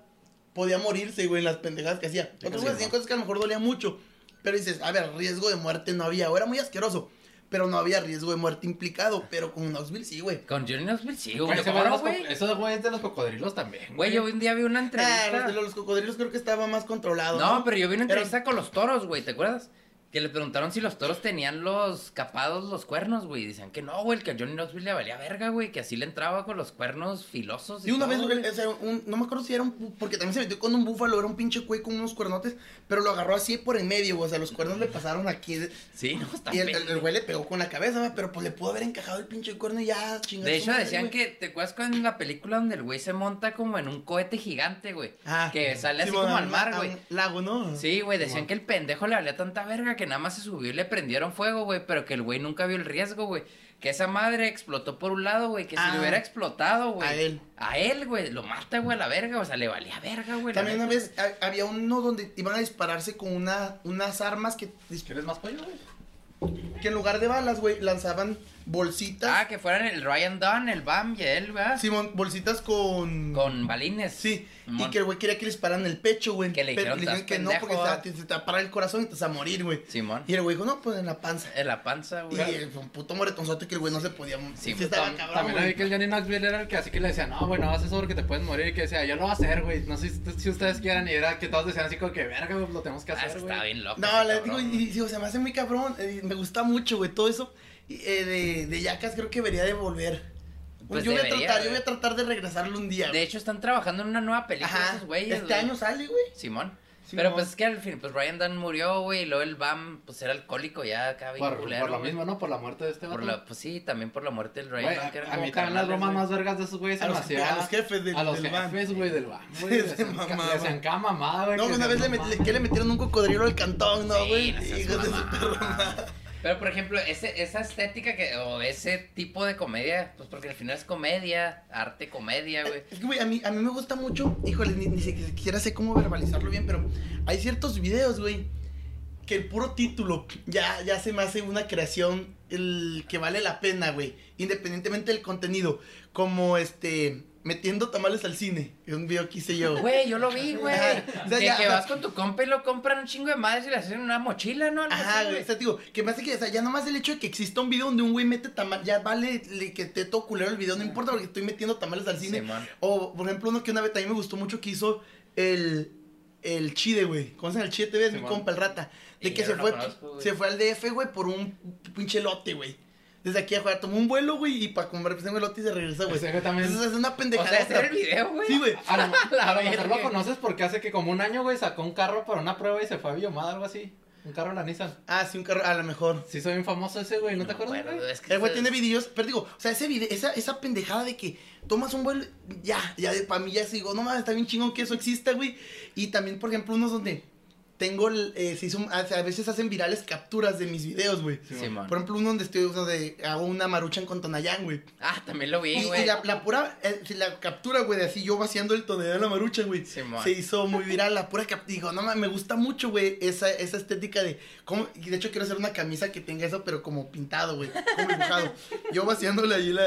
Speaker 6: podía morirse, güey, en las pendejadas que hacía. Otros güeyes hacían cosas que a lo mejor dolía mucho. Pero dices, a ver, riesgo de muerte no había. O era muy asqueroso, pero no había riesgo de muerte implicado. Pero con Knoxville sí, güey.
Speaker 5: Con Johnny Knoxville sí,
Speaker 8: Güey,
Speaker 1: Pues,
Speaker 5: güey.
Speaker 8: ese
Speaker 5: ¿cómo
Speaker 8: güey de
Speaker 5: no,
Speaker 8: los co-
Speaker 5: güey?
Speaker 8: Esos güeyes de los cocodrilos también,
Speaker 5: Güey, yo un día vi una
Speaker 6: Ah,
Speaker 5: entrevista.
Speaker 6: los, de los cocodrilos creo que estaba más controlado.
Speaker 5: No, pero yo vi una entrevista con los toros, güey, ¿te acuerdas? Que Que le preguntaron si los toros tenían los capados, los cuernos, güey. Dicen que no, güey, que a Johnny Knoxville le valía verga, güey. Que así le entraba con los cuernos filosos.
Speaker 6: Y una
Speaker 5: todo,
Speaker 6: vez,
Speaker 5: güey.
Speaker 6: o sea, un- no me acuerdo si era un. bu- Porque también se metió con un búfalo, era un pinche cuey con unos cuernotes, pero lo agarró así por en medio, güey, o sea, los cuernos le pasaron aquí.
Speaker 5: Sí, no, está
Speaker 6: Y el,
Speaker 5: pendejo.
Speaker 6: el- el güey le pegó con la cabeza, güey, pero pues le pudo haber encajado el pinche cuerno y ya, chingada.
Speaker 5: De hecho, decían que, ¿te acuerdas con la película donde el güey se monta como en un cohete gigante, güey?
Speaker 6: Ah,
Speaker 5: que sale así como al mar, güey.
Speaker 6: Lago, ¿no?
Speaker 5: Sí, güey, decían que el pendejo le valía tanta verga que nada más se subió y le prendieron fuego, güey, pero que el güey nunca vio el riesgo, güey. Que esa madre explotó por un lado, güey, que si
Speaker 6: Ah.
Speaker 5: le hubiera explotado, güey.
Speaker 6: A él.
Speaker 5: A él, güey, lo mata, güey, a la verga, o sea, le valía verga, güey. la
Speaker 6: También una
Speaker 5: neta.
Speaker 6: vez ha- había uno donde iban a dispararse con una, unas armas que,
Speaker 8: ¿Quieres más pollo, güey?
Speaker 6: que en lugar de balas, güey, lanzaban bolsitas.
Speaker 5: Ah, que fueran el Ryan Dunn, el Bam y él, ¿verdad?
Speaker 6: Simón, bolsitas con.
Speaker 5: Con balines.
Speaker 6: Sí,
Speaker 5: Mon-
Speaker 6: y que el güey quería que le dispararan el pecho, güey.
Speaker 5: Que le
Speaker 6: Pero
Speaker 5: dijeron, "Estás
Speaker 6: que no,
Speaker 5: pendejo,
Speaker 6: porque
Speaker 5: ¿verdad?"
Speaker 6: te, te, te para el corazón y te vas a morir, güey.
Speaker 5: Simón.
Speaker 6: Y el güey dijo, no, pues en la panza.
Speaker 5: En la panza,
Speaker 6: Y
Speaker 5: güey.
Speaker 6: eh, fue un puto moretonzote que el güey no se podía.
Speaker 5: Sí,
Speaker 6: Sí,
Speaker 5: pues,
Speaker 6: estaba
Speaker 5: tam-
Speaker 6: cabrón.
Speaker 8: También
Speaker 6: güey.
Speaker 8: vi que el Johnny Knoxville era el que así que le decía, no, güey, no hagas eso porque te puedes morir. Y que decía, yo lo voy a hacer, güey. No sé si, si ustedes quieran. Y era que todos decían así como que, verga, güey, lo tenemos que
Speaker 5: Ah,
Speaker 8: hacer, güey.
Speaker 5: está bien loco.
Speaker 6: No,
Speaker 5: ese
Speaker 6: le digo,
Speaker 5: cabrón,
Speaker 6: y, y digo, se me hace muy cabrón. eh, me gusta mucho, güey, todo eso. Y, eh, de, de Yacas creo que debería de volver.
Speaker 5: Pues
Speaker 6: yo, voy
Speaker 5: debería,
Speaker 6: a tratar, yo voy
Speaker 5: güey.
Speaker 6: a tratar de regresarlo un día.
Speaker 5: De
Speaker 6: güey.
Speaker 5: hecho, están trabajando en una nueva película
Speaker 6: Ajá.
Speaker 5: esos güeyes.
Speaker 6: este
Speaker 5: güey.
Speaker 6: año sale, güey.
Speaker 5: Simón.
Speaker 6: Simón.
Speaker 5: Pero pues es que al fin, pues Ryan Dunn murió, güey, y luego el Bam, pues era alcohólico ya acá bien
Speaker 8: Por,
Speaker 5: culero,
Speaker 8: por lo
Speaker 5: güey.
Speaker 8: mismo, ¿no? Por la muerte de este
Speaker 5: Por
Speaker 8: vato.
Speaker 5: la, pues sí, también por la muerte del Ryan
Speaker 8: Güey,
Speaker 5: Dunn, que eran
Speaker 8: a, a
Speaker 5: como
Speaker 8: mí también las
Speaker 5: carnales,
Speaker 8: bromas
Speaker 5: güey.
Speaker 8: más vergas de esos güeyes
Speaker 6: A
Speaker 8: se me
Speaker 6: los,
Speaker 8: hacía-
Speaker 6: a los jefes del,
Speaker 8: a los
Speaker 6: del van.
Speaker 8: jefes, güey, del van,
Speaker 6: Sí,
Speaker 8: güey.
Speaker 6: se
Speaker 8: Se
Speaker 6: mamaba.
Speaker 8: hacían cada mamada, güey.
Speaker 6: No,
Speaker 8: que
Speaker 6: una vez
Speaker 8: decían,
Speaker 6: le,
Speaker 8: "No
Speaker 6: met- le-
Speaker 8: mames".
Speaker 6: que le metieron un cocodrilo al cantón, ¿no,
Speaker 5: Sí,
Speaker 6: güey?
Speaker 5: no seas
Speaker 6: Hijos de su
Speaker 5: mamá.
Speaker 6: perra madre.
Speaker 5: Pero por ejemplo, ese, esa estética que, o ese tipo de comedia, pues porque al final es comedia, arte, comedia, güey.
Speaker 6: Es que, güey, a mí, a mí me gusta mucho, híjole, ni, ni siquiera sé cómo verbalizarlo bien, pero hay ciertos videos, güey, que el puro título ya, ya se me hace una creación el que vale la pena, güey, independientemente del contenido, como este, metiendo tamales al cine, es un video que hice yo.
Speaker 5: Güey, yo lo vi, güey.
Speaker 6: Ajá. O sea,
Speaker 5: De
Speaker 6: ya,
Speaker 5: que
Speaker 6: o sea-
Speaker 5: vas con tu compa y lo compran un chingo de madres y le hacen una mochila, ¿no? Algo así,
Speaker 6: Ajá, Ah, güey, o sea, digo, que me hace que, o sea, ya nomás el hecho de que exista un video donde un güey mete tamales, ya vale le- que te todo culero el video, no importa porque estoy metiendo tamales al cine,
Speaker 5: Simón.
Speaker 6: O, por ejemplo, uno que una vez también me gustó mucho que hizo el, el Chide, güey. ¿Conocen al Chide TV? Es mi
Speaker 8: Simón.
Speaker 6: compa, el rata. De
Speaker 5: Y
Speaker 6: que
Speaker 5: yo
Speaker 6: se
Speaker 5: no
Speaker 6: fue,
Speaker 5: lo conozco, güey.
Speaker 6: se fue al DF, güey, por un pinche lote, güey. Desde aquí a jugar, tomó un vuelo, güey, y para comer un elote y se regresó, güey.
Speaker 8: Ese güey también-
Speaker 6: Eso es una
Speaker 5: O sea, ese
Speaker 6: pendejada.
Speaker 5: era el video, güey.
Speaker 6: Sí, güey.
Speaker 8: A lo,
Speaker 5: La
Speaker 8: a lo mejor
Speaker 5: verga.
Speaker 8: lo conoces porque hace que como un año, güey, sacó un carro para una prueba y se fue a Biomada, algo así. Un carro en la Nissan.
Speaker 6: Ah, sí, un carro, a lo mejor.
Speaker 8: Sí, soy bien famoso ese, güey, ¿no, te acuerdas,
Speaker 5: Bueno,
Speaker 8: güey?
Speaker 5: es que
Speaker 6: El güey
Speaker 5: eso-
Speaker 6: tiene videos, pero digo, o sea, ese video, esa, esa pendejada de que tomas un vuelo, ya, ya, de, para mí ya sigo, no mames, está bien chingón que eso exista, güey. Y también, por ejemplo, unos donde tengo, el, eh, se hizo, un- a a veces hacen virales capturas de mis videos, güey.
Speaker 5: Simón.
Speaker 6: Por ejemplo, uno donde estoy, o sea, de, hago una maruchan con Tonayán, güey.
Speaker 5: Ah, también lo
Speaker 6: Y,
Speaker 5: vi,
Speaker 6: y
Speaker 5: güey.
Speaker 6: la, la pura, eh, si la captura, güey, de así yo vaciando el Tonayán en la maruchan, güey.
Speaker 5: Simón.
Speaker 6: Se hizo muy viral, la pura captura. Digo, no mames, me gusta mucho, güey, esa, esa estética de. cómo- y de hecho, quiero hacer una camisa que tenga eso, pero como pintado, güey. Como dibujado. yo vaciándole ahí, la,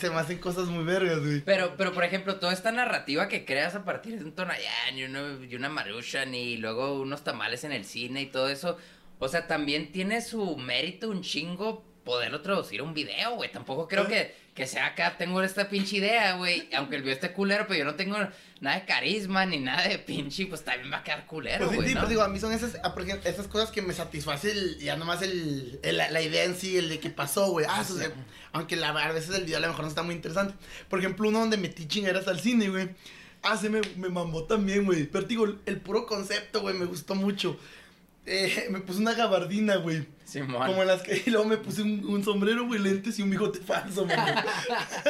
Speaker 6: se me hacen cosas muy vergas, güey.
Speaker 5: Pero, pero por ejemplo, toda esta narrativa que creas a partir de un Tonayán y, uno- y una Marushan y luego unos tamales en el cine y todo eso, o sea, también tiene su mérito un chingo poderlo traducir a un video, güey. Tampoco creo que, que sea acá, tengo esta pinche idea, güey. Aunque el video esté culero, pero yo no tengo nada de carisma ni nada de pinche, pues también va a quedar culero,
Speaker 6: Pues sí,
Speaker 5: güey.
Speaker 6: sí,
Speaker 5: ¿no?
Speaker 6: pues digo, a mí son esas, ah, por ejemplo, esas cosas que me satisface el- ya nomás el, el- la, la idea en sí, el de que pasó, güey. Ah, eso, o sea, aunque la, a veces el video a lo mejor no está muy interesante. Por ejemplo, uno donde metí chingaderas al cine, güey. Ah, se me, me mamó también, güey. Pero digo, el, el puro concepto, güey, me gustó mucho. Eh, me puse una gabardina, güey.
Speaker 5: Simón.
Speaker 6: Como las que. Y luego me puse un, un sombrero, güey, lentes y un bigote falso, man. güey.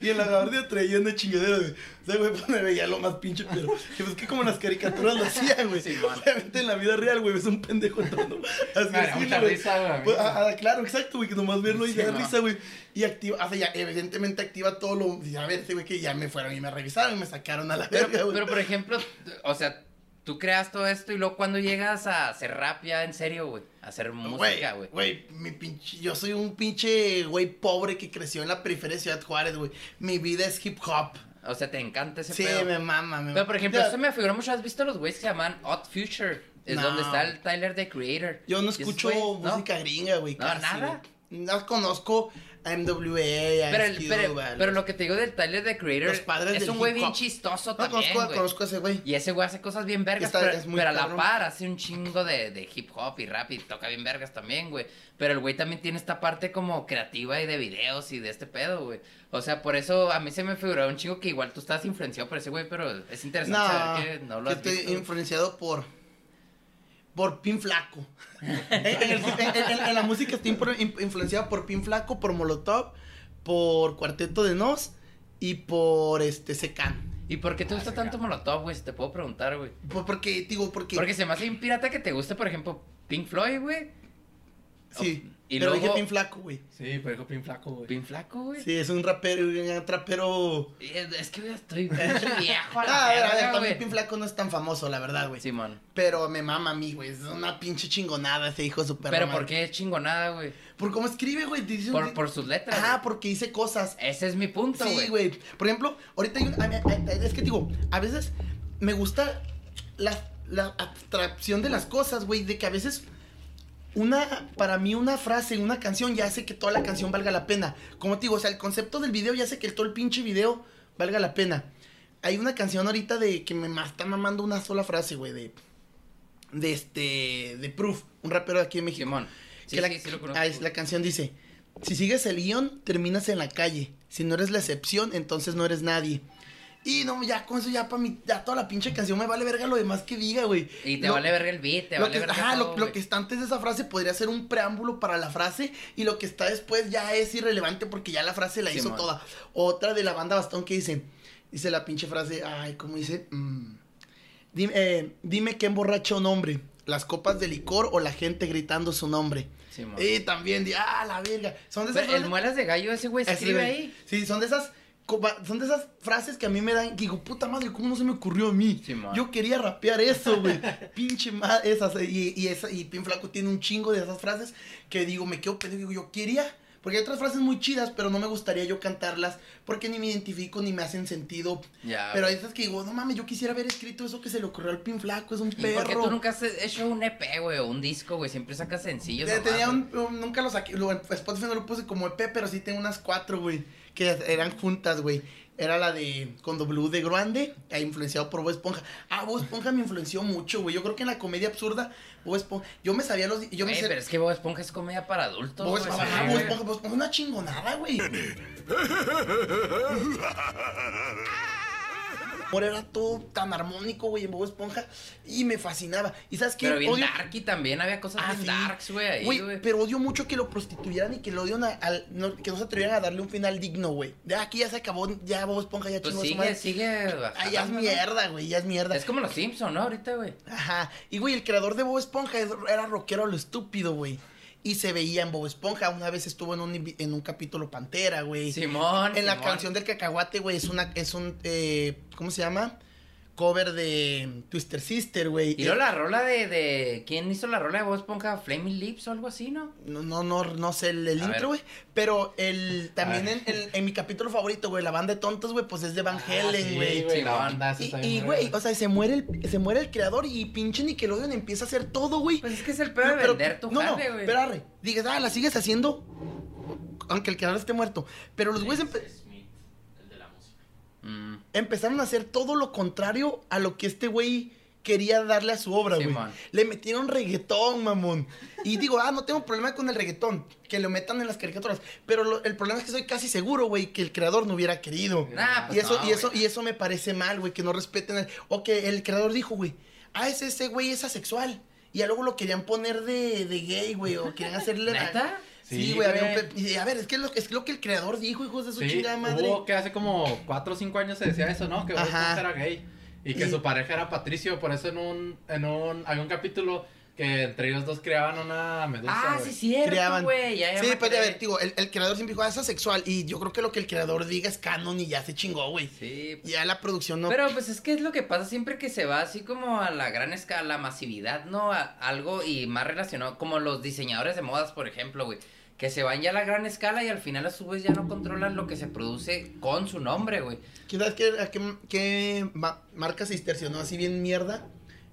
Speaker 6: y en la gabardina traía una chingadera, güey. O sea, güey, pues me veía lo más pinche, pero. Que pues que como en las caricaturas lo hacían, güey.
Speaker 5: Sí, man.
Speaker 6: Obviamente en la vida real, güey, es un pendejo todo. Así
Speaker 8: Me haría
Speaker 6: así,
Speaker 8: mucha
Speaker 6: güey.
Speaker 8: risa, güey, a mí.
Speaker 6: Pues, ah, ah, claro, exacto, güey, que nomás verlo y
Speaker 5: Sí,
Speaker 6: da
Speaker 5: man.
Speaker 6: risa, güey. Y activa, o sea, ya, evidentemente activa todo lo. Y a ver, este güey que ya me fueron y me revisaron y me sacaron a la
Speaker 5: Pero,
Speaker 6: verga, güey.
Speaker 5: pero, por ejemplo, t- o sea, tú creas todo esto y luego cuando llegas a hacer rap ya en serio, güey, a hacer música, güey.
Speaker 6: Pues, Güey, mi pinche, yo soy un pinche güey pobre que creció en la periferia de Ciudad Juárez, güey. Mi vida es hip hop.
Speaker 5: O sea, te encanta ese
Speaker 6: Sí,
Speaker 5: pedo.
Speaker 6: me mama, me
Speaker 5: Pero por ejemplo,
Speaker 6: Ya,
Speaker 5: eso me figuró mucho. ¿Has visto los güeyes que se llaman Odd Future? Es
Speaker 6: No.
Speaker 5: donde está el Tyler the Creator.
Speaker 6: Yo no
Speaker 5: ¿Y esos
Speaker 6: escucho
Speaker 5: güeyes? ¿No?
Speaker 6: música gringa, güey.
Speaker 5: No,
Speaker 6: casi,
Speaker 5: nada.
Speaker 6: güey. No conozco a MWA, a
Speaker 5: Pero, el-
Speaker 6: Ice Cube,
Speaker 5: pero,
Speaker 6: a
Speaker 5: pero
Speaker 6: los-
Speaker 5: lo que te digo del Tyler de Creator
Speaker 6: Los padres
Speaker 5: es
Speaker 6: del
Speaker 5: un güey
Speaker 6: hip
Speaker 5: bien
Speaker 6: hop.
Speaker 5: chistoso
Speaker 6: No,
Speaker 5: también.
Speaker 6: conozco,
Speaker 5: güey.
Speaker 6: conozco a ese güey.
Speaker 5: Y ese güey hace cosas bien vergas,
Speaker 6: Está-
Speaker 5: pero,
Speaker 6: es muy
Speaker 5: pero a la
Speaker 6: cabrón.
Speaker 5: par hace un chingo de, de hip hop y rap y toca bien vergas también, güey. Pero el güey también tiene esta parte como creativa y de videos y de este pedo, güey. O sea, por eso a mí se me figuró un chingo que igual tú estás influenciado por ese güey, pero es interesante
Speaker 6: No,
Speaker 5: saber que no lo
Speaker 6: yo
Speaker 5: has
Speaker 6: estoy
Speaker 5: visto.
Speaker 6: influenciado por por Pin Flaco. en, en el- en- en- en la música estoy impro- in- influenciado por Pin Flaco, por Molotov, por Cuarteto de Nos y por este Secan.
Speaker 5: ¿Y por qué te gusta tanto Molotov, güey? Si te puedo preguntar, güey.
Speaker 6: Por- Porque digo porque,
Speaker 5: Porque se me hace un pirata que te guste, por ejemplo, Pink Floyd, güey.
Speaker 6: sí,
Speaker 5: y
Speaker 6: pero
Speaker 5: luego-
Speaker 6: dije Pin Flaco, güey.
Speaker 8: Sí, pero dijo Pin Flaco, güey.
Speaker 5: Pin Flaco, güey.
Speaker 6: Sí, es un rapero, un trapero.
Speaker 5: Y Es es que ya estoy pinche viejo a la
Speaker 6: Ah, a ver, a ver,
Speaker 5: verga,
Speaker 6: también
Speaker 5: güey.
Speaker 6: Pin Flaco no es tan famoso, la verdad, güey.
Speaker 5: Simón.
Speaker 6: Pero me mama a mí, güey. Es una pinche chingonada ese hijo super.
Speaker 5: Pero ¿por qué es chingonada, güey?
Speaker 6: Por cómo escribe, güey. dice-
Speaker 5: Por, por sus letras.
Speaker 6: Ah,
Speaker 5: güey.
Speaker 6: porque dice cosas.
Speaker 5: Ese es mi punto, güey.
Speaker 6: Sí, güey. Por ejemplo, ahorita hay un. a mí- a- Es que digo, a veces me gusta la, la abstracción de las cosas, güey. De que a veces una. Para mí, una frase en una canción ya hace que toda la canción valga la pena. Como te digo, o sea, el concepto del video ya hace que todo el pinche video valga la pena. Hay una canción ahorita de que me ma- está mamando una sola frase, güey, de. De este. De Proof, un rapero de aquí de México.
Speaker 5: Simón. Sí,
Speaker 6: Que la,
Speaker 5: sí, sí lo conozco.
Speaker 6: ah, es- la canción dice, si sigues el guión, terminas en la calle. Si no eres la excepción, entonces no eres nadie. Y no, ya con eso ya para mí, ya toda la pinche canción me vale verga lo demás que diga, güey.
Speaker 5: Y te
Speaker 6: Lo-
Speaker 5: vale verga el beat, te
Speaker 6: lo
Speaker 5: vale
Speaker 6: que,
Speaker 5: verga
Speaker 6: ajá,
Speaker 5: todo,
Speaker 6: lo, lo
Speaker 5: güey.
Speaker 6: que está antes de esa frase podría ser un preámbulo para la frase y lo que está después ya es irrelevante porque ya la frase la hizo
Speaker 5: Simón.
Speaker 6: toda. Otra de la banda Bastón que dice, dice la pinche frase, ay, ¿cómo dice? Mm. Dime, eh, dime qué emborracha un hombre, las copas de licor o la gente gritando su nombre.
Speaker 5: Simón.
Speaker 6: Y también, di- ah, la verga. Son
Speaker 5: Pero
Speaker 6: de esas
Speaker 5: Pues, el
Speaker 6: frases-
Speaker 5: muelas de gallo ese güey escribe
Speaker 6: Escribe.
Speaker 5: ahí.
Speaker 6: Sí, son de esas copa- son de esas frases que a mí me dan, que digo, puta madre, ¿cómo no se me ocurrió a mí?
Speaker 5: Sí, man.
Speaker 6: Yo quería rapear eso, güey. Pinche madre, esas, eh, y, y esa, y Pin Flaco tiene un chingo de esas frases que digo, me quedo pendejo, digo, yo quería, porque hay otras frases muy chidas, pero no me gustaría yo cantarlas, porque ni me identifico, ni me hacen sentido,
Speaker 5: Ya.
Speaker 6: pero hay
Speaker 5: güey.
Speaker 6: esas que digo, no mames, yo quisiera haber escrito eso que se le ocurrió al Pin Flaco, es un
Speaker 5: ¿Y por qué
Speaker 6: perro.
Speaker 5: tú nunca has hecho un EP, güey, o un disco, güey? Siempre sacas sencillos.
Speaker 6: Ya
Speaker 5: nomás,
Speaker 6: tenía
Speaker 5: güey.
Speaker 6: un, un- nunca lo saqué, lo, en Spotify no lo puse como EP, pero sí tengo unas cuatro, güey, que eran juntas, güey. Era la de con W de Grande, e influenciado por Bob Esponja. Ah, Bob Esponja me influenció mucho, güey. Yo creo que en la comedia absurda, Bob Esponja, yo me sabía los, yo me
Speaker 5: Güey,
Speaker 6: sé-
Speaker 5: pero es que Bob Esponja es comedia para adultos,
Speaker 6: Bob
Speaker 5: güey.
Speaker 6: Esponja,
Speaker 5: Sí,
Speaker 6: ah, Bob
Speaker 5: güey.
Speaker 6: Esponja, Bob Esponja es una chingonada, güey. Amor, Era todo tan armónico, güey, en Bob Esponja. Y me fascinaba. ¿Y sabes qué?
Speaker 5: Pero bien
Speaker 6: Odio-
Speaker 5: darky también, había cosas
Speaker 6: Ah,
Speaker 5: bien
Speaker 6: sí.
Speaker 5: darks, güey, ahí,
Speaker 6: Güey,
Speaker 5: güey.
Speaker 6: pero odio mucho que lo prostituyeran y que lo dieron a- al, no, que no se atrevieran a darle un final digno, güey. Ya aquí ya se acabó, ya Bob Esponja ya
Speaker 5: Pues
Speaker 6: chingó a su
Speaker 5: sigue,
Speaker 6: madre.
Speaker 5: sigue.
Speaker 6: Ah, ya es
Speaker 5: bajando, ¿no?
Speaker 6: mierda, güey, ya es mierda.
Speaker 5: Es como los Simpsons, ¿no? Ahorita, güey.
Speaker 6: Ajá. Y güey, el creador de Bob Esponja es- era rockero a lo estúpido, güey. Y se veía en Bob Esponja. Una vez estuvo en un, invi- en un capítulo Pantera, güey.
Speaker 5: Simón.
Speaker 6: En la
Speaker 5: Simón.
Speaker 6: canción del cacahuate, güey, es una, es un, eh, ¿cómo se llama? Cover de Twister Sister, güey.
Speaker 5: Y luego
Speaker 6: Eh,
Speaker 5: la rola de, de. ¿Quién hizo la rola de Bob Esponja? Flaming Lips o algo así, ¿no?
Speaker 6: No, no, no, no sé el, el
Speaker 5: A ver.
Speaker 6: intro, güey. Pero el, también
Speaker 8: ver.
Speaker 6: en, el- en mi capítulo favorito, güey, la banda de tontos, güey, pues es de Van Halen, güey.
Speaker 5: Ah, güey.
Speaker 8: Ah, la banda esa
Speaker 6: Y-
Speaker 8: está bien
Speaker 6: y,
Speaker 8: verga,
Speaker 6: güey, o sea, se muere, el, se muere el creador y pinche Nickelodeon empieza a hacer todo, güey.
Speaker 5: Pues es que es el pedo de vender tu
Speaker 6: no,
Speaker 5: jale,
Speaker 6: no,
Speaker 5: güey.
Speaker 6: pero arre, digas, ah, la sigues haciendo, aunque el creador esté muerto. Pero los güeyes empe-
Speaker 7: Smith, el de la música.
Speaker 5: Mm,
Speaker 6: empezaron a hacer todo lo contrario a lo que este güey quería darle a su obra, güey.
Speaker 5: Simón.
Speaker 6: le metieron reggaetón, mamón. Y digo, ah, no tengo problema con el reggaetón, que lo metan en las caricaturas. Pero lo- el problema es que soy casi seguro, güey, que el creador no hubiera querido.
Speaker 5: Nah,
Speaker 8: Ah,
Speaker 5: pues
Speaker 6: y eso,
Speaker 5: no,
Speaker 6: y eso,
Speaker 5: güey.
Speaker 6: y eso me parece mal, güey, que no respeten el- O que el creador dijo, güey, ah, ese, ese güey es asexual. Y ya luego lo querían poner de, de gay, güey, o querían hacerle...
Speaker 5: ¿Neta?
Speaker 6: Sí,
Speaker 8: Sí,
Speaker 6: güey, había
Speaker 8: güey.
Speaker 6: un... pe- y a ver, es que es lo, es lo que el creador dijo, hijos de su
Speaker 8: Sí,
Speaker 6: chingada madre.
Speaker 8: hubo que hace como 4 o 5 años se decía eso, ¿no? Que Bob
Speaker 6: Ajá.
Speaker 8: Esponja era gay y que
Speaker 6: Y-
Speaker 8: su pareja era Patricio, por eso en un, en un, había un capítulo que entre ellos dos creaban una medusa,
Speaker 5: Ah,
Speaker 8: güey.
Speaker 5: sí, cierto,
Speaker 6: Creaban.
Speaker 5: güey. Ya, ya
Speaker 6: Sí, pues,
Speaker 5: me
Speaker 6: pero a
Speaker 5: acordé.
Speaker 6: ver, digo, el, el creador siempre dijo, ah, es asexual. Y yo creo que lo que el creador diga es canon y ya se chingó, güey.
Speaker 5: Sí, pues,
Speaker 6: Ya la producción no...
Speaker 5: Pero pues es que es lo que pasa siempre que se va así como a la gran escala, la masividad, ¿no? A algo y más relacionado, como los diseñadores de modas, por ejemplo, güey. Que se van ya a la gran escala y al final a su vez ya no controlan lo que se produce con su nombre, güey.
Speaker 6: ¿Quién sabe qué, a qué, qué ma- marca se distorsionó así bien mierda?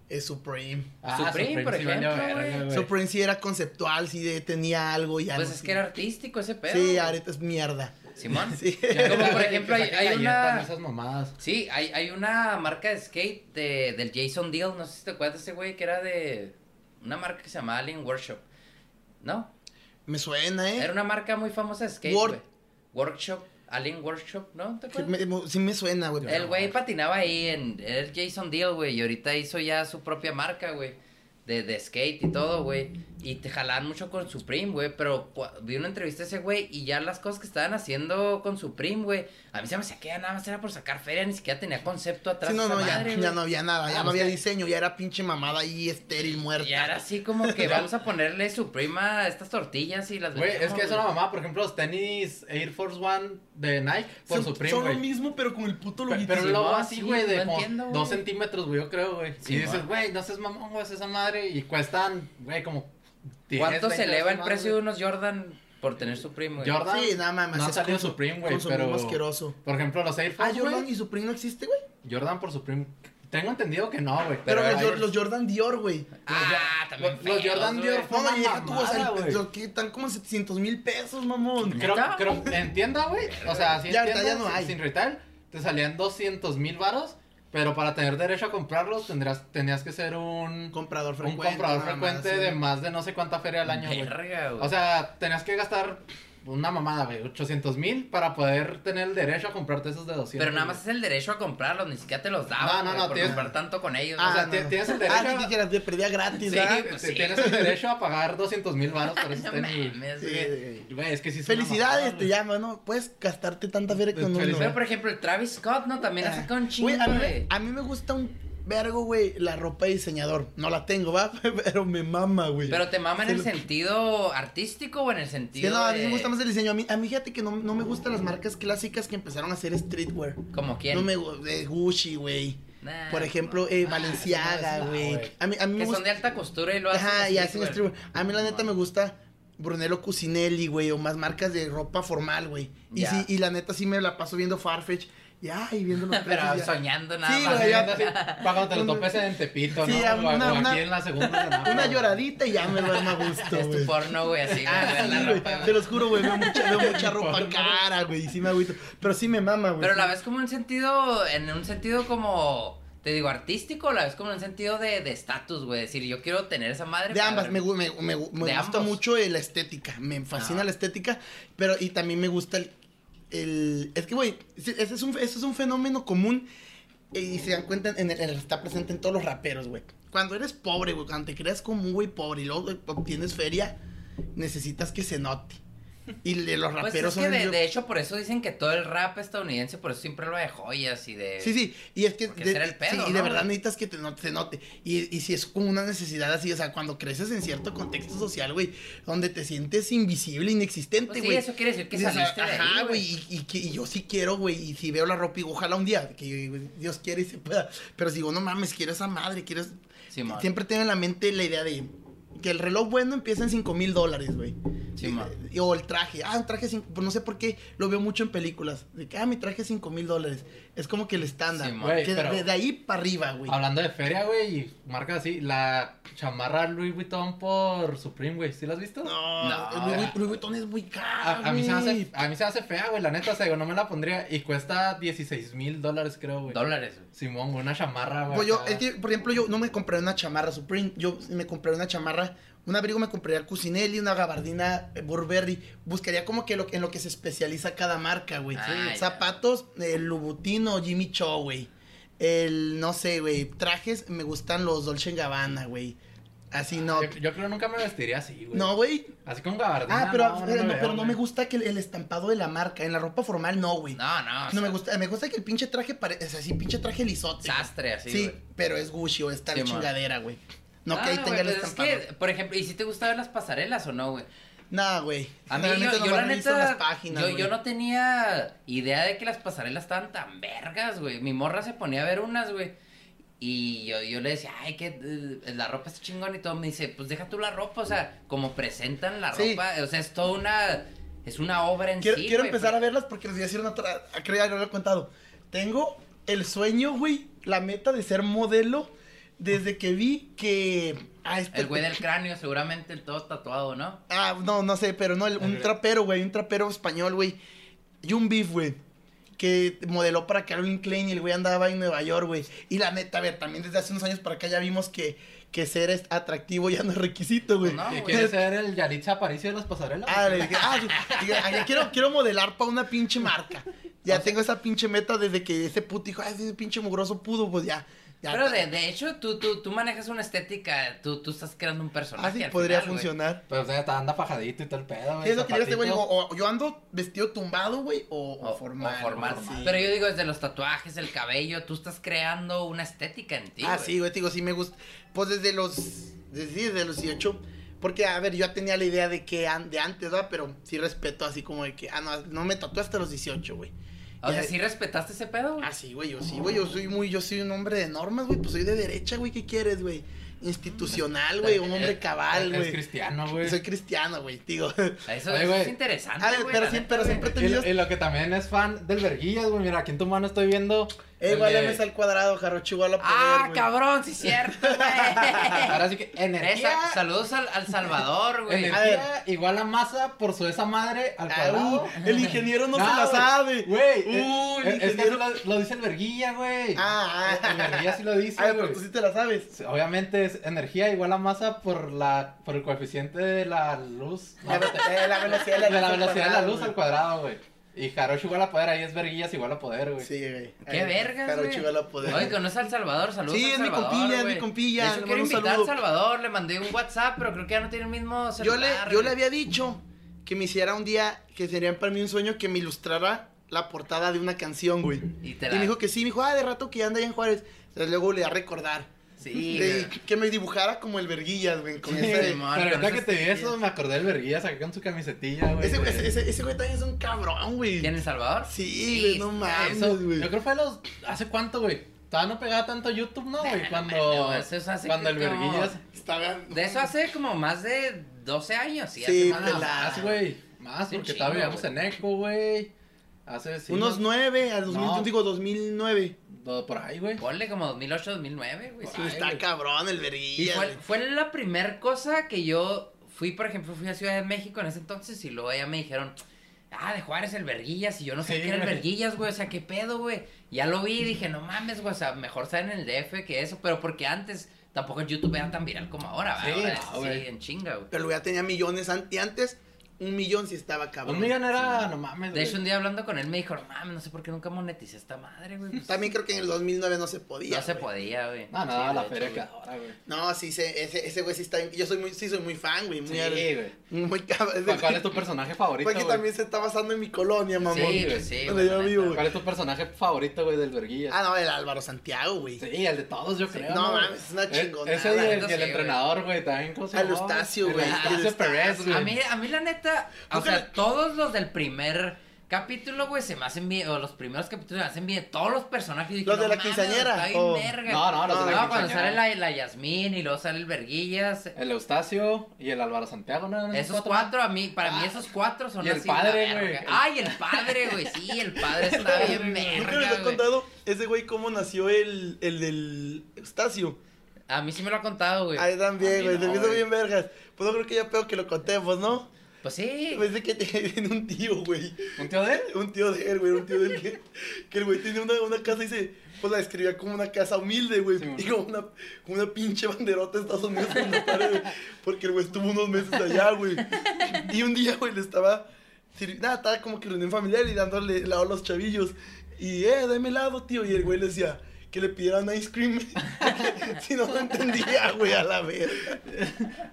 Speaker 6: es Supreme.
Speaker 8: Ah,
Speaker 5: Supreme, por
Speaker 1: sí valió
Speaker 5: ejemplo,
Speaker 1: verga,
Speaker 5: güey.
Speaker 1: güey.
Speaker 6: Supreme sí era conceptual, sí de- tenía algo y algo.
Speaker 5: Pues es que era artístico ese pedo.
Speaker 6: Sí,
Speaker 5: güey.
Speaker 6: ahorita es mierda.
Speaker 5: Simón.
Speaker 6: Sí.
Speaker 5: Como por ejemplo, hay, hay una.
Speaker 1: Esas mamadas.
Speaker 5: Sí, hay, hay una marca de skate de, del Jason Deal, no sé si te acuerdas de ese güey, que era de una marca que se llamaba Alien Workshop. ¿No?
Speaker 6: Me suena, ¿eh?
Speaker 5: Era una marca muy famosa de skate,
Speaker 6: Wor-
Speaker 5: güey. Workshop, Alien Workshop, ¿no? ¿Te
Speaker 6: Sí
Speaker 5: acuerdas?
Speaker 6: me, mo- sí me suena, güey.
Speaker 5: El güey patinaba ahí en era el Jason Deal, güey, y ahorita hizo ya su propia marca, güey, de, de skate y todo, güey. Y te jalaban mucho con Supreme, güey, pero cua- vi una entrevista de ese güey y ya las cosas que estaban haciendo con Supreme, güey, a mí se me hacía que ya nada más era por sacar feria, ni siquiera tenía concepto atrás.
Speaker 6: Sí, no,
Speaker 5: de
Speaker 6: no,
Speaker 5: esa
Speaker 6: ya,
Speaker 5: madre,
Speaker 6: ya
Speaker 5: güey.
Speaker 6: no había nada, ya
Speaker 5: Ah,
Speaker 6: no
Speaker 5: o
Speaker 6: había
Speaker 5: sea-
Speaker 6: diseño, ya era pinche mamada ahí estéril, muerta.
Speaker 5: Y ahora sí como que vamos a ponerle Supreme a estas tortillas y las
Speaker 1: Güey, es que es una
Speaker 5: no
Speaker 1: mamada, por ejemplo, los tenis Air Force One de Nike por
Speaker 6: Son-
Speaker 1: Supreme,
Speaker 6: Son lo
Speaker 1: güey.
Speaker 6: mismo, pero con el puto
Speaker 1: Pe-
Speaker 6: loguito.
Speaker 1: Pero
Speaker 5: sí,
Speaker 1: un logo
Speaker 5: no,
Speaker 1: así,
Speaker 5: sí,
Speaker 1: güey, de
Speaker 5: no
Speaker 1: como
Speaker 5: entiendo, güey.
Speaker 1: dos centímetros, güey, yo creo, güey.
Speaker 5: Sí,
Speaker 1: y dices,
Speaker 5: va.
Speaker 1: güey, no seas mamón, güey, es esa madre. Y cuestan, güey, como. 10,
Speaker 5: ¿Cuánto
Speaker 1: 20
Speaker 5: se eleva el
Speaker 1: dólares,
Speaker 5: precio
Speaker 1: güey.
Speaker 5: de unos Jordan por tener Supreme, güey?
Speaker 1: Jordan.
Speaker 6: Sí, nada más.
Speaker 1: No han
Speaker 6: es
Speaker 1: salido
Speaker 6: consu-
Speaker 1: Supreme, güey,
Speaker 6: consumismo
Speaker 1: pero-
Speaker 6: asqueroso.
Speaker 1: Por ejemplo, los Air
Speaker 6: Ah,
Speaker 1: Force.
Speaker 6: Jordan
Speaker 1: güey,
Speaker 6: y Supreme no existe, güey.
Speaker 1: Jordan por Supreme. Tengo entendido que no, güey.
Speaker 6: Pero,
Speaker 5: Pero
Speaker 6: los,
Speaker 5: hay-
Speaker 6: Jor- los Jordan Dior, güey.
Speaker 5: Ah, también
Speaker 1: Los- los
Speaker 5: feos,
Speaker 1: Jordan
Speaker 5: güey.
Speaker 1: Dior
Speaker 6: No, no, y deja tú, o sea,
Speaker 1: mamada, güey.
Speaker 6: lo que están como 700 mil pesos, mamón.
Speaker 1: Creo,
Speaker 5: ¿Neta?
Speaker 1: creo, en tienda, güey. O sea, si
Speaker 6: Ya
Speaker 1: en
Speaker 6: ahorita
Speaker 1: tienda,
Speaker 6: ya no
Speaker 1: sin-
Speaker 6: hay.
Speaker 1: sin retail, te salían 200 mil varos, pero para tener derecho a comprarlos tendrás, tenías que ser un,
Speaker 6: Un comprador
Speaker 1: un
Speaker 6: frecuente.
Speaker 1: comprador
Speaker 6: una mamada
Speaker 1: frecuente
Speaker 6: así,
Speaker 1: de
Speaker 6: güey.
Speaker 1: más de no sé cuánta feria al año, güey.
Speaker 5: Verga, güey.
Speaker 1: O sea, tenías que gastar una mamada, güey, 800 mil para poder tener el derecho a comprarte esos de 200.
Speaker 5: Pero nada
Speaker 1: güey.
Speaker 5: más es el derecho a comprarlos, ni siquiera te los
Speaker 1: No,
Speaker 5: daban.
Speaker 1: no,
Speaker 5: güey,
Speaker 1: no,
Speaker 5: Por
Speaker 1: tienes-
Speaker 5: comprar tanto con ellos.
Speaker 1: O
Speaker 5: o
Speaker 1: sea,
Speaker 5: sea,
Speaker 6: no,
Speaker 1: ti-
Speaker 6: no.
Speaker 1: tienes el
Speaker 6: Ah,
Speaker 1: derecho
Speaker 6: sí que
Speaker 1: a-
Speaker 6: quieras, te perdía gratis,
Speaker 5: Sí,
Speaker 6: ¿verdad?
Speaker 5: pues
Speaker 1: te-
Speaker 5: sí.
Speaker 1: Tienes el derecho a pagar 200 mil varos por esos
Speaker 5: no
Speaker 1: tenis.
Speaker 5: mames,
Speaker 6: Sí,
Speaker 5: güey.
Speaker 6: güey.
Speaker 1: Güey, es que sí es una
Speaker 6: Felicidades,
Speaker 1: mamada,
Speaker 6: te
Speaker 1: güey.
Speaker 6: llama, ¿no? Puedes gastarte tanta feria con uno.
Speaker 1: Felicidades.
Speaker 5: Pero por ejemplo, el Travis Scott, ¿no? También hace con chingo,
Speaker 6: Ah. Güey, a, mí, me-
Speaker 5: güey.
Speaker 6: a mí me gusta un vergo, güey, la ropa de diseñador. No la tengo, va, pero me mama, güey.
Speaker 5: Pero te mama en
Speaker 6: Se
Speaker 5: el
Speaker 6: lo-
Speaker 5: sentido artístico o en el
Speaker 6: Sí,
Speaker 5: sentido.
Speaker 6: no, a mí me
Speaker 5: de-
Speaker 6: gusta más el diseño. A mí, a mí fíjate que no, no me gustan las marcas clásicas que empezaron a hacer streetwear.
Speaker 5: Como quién.
Speaker 6: No me gu- de Gucci, güey.
Speaker 5: Nah,
Speaker 6: Por ejemplo,
Speaker 5: no.
Speaker 6: eh,
Speaker 1: Ah,
Speaker 6: Balenciaga,
Speaker 1: no, no,
Speaker 6: güey.
Speaker 1: güey.
Speaker 6: A mí, a mí me
Speaker 5: Que son de
Speaker 6: gusta.
Speaker 5: alta costura y lo hacen.
Speaker 6: Ajá,
Speaker 5: así,
Speaker 6: y hacen
Speaker 5: güey.
Speaker 6: streetwear. A mí, la neta, me gusta Brunello Cucinelli, güey, o más marcas de ropa formal, güey. Y,
Speaker 5: Ya.
Speaker 6: sí, y la neta, sí me la paso viendo Farfetch. Ya, y viendo los precios,
Speaker 5: Pero
Speaker 6: ya.
Speaker 5: soñando nada
Speaker 6: Sí,
Speaker 5: más.
Speaker 6: güey, ya-
Speaker 5: güey.
Speaker 1: Así, Para cuando te lo topes en Tepito,
Speaker 6: Sí,
Speaker 1: ¿no?
Speaker 6: a
Speaker 1: O- o
Speaker 6: una- una-
Speaker 1: aquí en la segunda. de Napa,
Speaker 6: Una
Speaker 1: güey.
Speaker 6: lloradita y ya me duermo a gusto,
Speaker 5: Es tu
Speaker 6: güey.
Speaker 5: porno, güey, así, güey,
Speaker 6: Ah,
Speaker 5: la
Speaker 6: sí, güey,
Speaker 5: ropa, güey.
Speaker 6: Te los juro, güey, veo mucha, veo mucha ropa
Speaker 1: Porno.
Speaker 6: cara, güey, y sí me agüito. Pero sí me mama, güey.
Speaker 5: Pero la
Speaker 6: Sí.
Speaker 5: ves como un sentido, en un sentido como, te digo, artístico, o la ves como en un sentido de de estatus, güey. Decir, yo quiero tener esa madre.
Speaker 6: De
Speaker 5: para
Speaker 6: ambas,
Speaker 5: ver-
Speaker 6: me, gu- me, me, gu- me
Speaker 5: De
Speaker 6: gusta
Speaker 5: ambos.
Speaker 6: mucho eh, la estética, me fascina
Speaker 5: Ah.
Speaker 6: la estética, pero y también me gusta el... el- es que, güey, sí, ese es un, ese es un fenómeno común eh, y se dan cuenta, en el- en el- está presente en todos los raperos, güey. Cuando eres pobre, güey, cuando te creas como un güey pobre y luego eh, obtienes feria, necesitas que se note. Y le- los
Speaker 5: Pues es
Speaker 6: raperos
Speaker 5: que
Speaker 6: son... el-
Speaker 5: de, de hecho, por eso dicen que todo el rap estadounidense, por eso siempre habla de joyas y de.
Speaker 6: Sí, sí, y es que
Speaker 5: Porque
Speaker 6: de,
Speaker 5: ese era el pedo,
Speaker 6: sí, y
Speaker 5: ¿no,
Speaker 6: de verdad
Speaker 5: güey?
Speaker 6: necesitas que te note, se note. Y, y si es como una necesidad así, o sea, cuando creces en cierto contexto social, güey, donde te sientes invisible, inexistente,
Speaker 5: Pues
Speaker 6: güey.
Speaker 5: sí, eso quiere decir que
Speaker 6: Dices,
Speaker 5: saliste de
Speaker 6: Ajá,
Speaker 5: ahí,
Speaker 6: güey, y, y que- y yo sí quiero, güey, y si veo la ropa y ojalá un día, que yo digo, Dios quiere y se pueda, pero si digo, no mames, quiero esa madre, quiero... es-
Speaker 5: Simón.
Speaker 6: Siempre tengo en la mente la idea de que el reloj bueno empieza en 5 mil dólares, güey.
Speaker 5: Simón.
Speaker 6: Y- O el traje. Ah, un traje, cinco- pues no sé por qué, lo veo mucho en películas. De que, ah, mi traje 5 mil dólares. Es como que el estándar.
Speaker 5: Simón.
Speaker 1: Güey,
Speaker 6: que
Speaker 1: pero-
Speaker 6: desde ahí para arriba, güey.
Speaker 1: Hablando de feria, güey, y marcas así, la chamarra Louis Vuitton por Supreme, güey, ¿sí la has visto?
Speaker 6: No,
Speaker 5: No,
Speaker 6: Louis,
Speaker 1: güey.
Speaker 6: Louis Vuitton es muy caro.
Speaker 1: A, a mí se me hace,
Speaker 6: güey.
Speaker 1: a mí se me hace fea, güey, la neta, o sea, digo, no me la pondría y cuesta 16 mil dólares, creo, güey.
Speaker 5: Dólares, güey.
Speaker 1: Simón, güey, una chamarra, güey.
Speaker 6: Pues yo,
Speaker 1: Ah, acá.
Speaker 6: es que, por ejemplo, yo no me compré una chamarra Supreme. Yo me compré una chamarra, un abrigo me compraría Cucinelli, una gabardina eh, Burberry. Buscaría como que lo, en lo que se especializa cada marca, güey.
Speaker 5: Ah, ya.
Speaker 6: Zapatos, el Lubutino, Jimmy Choo, güey. El, no sé, güey. Trajes, me gustan los Dolce Gabbana, güey. Así no.
Speaker 1: Yo, yo creo que nunca me vestiría así, güey.
Speaker 6: No, güey.
Speaker 1: Así con gabardina.
Speaker 6: Ah, pero eh, no,
Speaker 1: veo,
Speaker 6: pero no
Speaker 1: güey.
Speaker 6: me gusta que el, el estampado de la marca. En la ropa formal, no, güey.
Speaker 5: No, no. o
Speaker 6: No
Speaker 5: sea,
Speaker 6: me gusta, me gusta que el pinche traje parece es así, pinche traje lisote.
Speaker 5: Sastre, así.
Speaker 6: Sí,
Speaker 5: güey.
Speaker 6: pero es Gucci o esta
Speaker 5: Sí, man.
Speaker 6: chingadera, güey. No
Speaker 5: Ah,
Speaker 6: que ahí
Speaker 5: güey,
Speaker 6: tenga el
Speaker 5: pues es
Speaker 6: estampado.
Speaker 5: que, por ejemplo, ¿y si te gusta ver las pasarelas o no, güey?
Speaker 6: Nah, güey.
Speaker 5: A mí,
Speaker 6: Realmente
Speaker 5: yo, yo
Speaker 6: nomás
Speaker 5: la
Speaker 6: reviso
Speaker 5: neta,
Speaker 6: las páginas,
Speaker 5: yo,
Speaker 6: güey.
Speaker 5: yo no tenía idea de que las pasarelas estaban tan vergas, güey. Mi morra se ponía a ver unas, güey. Y yo, yo le decía, ay, que eh, la ropa está chingón y todo. Me dice, pues deja tú la ropa, o sea, como presentan la
Speaker 6: Sí.
Speaker 5: ropa. O sea, es toda una, es una obra en
Speaker 6: Quiero,
Speaker 5: sí,
Speaker 6: quiero
Speaker 5: güey,
Speaker 6: empezar
Speaker 5: pero-
Speaker 6: a verlas porque les voy a decir una otra. Creo que ya lo he contado. Tengo el sueño, güey, la meta de ser modelo desde que vi que. Ah, este-
Speaker 5: El güey del cráneo, seguramente el todo tatuado, ¿no?
Speaker 6: Ah, no, no sé, pero no, el- un trapero, güey, un trapero español, güey. Y un beef, güey. Que modeló para Calvin Klein y el güey andaba en Nueva York, güey. Y la neta, a ver, también desde hace unos años para acá ya vimos que, que ser es- atractivo ya no es requisito, güey.
Speaker 5: No,
Speaker 1: ¿Que
Speaker 5: güey.
Speaker 1: ¿Quieres ser el Yalitza Aparicio de las pasarelas?
Speaker 6: Ah, le dije, ah, dije, ah, ya quiero, quiero modelar para una pinche marca. Ya tengo esa pinche meta desde que ese puto dijo, ah, ese pinche mugroso pudo, pues ya. ya
Speaker 5: Pero de, de hecho, tú, tú, tú manejas una estética, tú, tú estás creando un personaje.
Speaker 6: Ah, sí,
Speaker 5: al
Speaker 6: podría
Speaker 5: final, güey.
Speaker 6: funcionar.
Speaker 1: Pero pues, o sea, está- anda fajadito y todo el pedo, güey.
Speaker 6: Sí, es lo que diría este güey, digo,
Speaker 1: zapatito.
Speaker 6: o yo ando vestido tumbado, güey, o, o
Speaker 5: O,
Speaker 6: formal.
Speaker 5: o formal.
Speaker 6: güey, sí.
Speaker 5: Pero yo digo, desde los tatuajes, el cabello, tú estás creando una estética en ti.
Speaker 6: ah,
Speaker 5: güey.
Speaker 6: sí, güey, te digo, sí me gusta. Pues desde los. Desde, sí, desde los 18. Porque, a ver, yo ya tenía la idea de que an- de antes, ¿verdad? Pero sí respeto así como de que, ah, no, no me tatué hasta los 18, güey.
Speaker 5: O sea,
Speaker 6: Ya-
Speaker 5: ¿sí respetaste ese pedo? güey?
Speaker 6: Eh, Ah, sí, güey, yo sí, güey, yo soy muy, yo soy un hombre de normas, güey, pues soy de derecha, güey, ¿qué quieres, güey? Institucional, güey, un hombre cabal,
Speaker 1: eh, Eres
Speaker 6: güey.
Speaker 1: cristiano, güey.
Speaker 6: Soy cristiano, güey, digo. A
Speaker 5: Eso,
Speaker 1: Oye,
Speaker 5: eso es
Speaker 1: güey.
Speaker 5: interesante.
Speaker 6: ver,
Speaker 5: güey,
Speaker 6: Ah, pero
Speaker 5: la
Speaker 6: siempre, pero
Speaker 5: neta,
Speaker 6: siempre
Speaker 5: güey.
Speaker 6: te
Speaker 1: Y lo,
Speaker 6: videos.
Speaker 1: y lo que también es fan del verguillas, güey. Mira, aquí en tu mano estoy viendo.
Speaker 6: Eh,
Speaker 1: el
Speaker 6: igual
Speaker 1: de-
Speaker 6: MS al cuadrado, Jarocho, igual a poder,
Speaker 5: Ah,
Speaker 6: güey.
Speaker 5: cabrón, sí, es cierto, güey.
Speaker 1: Ahora sí que energía.
Speaker 5: Esa- saludos al, al Salvador, güey.
Speaker 6: A
Speaker 1: energía igual a masa por su esa madre al
Speaker 6: Ah,
Speaker 1: cuadrado.
Speaker 6: uh, el ingeniero no, se la
Speaker 1: güey,
Speaker 6: sabe.
Speaker 1: Güey,
Speaker 6: Uh, el
Speaker 1: eh, es que
Speaker 6: ingeniero-
Speaker 1: eso lo, lo dice el verguilla, güey.
Speaker 6: Ah, ah.
Speaker 1: El verguilla Eh, sí lo dice,
Speaker 6: A ver,
Speaker 1: güey.
Speaker 6: pero tú sí te la sabes.
Speaker 1: Obviamente es energía igual a masa por la por el coeficiente de la luz. ¿no?
Speaker 6: La, ve- eh, la velocidad de la
Speaker 1: de
Speaker 6: luz.
Speaker 1: la
Speaker 6: al
Speaker 1: velocidad de la
Speaker 6: cuadrado,
Speaker 1: luz
Speaker 6: güey.
Speaker 1: al cuadrado, güey. Y Jarosh igual a poder, ahí es verguillas igual a poder, güey.
Speaker 6: Sí, güey.
Speaker 5: Qué vergas, güey.
Speaker 6: Jarocho igual a poder.
Speaker 5: Oye, conoce al Salvador, saludos
Speaker 6: Sí,
Speaker 5: al
Speaker 6: es mi
Speaker 5: Salvador,
Speaker 6: compilla, es mi
Speaker 5: güey.
Speaker 6: compilla,
Speaker 5: De hecho,
Speaker 6: le
Speaker 5: quiero
Speaker 6: mando un
Speaker 5: invitar al
Speaker 6: saludo.
Speaker 5: Salvador, le mandé un WhatsApp, pero creo que ya no tiene el mismo
Speaker 6: Yo le,
Speaker 5: celular.
Speaker 6: yo
Speaker 5: güey.
Speaker 6: le había dicho que me hiciera un día, que sería para mí un sueño que me ilustrara la portada de una canción, güey.
Speaker 5: Y te
Speaker 6: Y
Speaker 5: la...
Speaker 6: me dijo que sí, me dijo, ah, de rato que ya anda allá en Juárez. Entonces luego le iba a recordar.
Speaker 5: Sí,
Speaker 6: De-
Speaker 5: güey.
Speaker 6: que me dibujara como el verguillas, güey. Con
Speaker 5: Sí,
Speaker 6: ese,
Speaker 5: Simón,
Speaker 1: Pero
Speaker 5: con
Speaker 1: ahorita que
Speaker 5: esas
Speaker 1: te vi
Speaker 5: tetillas.
Speaker 1: eso, me acordé del verguillas acá con su camisetilla, güey.
Speaker 6: ese,
Speaker 1: de-
Speaker 6: ese, ese- ese güey también es un cabrón, güey.
Speaker 5: ¿Quién, el Salvador?
Speaker 6: Sí, güey, no mames,
Speaker 1: Eso,
Speaker 6: güey.
Speaker 1: Yo creo que fue a los. ¿Hace cuánto, güey? Todavía no pegaba tanto YouTube, ¿no, güey? Cuando.
Speaker 5: no, eso es hace
Speaker 1: cuando el
Speaker 5: que como-
Speaker 1: verguillas.
Speaker 6: Estaba-
Speaker 5: De eso hace como más de 12 años. Sí, hace
Speaker 6: Sí,
Speaker 5: más de
Speaker 1: Más,
Speaker 6: la-
Speaker 1: más, güey. Más,
Speaker 5: Sí,
Speaker 1: porque
Speaker 5: Ah, chingo,
Speaker 1: todavía vivimos
Speaker 5: güey.
Speaker 1: en Eco, güey. Hace. sí,
Speaker 6: Unos
Speaker 1: ¿no?
Speaker 6: nueve, al 2000,
Speaker 1: No.
Speaker 6: digo 2009.
Speaker 1: Do- Por ahí, güey.
Speaker 5: Ponle como 2008, 2009, güey.
Speaker 1: Por
Speaker 5: sí.
Speaker 1: ahí.
Speaker 6: Está
Speaker 1: güey.
Speaker 6: cabrón el
Speaker 5: Y
Speaker 6: verguillas.
Speaker 5: fue,
Speaker 6: güey.
Speaker 5: fue la primera cosa que yo fui, por ejemplo, fui a Ciudad de México en ese entonces y luego ya me dijeron, ah, de Juárez el Verguillas y yo no sé
Speaker 1: Sí,
Speaker 5: qué era el
Speaker 1: güey.
Speaker 5: Verguillas, güey, o sea, qué pedo, güey. Ya lo vi y dije, no mames, güey, o sea, mejor estar en el DF que eso, pero porque antes tampoco YouTube era tan viral como ahora, ¿verdad?
Speaker 1: Sí,
Speaker 5: Ahora
Speaker 1: no,
Speaker 5: es
Speaker 1: güey.
Speaker 5: así, en chinga, güey.
Speaker 6: Pero ya tenía millones an- y antes, un millón sí estaba cabrón.
Speaker 1: Un millón era. No mames,
Speaker 5: De
Speaker 1: güey.
Speaker 5: hecho, un día hablando con él me dijo, no mames, no sé por qué nunca moneticé esta madre, güey. pues,
Speaker 6: También creo que en el 2009 no se podía.
Speaker 5: no se
Speaker 6: güey.
Speaker 5: podía, güey.
Speaker 1: No, no,
Speaker 5: Sí, de
Speaker 1: la
Speaker 5: hecho,
Speaker 1: feria que
Speaker 5: güey.
Speaker 1: ahora, güey.
Speaker 6: No, sí, se- ese, ese güey sí está bien. Yo soy muy, sí soy muy fan, güey. Muy, al-
Speaker 1: Sí, güey.
Speaker 6: muy cabrón.
Speaker 1: ¿Cuál- ¿Cuál es tu personaje favorito,
Speaker 6: Porque
Speaker 1: güey?
Speaker 6: también se está basando en mi colonia, mamón.
Speaker 5: Sí, güey, sí,
Speaker 6: Donde
Speaker 5: güey,
Speaker 6: yo
Speaker 5: la
Speaker 6: vivo,
Speaker 5: neta.
Speaker 6: güey.
Speaker 1: ¿Cuál es tu personaje favorito, güey, del verguillas?
Speaker 6: Ah, no, el Álvaro Santiago, güey.
Speaker 1: Sí, el de todos, yo creo.
Speaker 6: no
Speaker 1: güey?
Speaker 6: mames, es una
Speaker 1: Eh,
Speaker 6: chingonada.
Speaker 1: Ese y el,
Speaker 5: Entonces,
Speaker 1: y el
Speaker 5: sí, güey.
Speaker 1: entrenador, güey, también. ¿cómo se
Speaker 6: Al
Speaker 1: llamaba?
Speaker 6: Eustacio,
Speaker 1: El
Speaker 6: güey.
Speaker 1: Eustacio Pérez, güey.
Speaker 5: A mí, a mí la neta, o
Speaker 6: Nunca
Speaker 5: sea,
Speaker 6: le-
Speaker 5: todos los del primer capítulo, güey, se me hacen bien, o los primeros capítulos se me hacen bien, todos los personajes. dije,
Speaker 6: ¿Los de
Speaker 5: "No
Speaker 6: la
Speaker 5: mames,
Speaker 6: quinceañera?
Speaker 5: está bien
Speaker 6: O-
Speaker 5: verga".
Speaker 1: No, no, los
Speaker 6: de la
Speaker 5: cuando
Speaker 1: quinceañera.
Speaker 5: sale la, la Yasmín y luego sale el Verguillas,
Speaker 1: El Eustacio y el Álvaro Santiago, ¿no?
Speaker 5: esos cuatro, a mí, para mí esos cuatro son
Speaker 1: Y el
Speaker 5: así la
Speaker 1: padre,
Speaker 5: verga.
Speaker 1: güey.
Speaker 5: Ay, el padre, güey, sí, el padre está bien
Speaker 6: Nunca les
Speaker 5: verga,
Speaker 6: he
Speaker 5: güey.
Speaker 6: contado ese güey cómo nació el, el del Eustacio.
Speaker 5: A mí sí me lo ha contado, güey.
Speaker 6: Ahí
Speaker 1: a
Speaker 6: también,
Speaker 1: mí
Speaker 6: güey.
Speaker 1: no,
Speaker 6: Se me hizo
Speaker 1: güey.
Speaker 6: bien vergas. Pues no creo que ya peor que lo contemos, ¿no?
Speaker 5: Pues sí.
Speaker 6: Me dice que tiene un tío, güey.
Speaker 1: ¿Un tío de él?
Speaker 6: Un tío de él, güey, un tío de él que, que el güey tiene una, una casa y se, pues la describía como una casa humilde, güey.
Speaker 1: Sí, mon.
Speaker 6: y como una, como una pinche banderota de Estados Unidos en la pared, güey, Porque el güey estuvo unos meses allá, güey. Y un día, güey, le estaba, sirvi- nada, estaba como que reunión familiar y dándole helado a los chavillos. Y, eh, dame helado, tío. Y el güey le decía que le pidieran ice cream. si no lo entendía, güey, a la verga.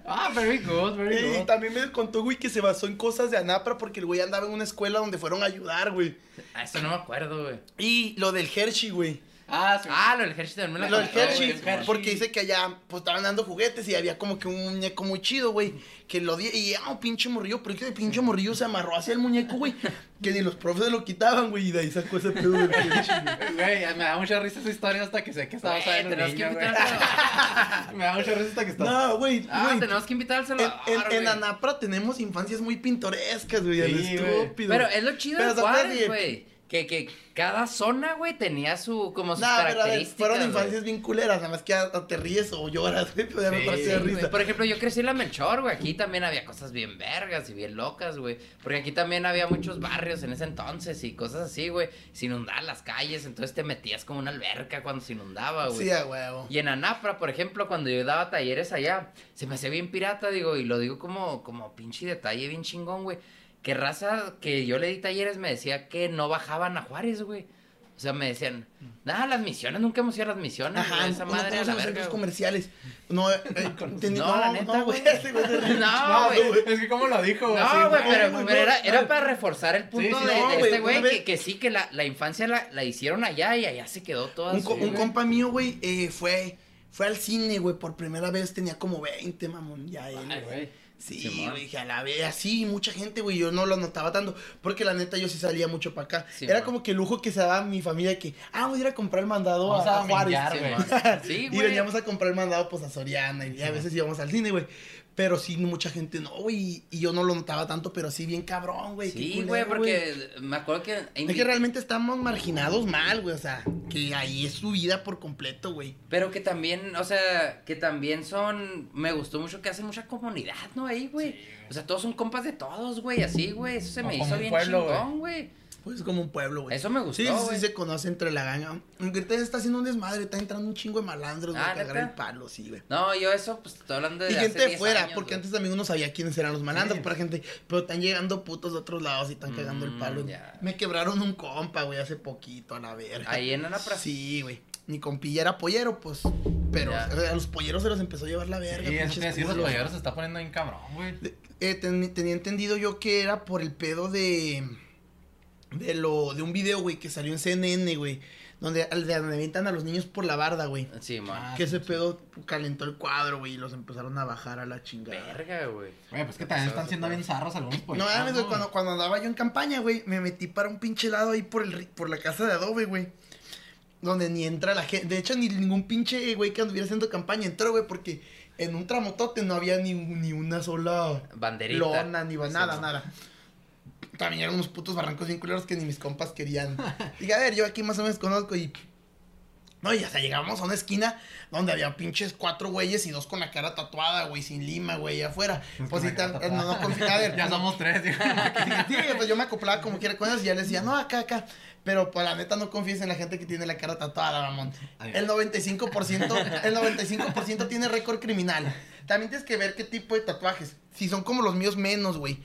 Speaker 1: Ah, very good, very
Speaker 6: Y
Speaker 1: good.
Speaker 6: también me contó, güey, que se basó en cosas de Anapra porque el güey andaba en una escuela donde fueron a ayudar, güey.
Speaker 5: A eso no me acuerdo, güey.
Speaker 6: Y lo del Hershey, güey.
Speaker 1: Ah, sí.
Speaker 5: Ah, lo del Hershey también me lo
Speaker 6: Lo del
Speaker 5: contó,
Speaker 6: Hershey,
Speaker 5: güey, Simón.
Speaker 6: porque dice que allá pues estaban dando juguetes y había como que un muñeco muy chido, güey, que lo di y ah, un pinche morrillo, pero es que el pinche morrillo se amarró hacia el muñeco, güey, que ni los profes lo quitaban, güey, y de ahí sacó ese pedo del Hershey, güey.
Speaker 1: Güey, me da mucha risa esa historia hasta que sé que estaba
Speaker 5: Güey,
Speaker 1: saliendo el
Speaker 5: tenemos que
Speaker 1: niño, güey.
Speaker 5: invitar a-
Speaker 1: Me da mucha risa hasta que estaba...
Speaker 6: No, güey,
Speaker 5: Ah,
Speaker 6: güey,
Speaker 5: tenemos que invitar al
Speaker 6: en,
Speaker 5: Salvador.
Speaker 6: en- en
Speaker 5: güey.
Speaker 6: Anapra tenemos infancias muy pintorescas, güey, a lo
Speaker 1: Sí, güey.
Speaker 6: estúpido.
Speaker 5: Pero es lo chido
Speaker 6: Pero
Speaker 5: de
Speaker 6: ¿sabes?
Speaker 5: Juárez, güey. Que, que cada zona, güey, tenía su, como sus
Speaker 6: Nah, pero a ver,
Speaker 5: características.
Speaker 6: fueron
Speaker 5: güey.
Speaker 6: infancias bien culeras, nada más que a- a te ríes o lloras, güey, pero ya me
Speaker 1: Sí,
Speaker 6: parece de
Speaker 5: Sí, güey.
Speaker 6: risa.
Speaker 5: Por ejemplo, yo crecí en la Melchor, güey. Aquí también había cosas bien vergas y bien locas, güey. Porque aquí también había muchos barrios en ese entonces y cosas así, güey. Se inundaban las calles, entonces te metías como una alberca cuando se inundaba, ah, güey.
Speaker 6: Sí, a huevo.
Speaker 5: Y en Anafra, por ejemplo, cuando yo daba talleres allá, se me hacía bien pirata, digo, y lo digo como, como pinche detalle bien chingón, güey. Que raza que yo le di talleres me decía que no bajaban a Juárez, güey. O sea, me decían, nada, las misiones, nunca hemos ido a las misiones,
Speaker 6: Ajá,
Speaker 5: güey, esa madre a
Speaker 6: unos
Speaker 5: la
Speaker 6: centros
Speaker 5: verga. güey".
Speaker 6: comerciales. No, eh, te-
Speaker 5: No,
Speaker 6: no,
Speaker 5: la
Speaker 6: no,
Speaker 5: neta,
Speaker 6: güey.
Speaker 5: güey.
Speaker 6: ese güey se ríe.
Speaker 5: No, güey.
Speaker 8: Es que como lo dijo, güey. así,
Speaker 5: No, güey, pero,
Speaker 6: no,
Speaker 5: pero
Speaker 6: no,
Speaker 5: era,
Speaker 6: no.
Speaker 5: era para reforzar el punto
Speaker 8: sí,
Speaker 5: de,
Speaker 6: no,
Speaker 5: de
Speaker 6: güey,
Speaker 5: este güey,
Speaker 6: una vez-
Speaker 5: que, que sí, que la, la infancia la, la hicieron allá y allá se quedó toda
Speaker 6: Un,
Speaker 5: su-
Speaker 6: co- un
Speaker 5: güey.
Speaker 6: compa mío, güey, eh, fue, fue al cine, güey, por primera vez tenía como 20, mamón, ya él,
Speaker 8: Ay,
Speaker 6: güey.
Speaker 8: güey.
Speaker 6: Sí,
Speaker 5: Simón.
Speaker 6: güey, dije, a la vez, así, mucha gente, güey, yo no lo notaba tanto, porque la neta yo sí salía mucho para acá.
Speaker 5: Simón.
Speaker 6: Era como que el lujo que se daba a mi familia que, ah, vamos a ir a comprar el mandado
Speaker 1: Vamos
Speaker 6: a,
Speaker 1: a
Speaker 6: a Juárez.
Speaker 1: domingar,
Speaker 6: Simón.
Speaker 5: Sí,
Speaker 6: y
Speaker 5: güey.
Speaker 6: veníamos a comprar el mandado, pues, a Soriana, y a veces íbamos al cine, güey. Pero sí, mucha gente no, güey, y- y yo no lo notaba tanto, pero sí, bien cabrón, güey. qué
Speaker 5: Sí,
Speaker 6: culero,
Speaker 5: güey, porque me acuerdo que...
Speaker 6: Es que realmente estamos marginados mal, güey, o sea, que ahí es su vida por completo, güey.
Speaker 5: Pero que también, o sea, que también son. Me gustó mucho que hacen mucha comunidad, ¿no? Ahí, güey. O sea, todos son compas de todos, güey, así, güey. Eso se
Speaker 1: O
Speaker 5: me
Speaker 1: como
Speaker 5: hizo
Speaker 1: un
Speaker 5: bien
Speaker 1: pueblo,
Speaker 5: chingón, güey.
Speaker 6: Pues como un pueblo, güey.
Speaker 5: Eso me gustó,
Speaker 6: Sí, sí, sí,
Speaker 5: güey.
Speaker 6: se conoce entre la ganga. Aunque ahorita está haciendo un desmadre, está entrando un chingo de malandros, güey,
Speaker 5: Ah,
Speaker 6: a cagar
Speaker 5: ¿neta?
Speaker 6: el palo, sí, güey.
Speaker 5: No, yo eso, pues, estoy hablando de.
Speaker 6: Y
Speaker 5: hace
Speaker 6: gente de
Speaker 5: 10
Speaker 6: fuera,
Speaker 5: años,
Speaker 6: porque
Speaker 5: güey.
Speaker 6: antes también uno sabía quiénes eran los malandros, para gente, pero están llegando putos de otros lados y están cagando el
Speaker 5: Mm,
Speaker 6: palo.
Speaker 5: ya.
Speaker 6: Me quebraron un compa, güey, hace poquito, a la verga.
Speaker 5: Ahí en Anapra.
Speaker 6: Sí, güey. Mi compilla era pollero, pues, pero
Speaker 5: Ya.
Speaker 6: a los polleros se los empezó a llevar la verga.
Speaker 1: Y eso
Speaker 6: pinches
Speaker 1: te decía, los
Speaker 6: culos.
Speaker 1: polleros se está poniendo bien cabrón, güey.
Speaker 6: De- eh, ten- tenía entendido yo que era por el pedo de de lo de un video, güey, que salió en CNN, güey, donde al- de- donde avientan a los niños por la barda, güey.
Speaker 5: Sí, man.
Speaker 1: Ah,
Speaker 6: que ese pedo calentó el cuadro, güey, y los empezaron a bajar a la chingada.
Speaker 5: Verga, pues, güey.
Speaker 1: Güey, pues que también están siendo bien zarros algunos
Speaker 6: No
Speaker 1: polleros.
Speaker 6: mames, güey,
Speaker 1: güey.
Speaker 6: cuando, cuando andaba yo en campaña, güey, me metí para un pinche lado ahí por el ri- por la casa de adobe, güey. Donde ni entra la gente. De hecho, ni ningún pinche güey que anduviera haciendo campaña entró, güey, porque en un tramotote no había ni, un- ni una sola
Speaker 5: Banderita.
Speaker 6: lona, ni va-
Speaker 5: Sí,
Speaker 6: nada,
Speaker 5: man.
Speaker 6: nada. También eran unos putos barrancos bien culeros que ni mis compas querían. Dije, a ver, yo aquí más o menos conozco y. No, y hasta llegamos a una esquina donde había pinches cuatro güeyes y dos con la cara tatuada, güey, sin lima, güey, afuera.
Speaker 1: Pues
Speaker 6: Pues
Speaker 1: con
Speaker 6: sí,
Speaker 1: la cara
Speaker 6: tan-
Speaker 1: tatuada.
Speaker 6: no, no, con- a ver. pues,
Speaker 1: Ya somos tres, digo.
Speaker 6: Sí, pues yo me acoplaba como quiera con ellos y ya les decía, no, acá, acá. Pero pues la neta no confíes en la gente que tiene la cara tatuada, mamón. El 95%, el 95% tiene récord criminal. También tienes que ver qué tipo de tatuajes. Si son como los míos, menos, güey.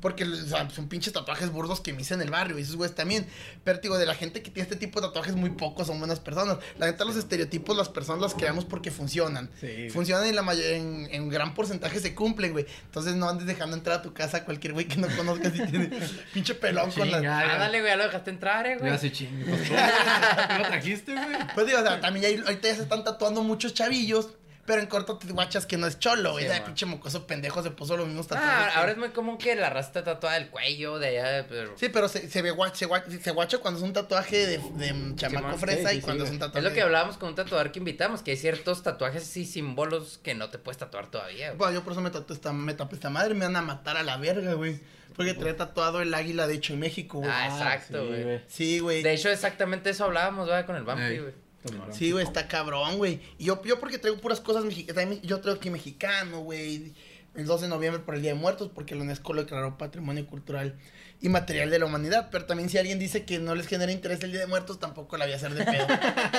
Speaker 6: Porque o sea, son pinches tatuajes burdos que me hice en el barrio. Y esos güeyes también. Pero te digo, de la gente que tiene este tipo de tatuajes, muy pocos son buenas personas. La neta, los estereotipos, las personas las creamos porque funcionan.
Speaker 1: Sí. güey.
Speaker 6: Funcionan y la may- en, en gran porcentaje se cumplen, güey. Entonces no andes dejando entrar a tu casa a cualquier güey que no conozcas y tiene pinche pelón con la...
Speaker 1: Chingada.
Speaker 5: Ah, dale, güey, ya lo dejaste entrar, eh,
Speaker 1: Yo
Speaker 5: güey.
Speaker 1: así chingue. Pues, ¿tú lo trajiste, güey?
Speaker 6: Pues digo, o sea, también ya, ahorita ya se están tatuando muchos chavillos, pero en corto te guachas que no es cholo, güey.
Speaker 5: Sí,
Speaker 6: Ese
Speaker 5: man.
Speaker 6: pinche mocoso pendejo se puso los mismos tatuajes.
Speaker 5: Ah,
Speaker 6: que-
Speaker 5: ahora es muy común que la raza está tatuada del cuello, de allá, pero.
Speaker 6: Sí, pero se, se ve guacho, se, guacha, se guacha cuando es un tatuaje de, de chamaco
Speaker 5: man.
Speaker 6: fresa
Speaker 8: Sí, sí,
Speaker 6: y
Speaker 8: sí,
Speaker 6: cuando es
Speaker 8: güey.
Speaker 6: un
Speaker 5: Es
Speaker 6: tatuaje...
Speaker 5: lo que hablábamos con un tatuador que invitamos, que hay ciertos tatuajes y símbolos que no te puedes tatuar todavía, güey.
Speaker 6: Bueno, yo por eso me tatué esta, me tapé esta madre, me van a matar a la verga, güey. Porque traía tatuado el águila, de hecho, en México, güey.
Speaker 5: Ah, exacto, güey.
Speaker 6: Sí, güey.
Speaker 5: De hecho, exactamente eso hablábamos, ¿verdad? Con el Bampi,
Speaker 8: Ey.
Speaker 5: güey.
Speaker 6: Sí, güey, está cabrón, güey. Y yo, yo porque traigo puras cosas mexicanas. Yo traigo aquí mexicano, güey. El 12 de noviembre por el Día de Muertos, porque la UNESCO lo declaró Patrimonio Cultural y Material de la Humanidad. Pero también si alguien dice que no les genera interés el Día de Muertos, tampoco la voy a hacer de pedo.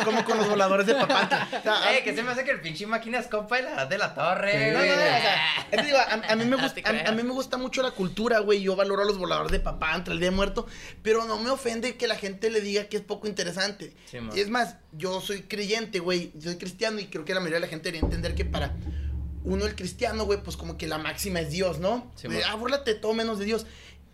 Speaker 6: Como con los voladores de papanta. O sea,
Speaker 5: Eh, que se me hace que el pinche máquina es compa de la de la torre,
Speaker 6: no,
Speaker 5: güey.
Speaker 6: no, no, o sea, es que digo, a, a mí me
Speaker 5: No
Speaker 6: gusta,
Speaker 5: te
Speaker 6: a, a mí me gusta mucho la cultura, güey. Yo valoro a los voladores de papá entre el día de muerto, pero no me ofende que la gente le diga que es poco interesante.
Speaker 5: Sí, man.
Speaker 6: y es más, yo soy creyente, güey. Yo soy cristiano y creo que la mayoría de la gente debería entender que para uno el cristiano, güey, pues como que la máxima es Dios, ¿no?
Speaker 5: Sí,
Speaker 6: De,
Speaker 5: man.
Speaker 6: ah, búrlate todo menos de Dios.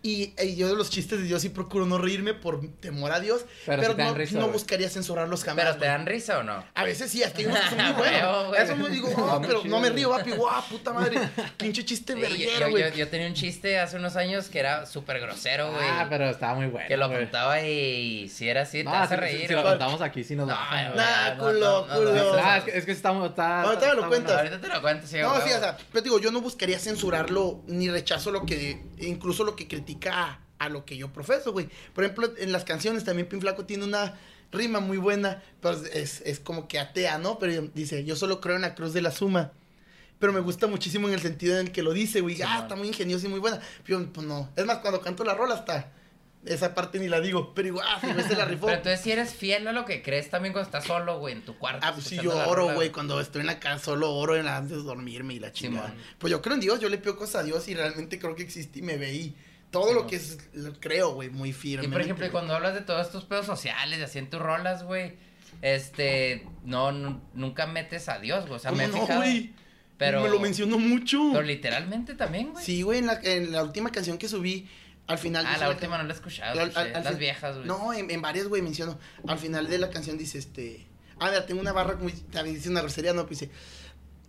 Speaker 6: Y, y yo de los chistes de Dios sí procuro no reírme por temor a Dios, pero,
Speaker 8: Pero sí te dan
Speaker 6: no,
Speaker 8: risa,
Speaker 6: no
Speaker 8: güey.
Speaker 6: buscaría censurarlos jamás.
Speaker 5: Pero te
Speaker 6: güey.
Speaker 5: dan risa o no?
Speaker 6: A veces sí, hasta unos que son muy buenos.
Speaker 5: Huevo, güey.
Speaker 6: Eso me digo,
Speaker 8: Ah,
Speaker 6: "Oh, pero no me río, papi, guau, puta madre. Pinche chiste
Speaker 5: Sí, yo,
Speaker 6: verguero,
Speaker 5: yo-
Speaker 6: güey.
Speaker 5: yo- yo tenía un chiste hace unos años que era súper grosero, güey.
Speaker 8: Ah, pero estaba muy bueno.
Speaker 5: que lo
Speaker 8: güey.
Speaker 5: contaba y si era así, te
Speaker 8: No,
Speaker 5: hace
Speaker 8: si-
Speaker 5: reír.
Speaker 8: Si, lo
Speaker 5: güey.
Speaker 8: contamos aquí, sí nos
Speaker 5: No,
Speaker 8: bajan,
Speaker 5: güey,
Speaker 8: güey.
Speaker 6: Nah,
Speaker 5: no,
Speaker 6: culo,
Speaker 5: no, no, no,
Speaker 6: culo.
Speaker 5: no,
Speaker 8: Ah, es que, es que está... está
Speaker 6: Ahorita me lo
Speaker 8: está
Speaker 6: cuentas.
Speaker 5: Ahorita te lo cuento, sí,
Speaker 6: No,
Speaker 5: güey.
Speaker 6: sí, o sea, pero te digo, yo no buscaría censurarlo, ni rechazo lo que, incluso lo que critica a, a lo que yo profeso, güey. Por ejemplo, en las canciones también Pin Flaco tiene una rima muy buena, pero es, es como que atea, ¿no? Pero dice, yo solo creo en la cruz de la suma. Pero me gusta muchísimo en el sentido en el que lo dice, güey. ah,
Speaker 5: Simón.
Speaker 6: está muy ingenioso y muy buena. Yo, pues no. Es más, cuando canto la rola hasta esa parte ni la digo. Pero igual, ah, si se la rifó.
Speaker 5: Pero entonces si eres fiel a lo que crees también cuando estás solo, güey, en tu cuarto.
Speaker 6: Ah, pues sí, yo
Speaker 5: escuchando la
Speaker 6: oro,
Speaker 5: rola,
Speaker 6: güey. Cuando estoy en la casa, solo oro en la- antes de dormirme y la chingada.
Speaker 5: Simón.
Speaker 6: pues yo creo en Dios, yo le pido cosas a Dios y realmente creo que existe y me veí. Todo lo
Speaker 5: Simón.
Speaker 6: que es, lo creo, güey, muy firme.
Speaker 5: Y por ejemplo, y
Speaker 6: güey.
Speaker 5: cuando hablas de todos estos pedos sociales, de así en tus rolas, güey, este, no, nu- nunca metes a Dios, güey. O sea,
Speaker 6: ¿Cómo
Speaker 5: me he
Speaker 6: no,
Speaker 5: fijado,
Speaker 6: güey?
Speaker 5: Pero,
Speaker 6: Me lo mencionó mucho.
Speaker 5: pero literalmente también, güey.
Speaker 6: Sí, güey, en la, en la última canción que subí, al final...
Speaker 5: Ah,
Speaker 6: dice
Speaker 5: la
Speaker 6: una
Speaker 5: última no la he escuchado.
Speaker 6: Al- al-
Speaker 5: escuché
Speaker 6: al
Speaker 5: las
Speaker 6: fin-
Speaker 5: viejas, güey.
Speaker 6: No, en, en varias, güey, menciono. Al final de la canción dice, este... Ah, mira, tengo una barra muy... También dice una grosería, ¿no? Pues dice...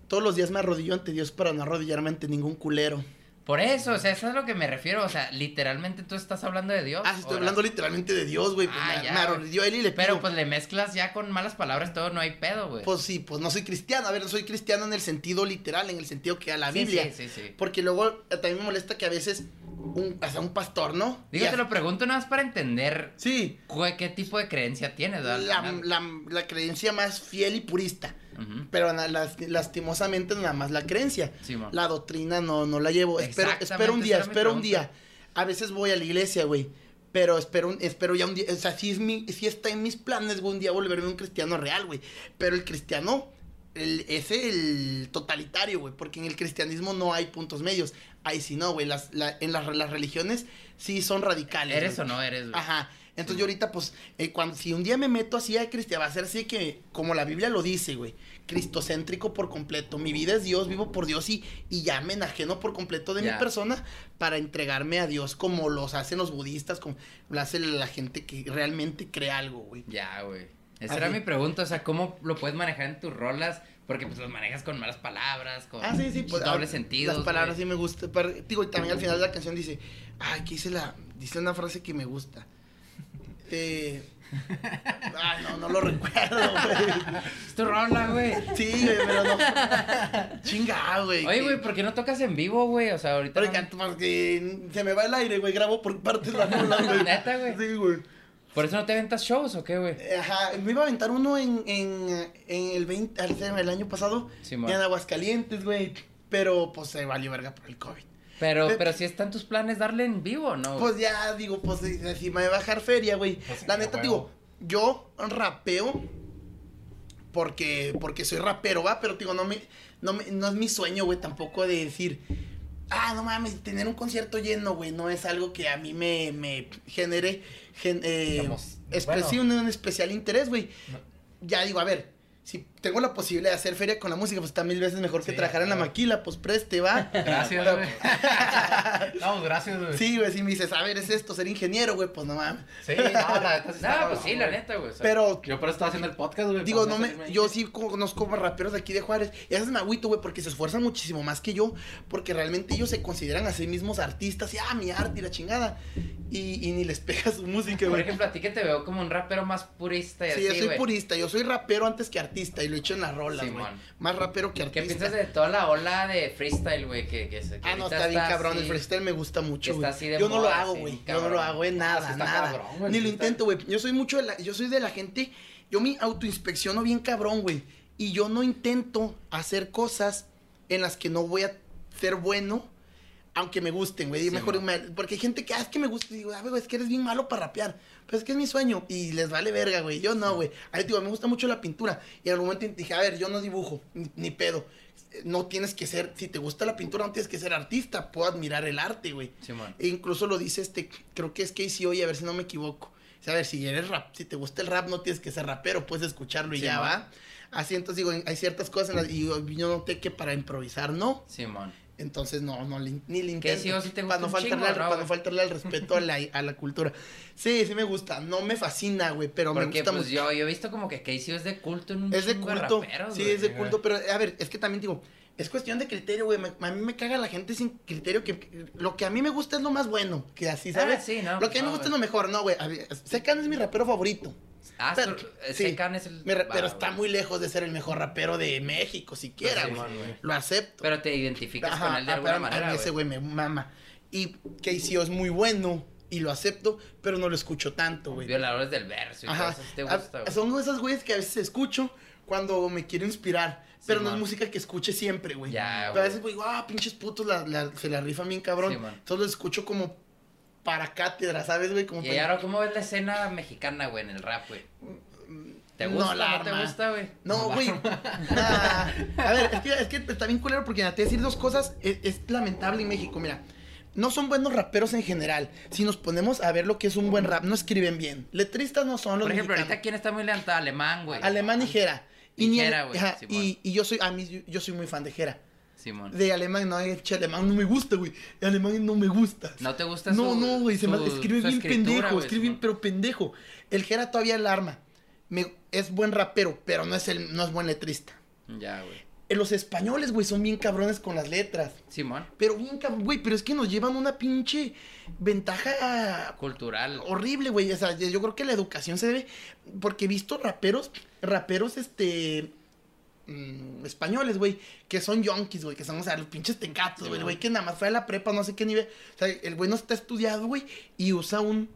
Speaker 6: Todos los días me arrodillo ante Dios para no arrodillarme ante ningún culero.
Speaker 5: Por eso, o sea, eso es a lo que me refiero. O sea, literalmente tú estás hablando de Dios.
Speaker 6: Ah, sí, estoy
Speaker 5: ahora.
Speaker 6: hablando literalmente de Dios, güey. pues,
Speaker 5: Ah,
Speaker 6: me,
Speaker 5: ya,
Speaker 6: me
Speaker 5: güey.
Speaker 6: arrodilló él y le pido.
Speaker 5: Pero pues le mezclas ya con malas palabras todo, no hay pedo, güey.
Speaker 6: Pues sí, pues no soy cristiano. A ver, soy cristiano en el sentido literal, en el sentido que da la
Speaker 5: Sí,
Speaker 6: Biblia.
Speaker 5: Sí, sí, sí.
Speaker 6: Porque luego eh, también me molesta que a veces un, hasta un pastor, ¿no?
Speaker 5: Digo,
Speaker 6: Y
Speaker 5: te
Speaker 6: a-
Speaker 5: lo pregunto nada más para entender
Speaker 6: Sí,
Speaker 5: güey, qué tipo de creencia tienes,
Speaker 6: la,
Speaker 5: ¿verdad?
Speaker 6: la- la creencia más fiel y purista.
Speaker 5: Ujú.
Speaker 6: Pero na- las- lastimosamente nada más la creencia.
Speaker 5: Sí, mo.
Speaker 6: La doctrina no, no la llevo. Espero,
Speaker 5: Exactamente,
Speaker 6: espero un día,
Speaker 5: esa era mi
Speaker 6: espero un día.
Speaker 5: pregunta.
Speaker 6: A veces voy a la iglesia, güey. Pero espero, un- espero ya un día. O sea, sí, es mi, sí está en mis planes, güey, un día volverme un cristiano real, güey. Pero el cristiano el- es el totalitario, güey. Porque en el cristianismo no hay puntos medios. Ahí sí no, güey. Las, la- en las, las religiones sí son radicales.
Speaker 5: ¿Eres
Speaker 6: güey.
Speaker 5: o no eres, güey?
Speaker 6: Ajá. Entonces yo ahorita, pues, eh, cuando, si un día me meto así a Cristian, va a ser así que, como la Biblia lo dice, güey, cristocéntrico por completo. Mi vida es Dios, vivo por Dios y, y ya me enajeno por completo de mi
Speaker 5: Ya.
Speaker 6: persona para entregarme a Dios como los hacen los budistas, como lo hace la gente que realmente cree algo, güey.
Speaker 5: Ya, güey. Esa
Speaker 6: Así.
Speaker 5: era mi pregunta, o sea, ¿cómo lo puedes manejar en tus rolas? Porque pues los manejas con malas palabras, con
Speaker 6: Ah, sí, sí, pues.
Speaker 5: doble
Speaker 6: ah,
Speaker 5: sentido.
Speaker 6: Las palabras sí me gustan. pero, digo, y también al final de la canción dice, ay, que dice la. Dice una frase que me gusta. Eh. Ah, no, no lo recuerdo, güey.
Speaker 5: Es tu rola, güey.
Speaker 6: Sí, güey, pero no. Chinga, güey.
Speaker 5: Oye, güey, ¿por qué no tocas en vivo, güey? O sea, ahorita.
Speaker 6: Pero
Speaker 5: no-
Speaker 6: que- porque se me va el aire, güey. Grabo por partes la rola, güey.
Speaker 5: Neta, güey.
Speaker 6: Sí, güey.
Speaker 5: ¿Por eso no te aventas shows o qué, güey?
Speaker 6: Ajá, me iba a aventar uno en, en, en el 20, al- en el año pasado.
Speaker 5: Simón.
Speaker 6: en Aguascalientes, güey. Pero pues se valió verga por el COVID.
Speaker 5: Pero,
Speaker 6: pe-
Speaker 5: pero si están tus planes darle en vivo, ¿no?
Speaker 6: Pues ya, digo, pues eh, si me va a bajar feria, güey.
Speaker 1: Pues,
Speaker 6: la
Speaker 1: sí,
Speaker 6: neta,
Speaker 1: a
Speaker 6: digo,
Speaker 1: huevo.
Speaker 6: yo rapeo porque, porque soy rapero, va, pero digo, no me, no me, no es mi sueño, güey, tampoco de decir, ah, no mames, tener un concierto lleno, güey, no es algo que a mí me, me genere, gen- eh,
Speaker 1: Vamos,
Speaker 6: espe-
Speaker 1: bueno.
Speaker 6: sí, un, un especial interés, güey.
Speaker 1: No.
Speaker 6: Ya digo, a ver, si tengo la posibilidad de hacer feria con la música, pues está mil veces mejor que
Speaker 1: Sí,
Speaker 6: trabajar en la
Speaker 1: claro.
Speaker 6: maquila, pues preste, va.
Speaker 5: Ah,
Speaker 8: Gracias,
Speaker 6: Pero-
Speaker 8: güey.
Speaker 1: No, pues, gracias, güey.
Speaker 6: Sí, güey, si me dices, a ver, es esto, ser ingeniero, güey, pues no mames.
Speaker 1: Sí, no,
Speaker 6: Ah,
Speaker 1: la neta sí está
Speaker 5: no, pues
Speaker 1: cabrón,
Speaker 5: sí, la
Speaker 1: güey.
Speaker 5: neta, güey. o sea,
Speaker 6: Pero,
Speaker 8: Yo por eso estaba haciendo el podcast, güey.
Speaker 6: digo,
Speaker 8: para
Speaker 6: no
Speaker 8: salirme
Speaker 6: me,
Speaker 8: ahí.
Speaker 6: yo sí conozco raperos de aquí de Juárez. Y a veces me agüito, güey, porque se esfuerzan muchísimo más que yo. Porque realmente ellos se consideran a sí mismos artistas. Y, ah, mi arte y la chingada. Y, y ni les pega su música,
Speaker 5: por
Speaker 6: güey.
Speaker 5: ejemplo, a ti que te veo como un rapero más purista y así,
Speaker 6: Sí, yo soy
Speaker 5: güey.
Speaker 6: purista. Yo soy rapero antes que artista. Y lo he hecho en las rolas, güey.
Speaker 5: Simón.
Speaker 6: Más rapero que
Speaker 5: ¿Qué
Speaker 6: artista.
Speaker 5: piensas de toda la ola de freestyle, güey? Que, que, se- que
Speaker 6: Ah, no,
Speaker 5: ahorita
Speaker 6: está bien cabrón.
Speaker 5: así?
Speaker 6: El freestyle me gusta mucho,
Speaker 5: está
Speaker 6: güey.
Speaker 5: así de
Speaker 6: Yo no lo
Speaker 5: moda,
Speaker 6: hago,
Speaker 5: sí,
Speaker 6: güey. Yo no
Speaker 5: cabrón. pues
Speaker 6: lo hago en
Speaker 8: sí
Speaker 6: nada,
Speaker 8: está
Speaker 6: nada.
Speaker 8: cabrón, güey,
Speaker 6: Ni lo
Speaker 8: sí está-
Speaker 6: intento, güey. Yo soy mucho de la, yo soy de la gente, yo me autoinspecciono bien cabrón, güey. Y yo no intento hacer cosas en las que no voy a ser bueno, aunque me gusten, güey. Y
Speaker 5: Sí,
Speaker 6: mejor,
Speaker 5: mo.
Speaker 6: me- porque hay gente que, ah, es que me gusta. Y digo, ah, güey, es que eres bien malo para rapear. Pero es que es mi sueño. Y les vale verga, güey. Yo no, güey. Ahí te digo, me gusta mucho la pintura. Y al momento dije, a ver, yo no dibujo, ni, ni pedo. No tienes que ser, si te gusta la pintura, no tienes que ser artista. Puedo admirar el arte, güey.
Speaker 5: Simón.
Speaker 6: E incluso lo dice este, creo que es Casey hoy, a ver si no me equivoco. O sea, a ver, si eres rap, si te gusta el rap, no tienes que ser rapero, puedes escucharlo y
Speaker 5: Sí,
Speaker 6: ya
Speaker 5: ma.
Speaker 6: va. Así entonces digo, en- hay ciertas cosas en las, y yo, yo noté que para improvisar no.
Speaker 5: Simón.
Speaker 6: Entonces no, no le- ni le intento.
Speaker 5: sí o sí te gusta
Speaker 6: para no
Speaker 5: un
Speaker 6: faltarle,
Speaker 5: chingo,
Speaker 6: al,
Speaker 5: ¿no,
Speaker 6: para
Speaker 5: güey?
Speaker 6: no faltarle al respeto a la, a la cultura. Sí, sí me gusta. No me fascina, güey, pero me
Speaker 5: Porque
Speaker 6: gusta
Speaker 5: pues
Speaker 6: mucho.
Speaker 5: yo, yo he visto como que Casey es de culto en un
Speaker 6: Es de
Speaker 5: chingo
Speaker 6: culto.
Speaker 5: raperos,
Speaker 6: sí,
Speaker 5: güey.
Speaker 6: es de
Speaker 1: güey.
Speaker 6: culto, pero a ver, es que también digo, es cuestión de criterio, güey. me- A mí me caga la gente sin criterio. que Lo que a mí me gusta es lo más bueno, que así, ¿sabes?
Speaker 5: Ah, sí, no.
Speaker 6: Lo que a mí me gusta es lo mejor, no, güey. A ver, Secan es mi rapero favorito.
Speaker 5: Ah,
Speaker 6: pero-
Speaker 5: su- eh,
Speaker 6: sí.
Speaker 5: Secan es el.
Speaker 6: Mi ra-
Speaker 5: va,
Speaker 6: pero está
Speaker 5: güey. Pues
Speaker 6: muy lejos de ser el mejor rapero de México, siquiera,
Speaker 5: Sí,
Speaker 6: güey.
Speaker 5: Simón, güey.
Speaker 6: Lo acepto.
Speaker 5: Pero te identificas
Speaker 6: Ajá,
Speaker 5: con él de
Speaker 6: ah, pero
Speaker 5: alguna
Speaker 6: a mí- a mí
Speaker 5: manera.
Speaker 6: ese
Speaker 5: güey.
Speaker 6: güey me mama. Y KCO es muy bueno. y lo acepto, pero no lo escucho tanto, güey.
Speaker 5: Violadores del verso y todo
Speaker 6: Ajá.
Speaker 5: eso, ¿sí te
Speaker 6: Ah,
Speaker 5: gusta, güey?
Speaker 6: Son esas güeyes que a veces escucho cuando me quiero inspirar. Pero no es
Speaker 5: man.
Speaker 6: música que escuche siempre, güey.
Speaker 5: Ya,
Speaker 6: Pero a
Speaker 5: güey.
Speaker 6: veces, güey, ah, pinches putos, la- la- se la rifan bien cabrón.
Speaker 5: Sí, man.
Speaker 6: Entonces lo escucho como para cátedra, ¿sabes, güey? Como
Speaker 5: Y
Speaker 6: para-
Speaker 5: ahora, ¿cómo ves la escena mexicana, güey, en el rap, güey? ¿Te gusta?
Speaker 6: No,
Speaker 5: No,
Speaker 6: la
Speaker 5: te
Speaker 6: arma.
Speaker 5: gusta, güey?
Speaker 6: No, güey. Ah, a ver, es que, es que está bien culero porque mira, te voy a decir dos cosas. Es, es lamentable en México, mira. No son buenos raperos en general. Si nos ponemos a ver lo que es un buen rap, no escriben bien. Letristas no son los
Speaker 5: Por ejemplo,
Speaker 6: mexicanos.
Speaker 5: ahorita, ¿quién está muy leal? Alemán, güey.
Speaker 6: Alemán y Jera. Y, ni
Speaker 5: Jera,
Speaker 6: el-
Speaker 5: güey,
Speaker 6: ajá,
Speaker 5: Simón.
Speaker 6: y, y yo soy, a mí, yo, yo soy muy fan de Jera.
Speaker 5: Simón.
Speaker 6: De alemán, no, eh, che, alemán no me gusta, güey. Alemán no me gusta.
Speaker 5: ¿No te gusta
Speaker 6: No,
Speaker 5: su-
Speaker 6: no, güey, se me
Speaker 5: su-
Speaker 6: escribe
Speaker 5: su
Speaker 6: bien
Speaker 5: escritura,
Speaker 6: pendejo,
Speaker 5: güey,
Speaker 6: escribe bien,
Speaker 5: Simón?
Speaker 6: pero pendejo. El Jera todavía el arma. Me- es buen rapero, pero no es, el, no es buen letrista.
Speaker 5: Ya, güey.
Speaker 6: Eh, Los españoles, güey, son bien cabrones con las letras.
Speaker 5: Simón.
Speaker 6: Pero bien cab- güey, pero es que nos llevan una pinche ventaja
Speaker 5: Cultural.
Speaker 6: horrible, güey. O sea, yo creo que la educación se debe. Porque he visto raperos, raperos, este. mm, españoles, güey, que son yonkis, güey, que son, o sea, los pinches tencatos, güey, el güey, que nada más fue a la prepa, no sé qué nivel. O sea, el güey no está estudiado, güey, y usa un,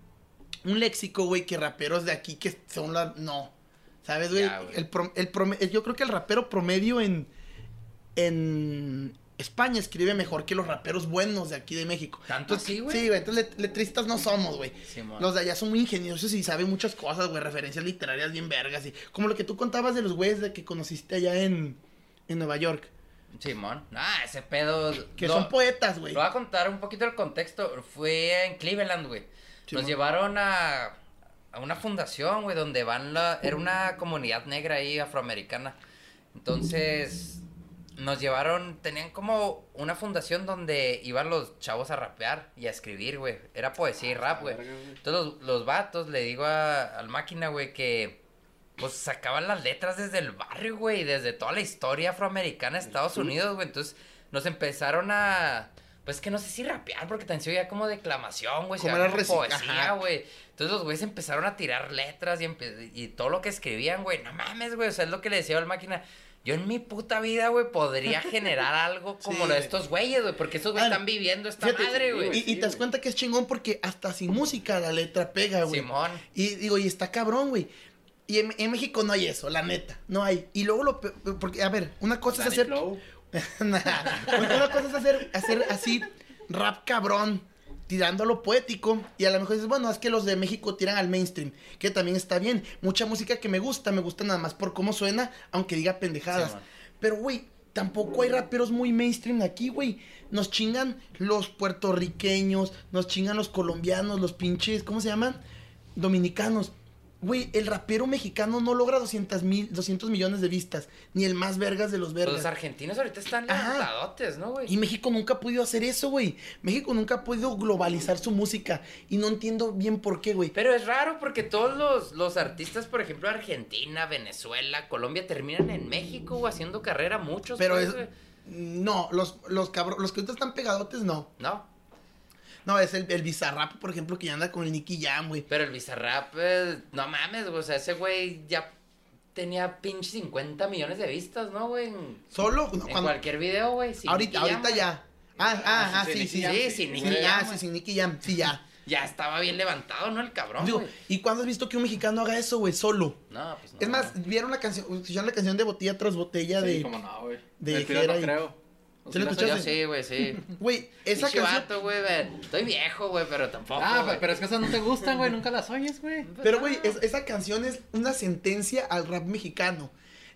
Speaker 6: un léxico, güey, que raperos de aquí que son la. No. ¿Sabes, güey?
Speaker 5: Ya, güey.
Speaker 6: El prom- el prom- el- yo creo que el rapero promedio en. En España escribe mejor que los raperos buenos de aquí de México.
Speaker 5: ¿Tanto
Speaker 6: Entonces,
Speaker 5: así, güey?
Speaker 6: Sí, güey. Entonces, let- letristas no somos, güey.
Speaker 5: Simón.
Speaker 6: Los de allá son muy ingeniosos y saben muchas cosas, güey. Referencias literarias bien vergas. Y como lo que tú contabas de los güeyes de que conociste allá en, en Nueva York.
Speaker 5: Simón. Ah, ese pedo.
Speaker 6: Que
Speaker 5: lo-
Speaker 6: son poetas, güey.
Speaker 5: Lo voy a contar un poquito el contexto. Fue en Cleveland, güey.
Speaker 6: Simón.
Speaker 5: Nos llevaron a, a una fundación, güey, donde van la... Era una comunidad negra ahí, afroamericana. Entonces, nos llevaron... Tenían como una fundación donde iban los chavos a rapear y a escribir, güey. Era
Speaker 6: Ah,
Speaker 5: poesía y rap, güey.
Speaker 8: verga, güey.
Speaker 5: Entonces, los, los vatos, le digo a- al máquina, güey, que... Pues sacaban las letras desde el barrio, güey, desde toda la historia afroamericana de Estados Unidos, güey. Entonces nos empezaron a. Pues que no sé si rapear, porque tan se oía como declamación, güey. se
Speaker 6: Como
Speaker 5: oía
Speaker 6: era reci- ajá.
Speaker 5: poesía, güey. Entonces los güeyes empezaron a tirar letras y, empe- y todo lo que escribían, güey. No mames, güey. O sea, es lo que le decía al máquina. Yo en mi puta vida, güey, podría generar algo como
Speaker 6: Sí,
Speaker 5: lo
Speaker 6: güey.
Speaker 5: de estos güeyes, güey. Porque estos güeyes
Speaker 6: Ah,
Speaker 5: están viviendo esta
Speaker 6: Fíjate,
Speaker 5: madre,
Speaker 6: y-
Speaker 5: güey.
Speaker 6: Y, te das cuenta que es chingón porque hasta sin música la letra pega, güey.
Speaker 5: Simón.
Speaker 6: Y digo, y está cabrón, güey. Y en, en México no hay eso, la neta. No hay. Y luego lo. pe- Porque, a ver, una cosa
Speaker 8: Danny
Speaker 6: es hacer.
Speaker 8: Flow.
Speaker 6: Nah, porque una cosa es hacer, hacer así rap cabrón, tirando a lo poético. Y a lo mejor dices, bueno, es que los de México tiran al mainstream, que también está bien. Mucha música que me gusta, me gusta nada más por cómo suena, aunque diga pendejadas.
Speaker 5: Sí, man.
Speaker 6: Pero, güey, tampoco hay raperos muy mainstream aquí, güey. Nos chingan los puertorriqueños, nos chingan los colombianos, los pinches, ¿cómo se llaman? Dominicanos. Güey, el rapero mexicano no logra 200, mil, 200 millones de vistas, ni el más vergas de los
Speaker 5: Pues,
Speaker 6: vergas.
Speaker 5: los argentinos ahorita están
Speaker 6: Ajá.
Speaker 5: levantadotes, ¿no, güey?
Speaker 6: Y México nunca ha podido hacer eso, güey. México nunca ha podido globalizar su música. Y no entiendo bien por qué, güey.
Speaker 5: Pero es raro porque todos los, los artistas, por ejemplo, Argentina, Venezuela, Colombia, terminan en México o haciendo carrera muchos.
Speaker 6: Pero
Speaker 5: pues,
Speaker 6: es-
Speaker 5: güey.
Speaker 6: No, los, los cabros, los que ahorita están pegadotes, no.
Speaker 5: No,
Speaker 6: No, es el, el Bizarrap, por ejemplo, que ya anda con el Nicky Jam, güey.
Speaker 5: pero el Bizarrap, eh, no mames, güey, o sea, ese güey ya tenía pinche 50 millones de vistas, ¿no, güey? En,
Speaker 6: Solo
Speaker 5: en
Speaker 6: cuando-
Speaker 5: cualquier video, güey. sin
Speaker 6: ahorita,
Speaker 5: Nicky Jam,
Speaker 6: ahorita
Speaker 5: güey.
Speaker 6: ya. Ah, ah, ah,
Speaker 8: sí,
Speaker 6: sí,
Speaker 8: sí, sí,
Speaker 6: sí.
Speaker 5: Sí,
Speaker 8: sí,
Speaker 5: sin
Speaker 6: Sí,
Speaker 5: Nicky
Speaker 8: güey.
Speaker 6: ya,
Speaker 5: Jam,
Speaker 6: sí,
Speaker 5: güey.
Speaker 6: sí, Nicky Jam, sí, ya.
Speaker 5: Ya estaba bien levantado, ¿no? El cabrón,
Speaker 6: Digo,
Speaker 5: güey.
Speaker 6: ¿y cuándo has visto que un mexicano haga eso, güey? Solo.
Speaker 5: No, pues no.
Speaker 6: Es más, ¿vieron la canción? ¿Escucharon la canción de botella tras botella
Speaker 8: Sí,
Speaker 6: de.
Speaker 8: cómo no, güey.
Speaker 6: de
Speaker 8: El pirata
Speaker 6: Jera y-
Speaker 8: creo.
Speaker 6: ¿Sí lo
Speaker 5: No,
Speaker 6: escuchaste?
Speaker 5: Yo sí, güey, sí.
Speaker 6: Güey, esa
Speaker 5: Pinche
Speaker 6: canción.
Speaker 5: vato, güey, güey, estoy viejo, güey, pero tampoco,
Speaker 8: Ah,
Speaker 5: güey. Pues
Speaker 8: pero es que esas no te gustan, güey. Nunca las oyes, güey.
Speaker 6: Pero, güey, es- esa canción es una sentencia al rap mexicano.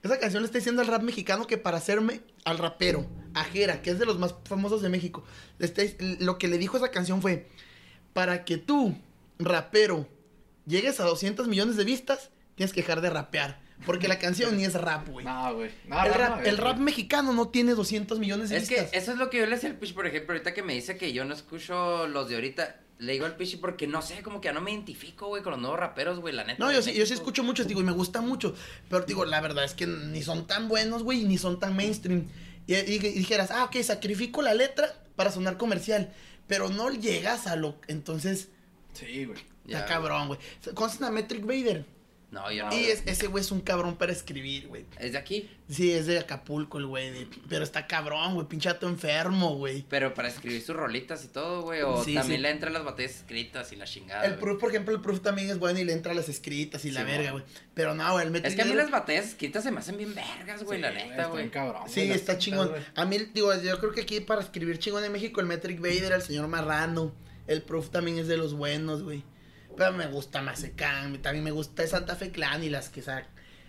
Speaker 6: Esa canción le está diciendo al rap mexicano que para hacerme al rapero, a Jera, que es de los más famosos de México, le está- lo que le dijo esa canción fue, para que tú, rapero, llegues a 200 millones de vistas, tienes que dejar de rapear. Porque la canción ni es rap, güey.
Speaker 8: No, güey. No,
Speaker 6: el,
Speaker 8: no,
Speaker 6: rap,
Speaker 8: no,
Speaker 6: el
Speaker 8: güey.
Speaker 6: rap mexicano no tiene 200 millones de
Speaker 5: Es que
Speaker 6: vistas.
Speaker 5: eso es lo que yo le decía al Pichi, por ejemplo, ahorita que me dice que yo no escucho los de ahorita, le digo al Pichi porque no sé, como que ya no me identifico, güey, con los nuevos raperos, güey, la neta.
Speaker 6: No,
Speaker 5: de
Speaker 6: yo sí, yo sí
Speaker 5: México.
Speaker 6: escucho muchos, digo, y me gusta mucho. Pero te digo, la verdad es que ni son tan buenos, güey, ni son tan mainstream. Y, y- y dijeras, ah, ok, sacrifico la letra para sonar comercial. Pero no llegas a lo. Entonces,
Speaker 8: Sí, güey.
Speaker 5: Ya, Ah,
Speaker 6: está cabrón, güey. ¿Conoces a Metric Vader?
Speaker 5: No, yo no.
Speaker 6: Y es- ese güey es un cabrón para escribir, güey.
Speaker 5: Es de aquí.
Speaker 6: Sí, es de Acapulco el güey. de- Pero está cabrón, güey. Pinchato enfermo, güey.
Speaker 5: Pero para escribir sus rolitas y todo, güey. O
Speaker 6: Sí,
Speaker 5: también
Speaker 6: sí.
Speaker 5: le entran las batallas escritas y la chingada.
Speaker 6: El
Speaker 5: güey.
Speaker 6: proof, por ejemplo, el proof también es bueno y le entra a las escritas y la
Speaker 5: Sí,
Speaker 6: verga,
Speaker 5: güey.
Speaker 6: güey. Pero no, güey, el mete
Speaker 5: Es que a mí
Speaker 6: dinero-
Speaker 5: las batallas escritas se me hacen bien vergas, güey, la neta,
Speaker 8: está bien
Speaker 5: güey.
Speaker 8: cabrón.
Speaker 6: Sí,
Speaker 8: güey, la-
Speaker 6: está chingón.
Speaker 1: güey.
Speaker 6: A mí, digo, yo creo que aquí para escribir chingón en México, el Metric Vader, el señor Marrano, el Proof también es de los buenos, güey. Pero me gusta Mazecán, también me gusta Santa Fe Clan y las que sa-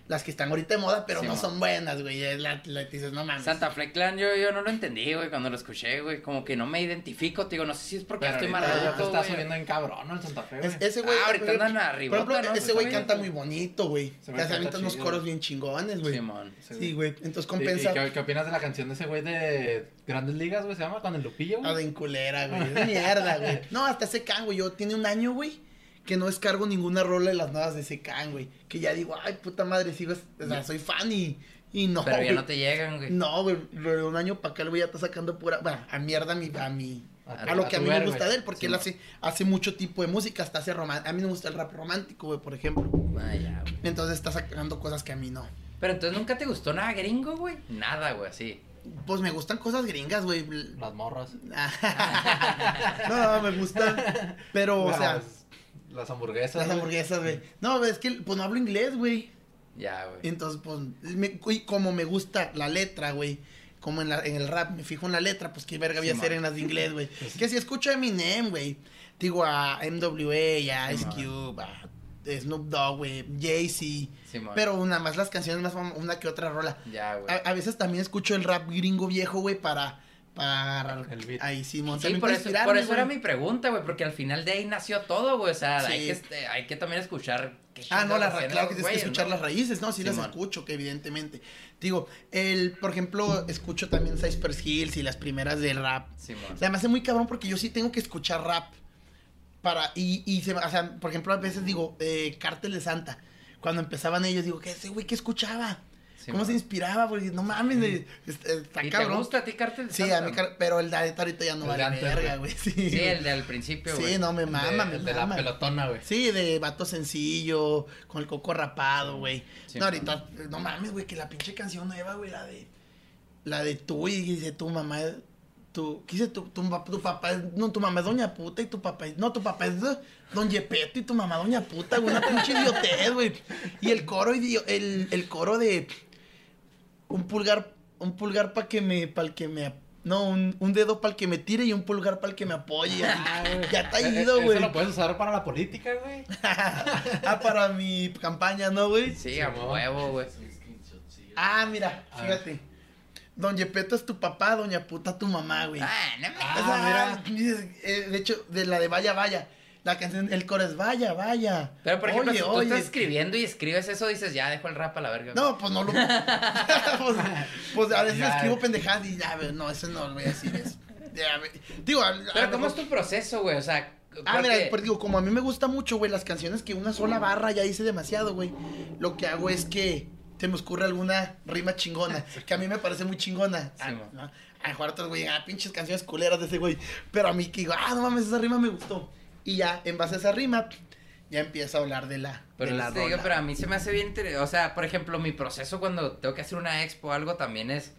Speaker 6: las que están ahorita de moda, pero
Speaker 5: Sí,
Speaker 6: no
Speaker 5: mo.
Speaker 6: son buenas, güey. Es la, la que dices, no mames.
Speaker 5: Santa Fe Clan, yo, yo no lo entendí, güey, cuando lo escuché, güey. Como que no me identifico, te digo, no sé si es porque
Speaker 1: Pero
Speaker 5: estoy
Speaker 1: ahorita ya te
Speaker 5: marrado,
Speaker 1: está
Speaker 5: güey.
Speaker 1: subiendo en cabrón el Santa Fe, güey.
Speaker 6: Es- ese güey.
Speaker 5: Ah, ahorita
Speaker 6: por ejemplo-
Speaker 5: andan arribota,
Speaker 6: Por ejemplo,
Speaker 5: ¿no?
Speaker 6: ese güey
Speaker 5: Está bien.
Speaker 6: canta muy bonito, güey.
Speaker 1: Ese
Speaker 6: Ya
Speaker 1: güey
Speaker 6: se
Speaker 1: canta
Speaker 6: avientan unos
Speaker 1: chido.
Speaker 6: coros bien chingones, güey.
Speaker 5: Simón.
Speaker 6: Sí, güey. Entonces
Speaker 1: ¿Y- y
Speaker 6: compensa.
Speaker 1: qué, qué opinas de la canción de ese güey de Grandes Ligas, güey? ¿Se llama? Con el Lupillo,
Speaker 6: Ah,
Speaker 1: güey.
Speaker 6: de enculera, güey. Es mierda, güey. No, hasta SK, güey. Yo tiene un año, güey, que no descargo ninguna rola de las nuevas de SK, güey. Que ya digo, ay, puta madre, sigo. O sea, soy fan y, y no.
Speaker 5: Pero ya
Speaker 6: güey.
Speaker 5: no te llegan, güey.
Speaker 6: No, güey. lo De un año para acá, el güey ya está sacando pura. Bueno, a mierda a mi. A mi a, lo que a
Speaker 1: tu
Speaker 6: mí me
Speaker 1: ver,
Speaker 6: gusta
Speaker 1: güey.
Speaker 6: de él, porque él hace, hace mucho tipo de música, hasta hace romántico. A mí no me gusta el rap romántico, güey, por ejemplo.
Speaker 5: Ah, ya, güey.
Speaker 6: Entonces está sacando cosas que a mí no.
Speaker 5: Pero entonces nunca te gustó nada gringo, güey. Nada, güey, así.
Speaker 6: Pues me gustan cosas gringas, güey.
Speaker 1: Las morras.
Speaker 6: no, me gustan. Pero, o sea.
Speaker 1: Las- Las hamburguesas.
Speaker 6: Las
Speaker 1: güey.
Speaker 6: hamburguesas, güey. No, es que pues no hablo inglés, güey.
Speaker 5: Ya, güey.
Speaker 6: Entonces, pues, me- y como me gusta la letra, güey. Como en, la- en el rap me fijo en la letra, pues qué verga voy a
Speaker 5: Sí,
Speaker 6: hacer
Speaker 5: man.
Speaker 6: en las de inglés, güey. Que si escucho a Eminem, güey. Digo a MWA, a
Speaker 5: Sí,
Speaker 6: Ice
Speaker 5: man.
Speaker 6: Cube, a Snoop Dogg, güey, Jay-Z.
Speaker 5: Simón.
Speaker 6: Pero nada más las canciones más fam- una que otra rola.
Speaker 5: Ya, güey.
Speaker 6: A, a veces también escucho el rap gringo viejo, güey, para. Para.
Speaker 1: El beat.
Speaker 6: Ahí, Simón.
Speaker 5: Sí,
Speaker 6: también
Speaker 5: por
Speaker 6: para
Speaker 5: eso,
Speaker 6: inspirarme,
Speaker 5: por eso
Speaker 6: güey.
Speaker 5: era mi pregunta, güey, porque al final de ahí nació todo, güey. O sea, hay,
Speaker 6: Sí.
Speaker 5: que, este- hay que también escuchar. qué
Speaker 6: Ah, no,
Speaker 5: chingados
Speaker 6: las ra-
Speaker 5: hacían
Speaker 6: claro que
Speaker 5: esos
Speaker 6: tienes que
Speaker 5: güeyes,
Speaker 6: escuchar
Speaker 5: ¿no?
Speaker 6: las raíces, ¿no? Sí, las
Speaker 5: Simón.
Speaker 6: escucho, que evidentemente. Digo, el, por ejemplo, escucho también Cypress Hills y las primeras de rap.
Speaker 5: Simón.
Speaker 6: O sea, me hace muy cabrón porque yo sí tengo que escuchar rap. Para, y, y se, me- o sea, por ejemplo, a veces digo, eh, Cártel de Santa. Cuando empezaban ellos, digo, ¿qué ese güey qué escuchaba? ¿Cómo
Speaker 5: Simón.
Speaker 6: se inspiraba? Porque no mames, eh, es- es- está
Speaker 5: ¿Y te
Speaker 6: cabrón.
Speaker 5: gusta a ti Cártel de
Speaker 6: Sí, a
Speaker 5: Santa?
Speaker 6: mí, car- pero el de ahorita ya no
Speaker 1: El
Speaker 6: vale
Speaker 1: de antes,
Speaker 6: verga, güey.
Speaker 1: güey.
Speaker 6: Sí,
Speaker 5: Sí,
Speaker 6: güey.
Speaker 5: el de al principio,
Speaker 6: Sí,
Speaker 5: güey.
Speaker 6: no, me mama,
Speaker 1: de,
Speaker 6: me
Speaker 1: el de la
Speaker 6: mama.
Speaker 1: pelotona, güey.
Speaker 6: Sí, de vato sencillo, con el coco rapado, güey.
Speaker 5: Sí,
Speaker 6: no,
Speaker 5: man.
Speaker 6: ahorita, no mames, güey, que la pinche canción nueva, güey, la de. La de tú y dice tu mamá. Tu, ¿Qué dice tu, tu, pa- tu papá? es- No, tu mamá es doña puta y tu papá es. No, tu papá es do- don Yepeto y tu mamá doña puta, güey. Una pinche idiotez, güey. Y el coro, idio- el, el coro de. Un pulgar. Un pulgar para que me. Para el que me. No, un, un dedo para el que me tire y un pulgar para el que me apoye. ya está
Speaker 1: E- e-
Speaker 6: ido, Ah, güey.
Speaker 1: Eso lo puedes usar para la política, güey.
Speaker 6: Ah, para mi campaña, ¿no, güey?
Speaker 5: Sí, a
Speaker 1: Simón.
Speaker 5: huevo, güey.
Speaker 7: Es un screenshot, sí.
Speaker 6: Ah, mira,
Speaker 1: A ver.
Speaker 6: fíjate. Don Yepeto es tu papá, doña puta tu mamá, güey.
Speaker 5: Ah, no mames.
Speaker 1: Ah,
Speaker 6: Esa- eh, De hecho, de la de Vaya Vaya. La canción, el coro es Vaya Vaya.
Speaker 5: Pero por ejemplo,
Speaker 6: Oye,
Speaker 5: si tú
Speaker 6: oye.
Speaker 5: estás escribiendo y escribes eso, dices, ya dejo el rap a la verga. güey.
Speaker 6: No, pues no lo. pues, pues a veces
Speaker 1: Ya.
Speaker 6: escribo pendejadas y ya, güey, no, eso no lo voy a decir eso. Ya, güey. digo, a- a
Speaker 5: Pero
Speaker 6: lo
Speaker 5: ¿cómo
Speaker 6: mejor-
Speaker 5: es tu proceso, güey? O sea,
Speaker 6: Ah, mira,
Speaker 5: porque-
Speaker 6: pues digo, como a mí me gusta mucho, güey, las canciones que una sola barra ya hice demasiado, güey. Lo que hago es que se me ocurre alguna rima chingona, que a mí me parece muy chingona.
Speaker 5: Sí,
Speaker 6: Ah,
Speaker 5: mo.
Speaker 6: ¿no? A lo mejor otros, güey, ah, pinches canciones culeras de ese güey. Pero a mí que digo, ah, no mames, esa rima me gustó. Y ya, en base a esa rima, ya empiezo a hablar de la.
Speaker 5: Pero,
Speaker 6: de
Speaker 5: eso
Speaker 6: la
Speaker 5: te digo,
Speaker 6: rola.
Speaker 5: pero a mí se me hace bien inter- O sea, por ejemplo, mi proceso cuando tengo que hacer una expo o algo también es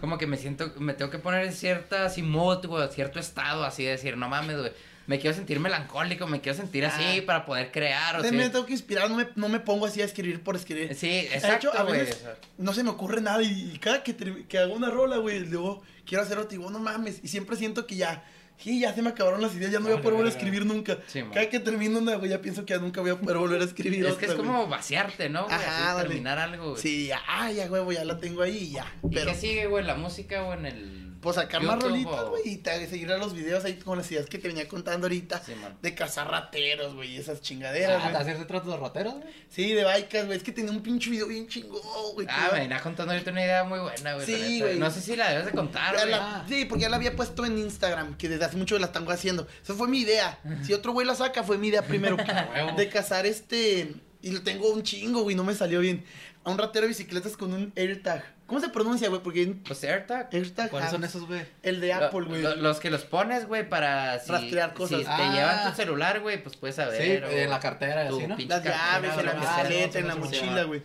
Speaker 5: como que me siento, me tengo que poner en cierta así mood, güey, cierto estado, así de decir, no mames, güey. Me quiero sentir melancólico, me quiero sentir así
Speaker 6: Ah.
Speaker 5: para poder crear, o
Speaker 6: Sí,
Speaker 5: sea.
Speaker 6: me tengo que inspirar, no me, no me pongo así a escribir por escribir.
Speaker 5: Sí,
Speaker 6: De hecho,
Speaker 5: exacto,
Speaker 6: a
Speaker 5: güey.
Speaker 6: veces no se me ocurre nada y, y cada que, ter- que hago una rola, güey, luego quiero hacer otra y digo, no mames, y siempre siento que ya, sí, ya se me acabaron las ideas, ya no voy a
Speaker 1: Vale,
Speaker 6: poder volver a
Speaker 1: verga.
Speaker 6: escribir nunca.
Speaker 5: Sí, man.
Speaker 6: cada que termino una, güey, ya pienso que ya nunca voy a poder volver a escribir
Speaker 5: Es
Speaker 6: otra,
Speaker 5: que es
Speaker 6: güey.
Speaker 5: como vaciarte, ¿no? güey? Así,
Speaker 6: Ajá, dale.
Speaker 5: terminar algo, güey.
Speaker 6: Sí, ya, ah, ya, güey, ya la tengo ahí y ya.
Speaker 5: ¿Y
Speaker 6: Pero,
Speaker 5: qué sigue, güey? ¿La música o en el...?
Speaker 6: pues sacar más
Speaker 5: YouTube
Speaker 6: rolitas,
Speaker 5: o-
Speaker 6: güey, y te- seguir a los videos ahí con las ideas que te venía contando ahorita.
Speaker 5: Sí, man.
Speaker 6: De cazar rateros, güey, y esas chingaderas,
Speaker 1: Ah,
Speaker 6: güey.
Speaker 1: hacer retratos de rateros, güey.
Speaker 6: Sí, de bikes, güey. Es que tenía un pinche video bien chingón, güey. que
Speaker 5: Ah,
Speaker 6: iba-
Speaker 5: me venía contando ahorita una idea muy buena, güey. la
Speaker 6: Sí,
Speaker 5: neta.
Speaker 6: güey.
Speaker 5: No sé si la debes de contar,
Speaker 6: Ya
Speaker 5: güey.
Speaker 6: la- sí, porque ya la había puesto en Instagram, que desde hace mucho la están haciendo. Esa fue mi idea. Si otro güey la saca, fue mi idea primero.
Speaker 1: huevo.
Speaker 6: de cazar este. Y lo tengo un chingo, güey, no me salió bien. A un ratero de bicicletas con un AirTag. ¿Cómo se pronuncia, güey? Porque en
Speaker 5: Pues AirTag.
Speaker 6: AirTag.
Speaker 8: ¿Cuáles
Speaker 6: ah,
Speaker 8: son esos, güey?
Speaker 6: El de Apple,
Speaker 5: Lo-
Speaker 6: güey.
Speaker 5: lo- los que los pones, güey, para si,
Speaker 6: Rastrear cosas.
Speaker 5: si te
Speaker 8: Ah.
Speaker 5: llevan tu celular, güey, pues puedes
Speaker 8: Sí,
Speaker 5: saber. o
Speaker 8: en la cartera y
Speaker 5: tu
Speaker 8: así, ¿no?
Speaker 5: pinche
Speaker 6: Las llaves, en la
Speaker 5: cartera, lo que sea,
Speaker 6: bicicleta,
Speaker 5: ¿no?
Speaker 6: en la
Speaker 5: Sí, sí, sí.
Speaker 6: mochila, güey.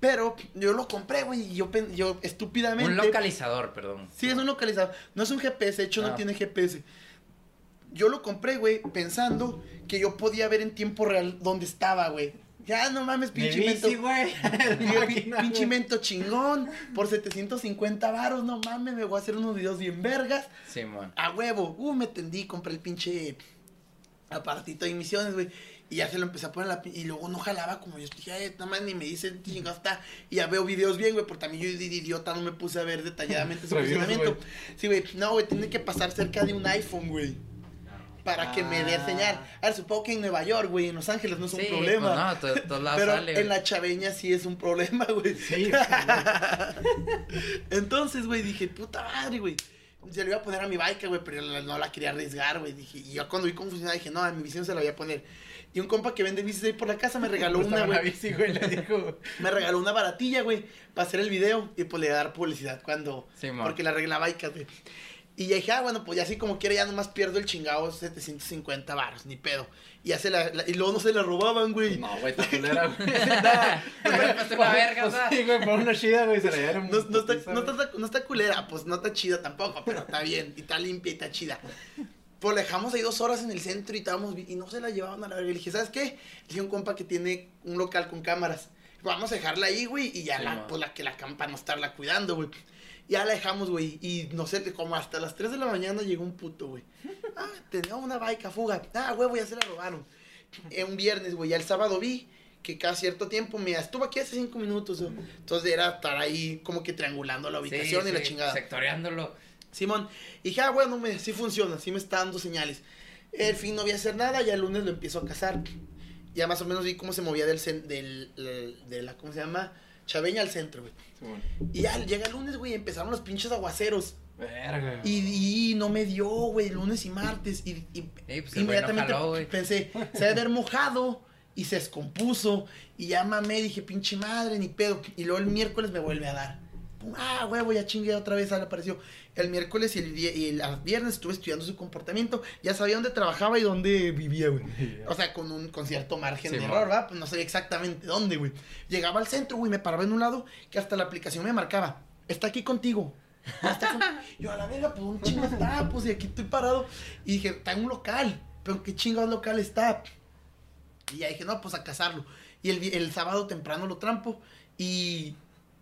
Speaker 6: Pero yo lo compré, güey, y yo, pen- yo estúpidamente...
Speaker 5: Un localizador, perdón.
Speaker 6: Sí, es un localizador. No es un GPS, de hecho no,
Speaker 5: Ah.
Speaker 6: tiene GPS. Yo lo compré, güey, pensando que yo podía ver en tiempo real dónde estaba, güey. Ya no mames, pinche mento.
Speaker 8: güey.
Speaker 6: Ah, pin- pinche mento chingón. Por 750 varos, no mames, me voy a hacer unos videos bien vergas.
Speaker 5: Simón.
Speaker 6: A huevo, uh, me tendí, compré el pinche aparatito de emisiones, güey. Y ya se lo empecé a poner a la pin- Y luego no jalaba como yo dije, ay, nada más ni me dice chingado está. Y ya veo videos bien, güey, porque también yo de idiota no me puse a ver detalladamente su
Speaker 8: Reviews,
Speaker 6: funcionamiento.
Speaker 8: güey.
Speaker 6: Sí, güey, no, güey, tiene que pasar cerca de un iPhone, güey. Para que me dé
Speaker 8: Ah.
Speaker 6: señal. A ver, supongo que en Nueva York, güey, en Los Ángeles no es un
Speaker 5: Sí,
Speaker 6: problema.
Speaker 5: pues no, to- todos lados
Speaker 6: Pero
Speaker 5: sale,
Speaker 6: en
Speaker 5: güey.
Speaker 6: la chaveña sí es un problema, güey.
Speaker 8: Sí,
Speaker 6: Entonces, güey, dije, puta madre, güey. Se lo iba a poner a mi biker, güey, pero la- no la quería arriesgar, güey. Dije, y yo cuando vi cómo funcionaba, dije, no, a mi bici no se la voy a poner. Y un compa que vende bicis ahí por la casa me regaló
Speaker 1: Pues
Speaker 8: Estaba
Speaker 6: una,
Speaker 8: en la
Speaker 6: güey.
Speaker 8: bici, güey, le dijo.
Speaker 6: Me regaló una baratilla, güey, para hacer el video y pues le iba a dar publicidad cuando.
Speaker 5: Simón.
Speaker 6: porque la regla biker, güey. Y ya dije, ah, bueno, pues ya así como quiera, ya nomás pierdo el chingado 750 baros, ni pedo. Y ya se la, la- Y luego no se la robaban, güey.
Speaker 8: No, güey, está culera, güey.
Speaker 5: Compraste una verga, o
Speaker 8: Pues
Speaker 5: sea.
Speaker 8: Sí, güey, por una chida, güey, se la dieron.
Speaker 5: pues,
Speaker 6: No, no, está, no, está, no está culera, pues no está chida tampoco, pero está bien, y está limpia y está chida. Pues la dejamos ahí dos horas en el centro y estábamos vi- y no se la llevaban a la verga. Le dije, ¿sabes qué? Le dije a un compa que tiene un local con cámaras. Vamos a dejarla ahí, güey, y ya
Speaker 5: Sí,
Speaker 6: la,
Speaker 5: ma.
Speaker 6: pues la que la campa no estarla cuidando, güey. Ya la dejamos, güey, y no sé, como hasta las 3 de la mañana llegó un puto, güey. Ah, tenía una baica fuga. Ah, huevo, ya se la robaron. Eh, un viernes, güey, ya el sábado vi que cada cierto tiempo me estuvo aquí hace cinco minutos. ¿no? Entonces era estar ahí como que triangulando la ubicación
Speaker 5: Sí,
Speaker 6: y la
Speaker 5: sí,
Speaker 6: chingada.
Speaker 5: Sectoreándolo.
Speaker 6: Simón, y dije, ah, bueno, me, sí funciona, sí me está dando señales. El fin no voy a hacer nada, ya el lunes lo empiezo a cazar. Ya más o menos vi cómo se movía del, cen- del, del- de la, ¿cómo se llama? Chaveña al centro, güey. Y ya llega el lunes, güey, empezaron los pinches aguaceros.
Speaker 8: Verga. güey.
Speaker 6: Y, y no me dio, güey, lunes y martes. Y, y
Speaker 5: Sí, pues el güey no
Speaker 6: inmediatamente
Speaker 5: jaló, güey.
Speaker 6: pensé, se debe haber mojado y se descompuso. Y ya mamé, dije, pinche madre, ni pedo. Y luego el miércoles me vuelve a dar. Pum, Ah, huevo, ya chingué otra vez, ah, le apareció. El miércoles y el, vie- y el ah, viernes estuve estudiando su comportamiento. Ya sabía dónde trabajaba y dónde vivía, güey. O sea, con un con cierto margen
Speaker 5: Sí,
Speaker 6: de
Speaker 5: mo.
Speaker 6: error, ¿verdad? Pues no sabía exactamente dónde, güey. Llegaba al centro, güey, me paraba en un lado que hasta la aplicación me marcaba. Está aquí contigo. Está con-". Yo a la verga, pues un chingo está, pues y aquí estoy parado. Y dije, está en un local, pero qué chingados local está. Y ya dije, no, pues a cazarlo. Y el, vi- el sábado temprano lo trampo y,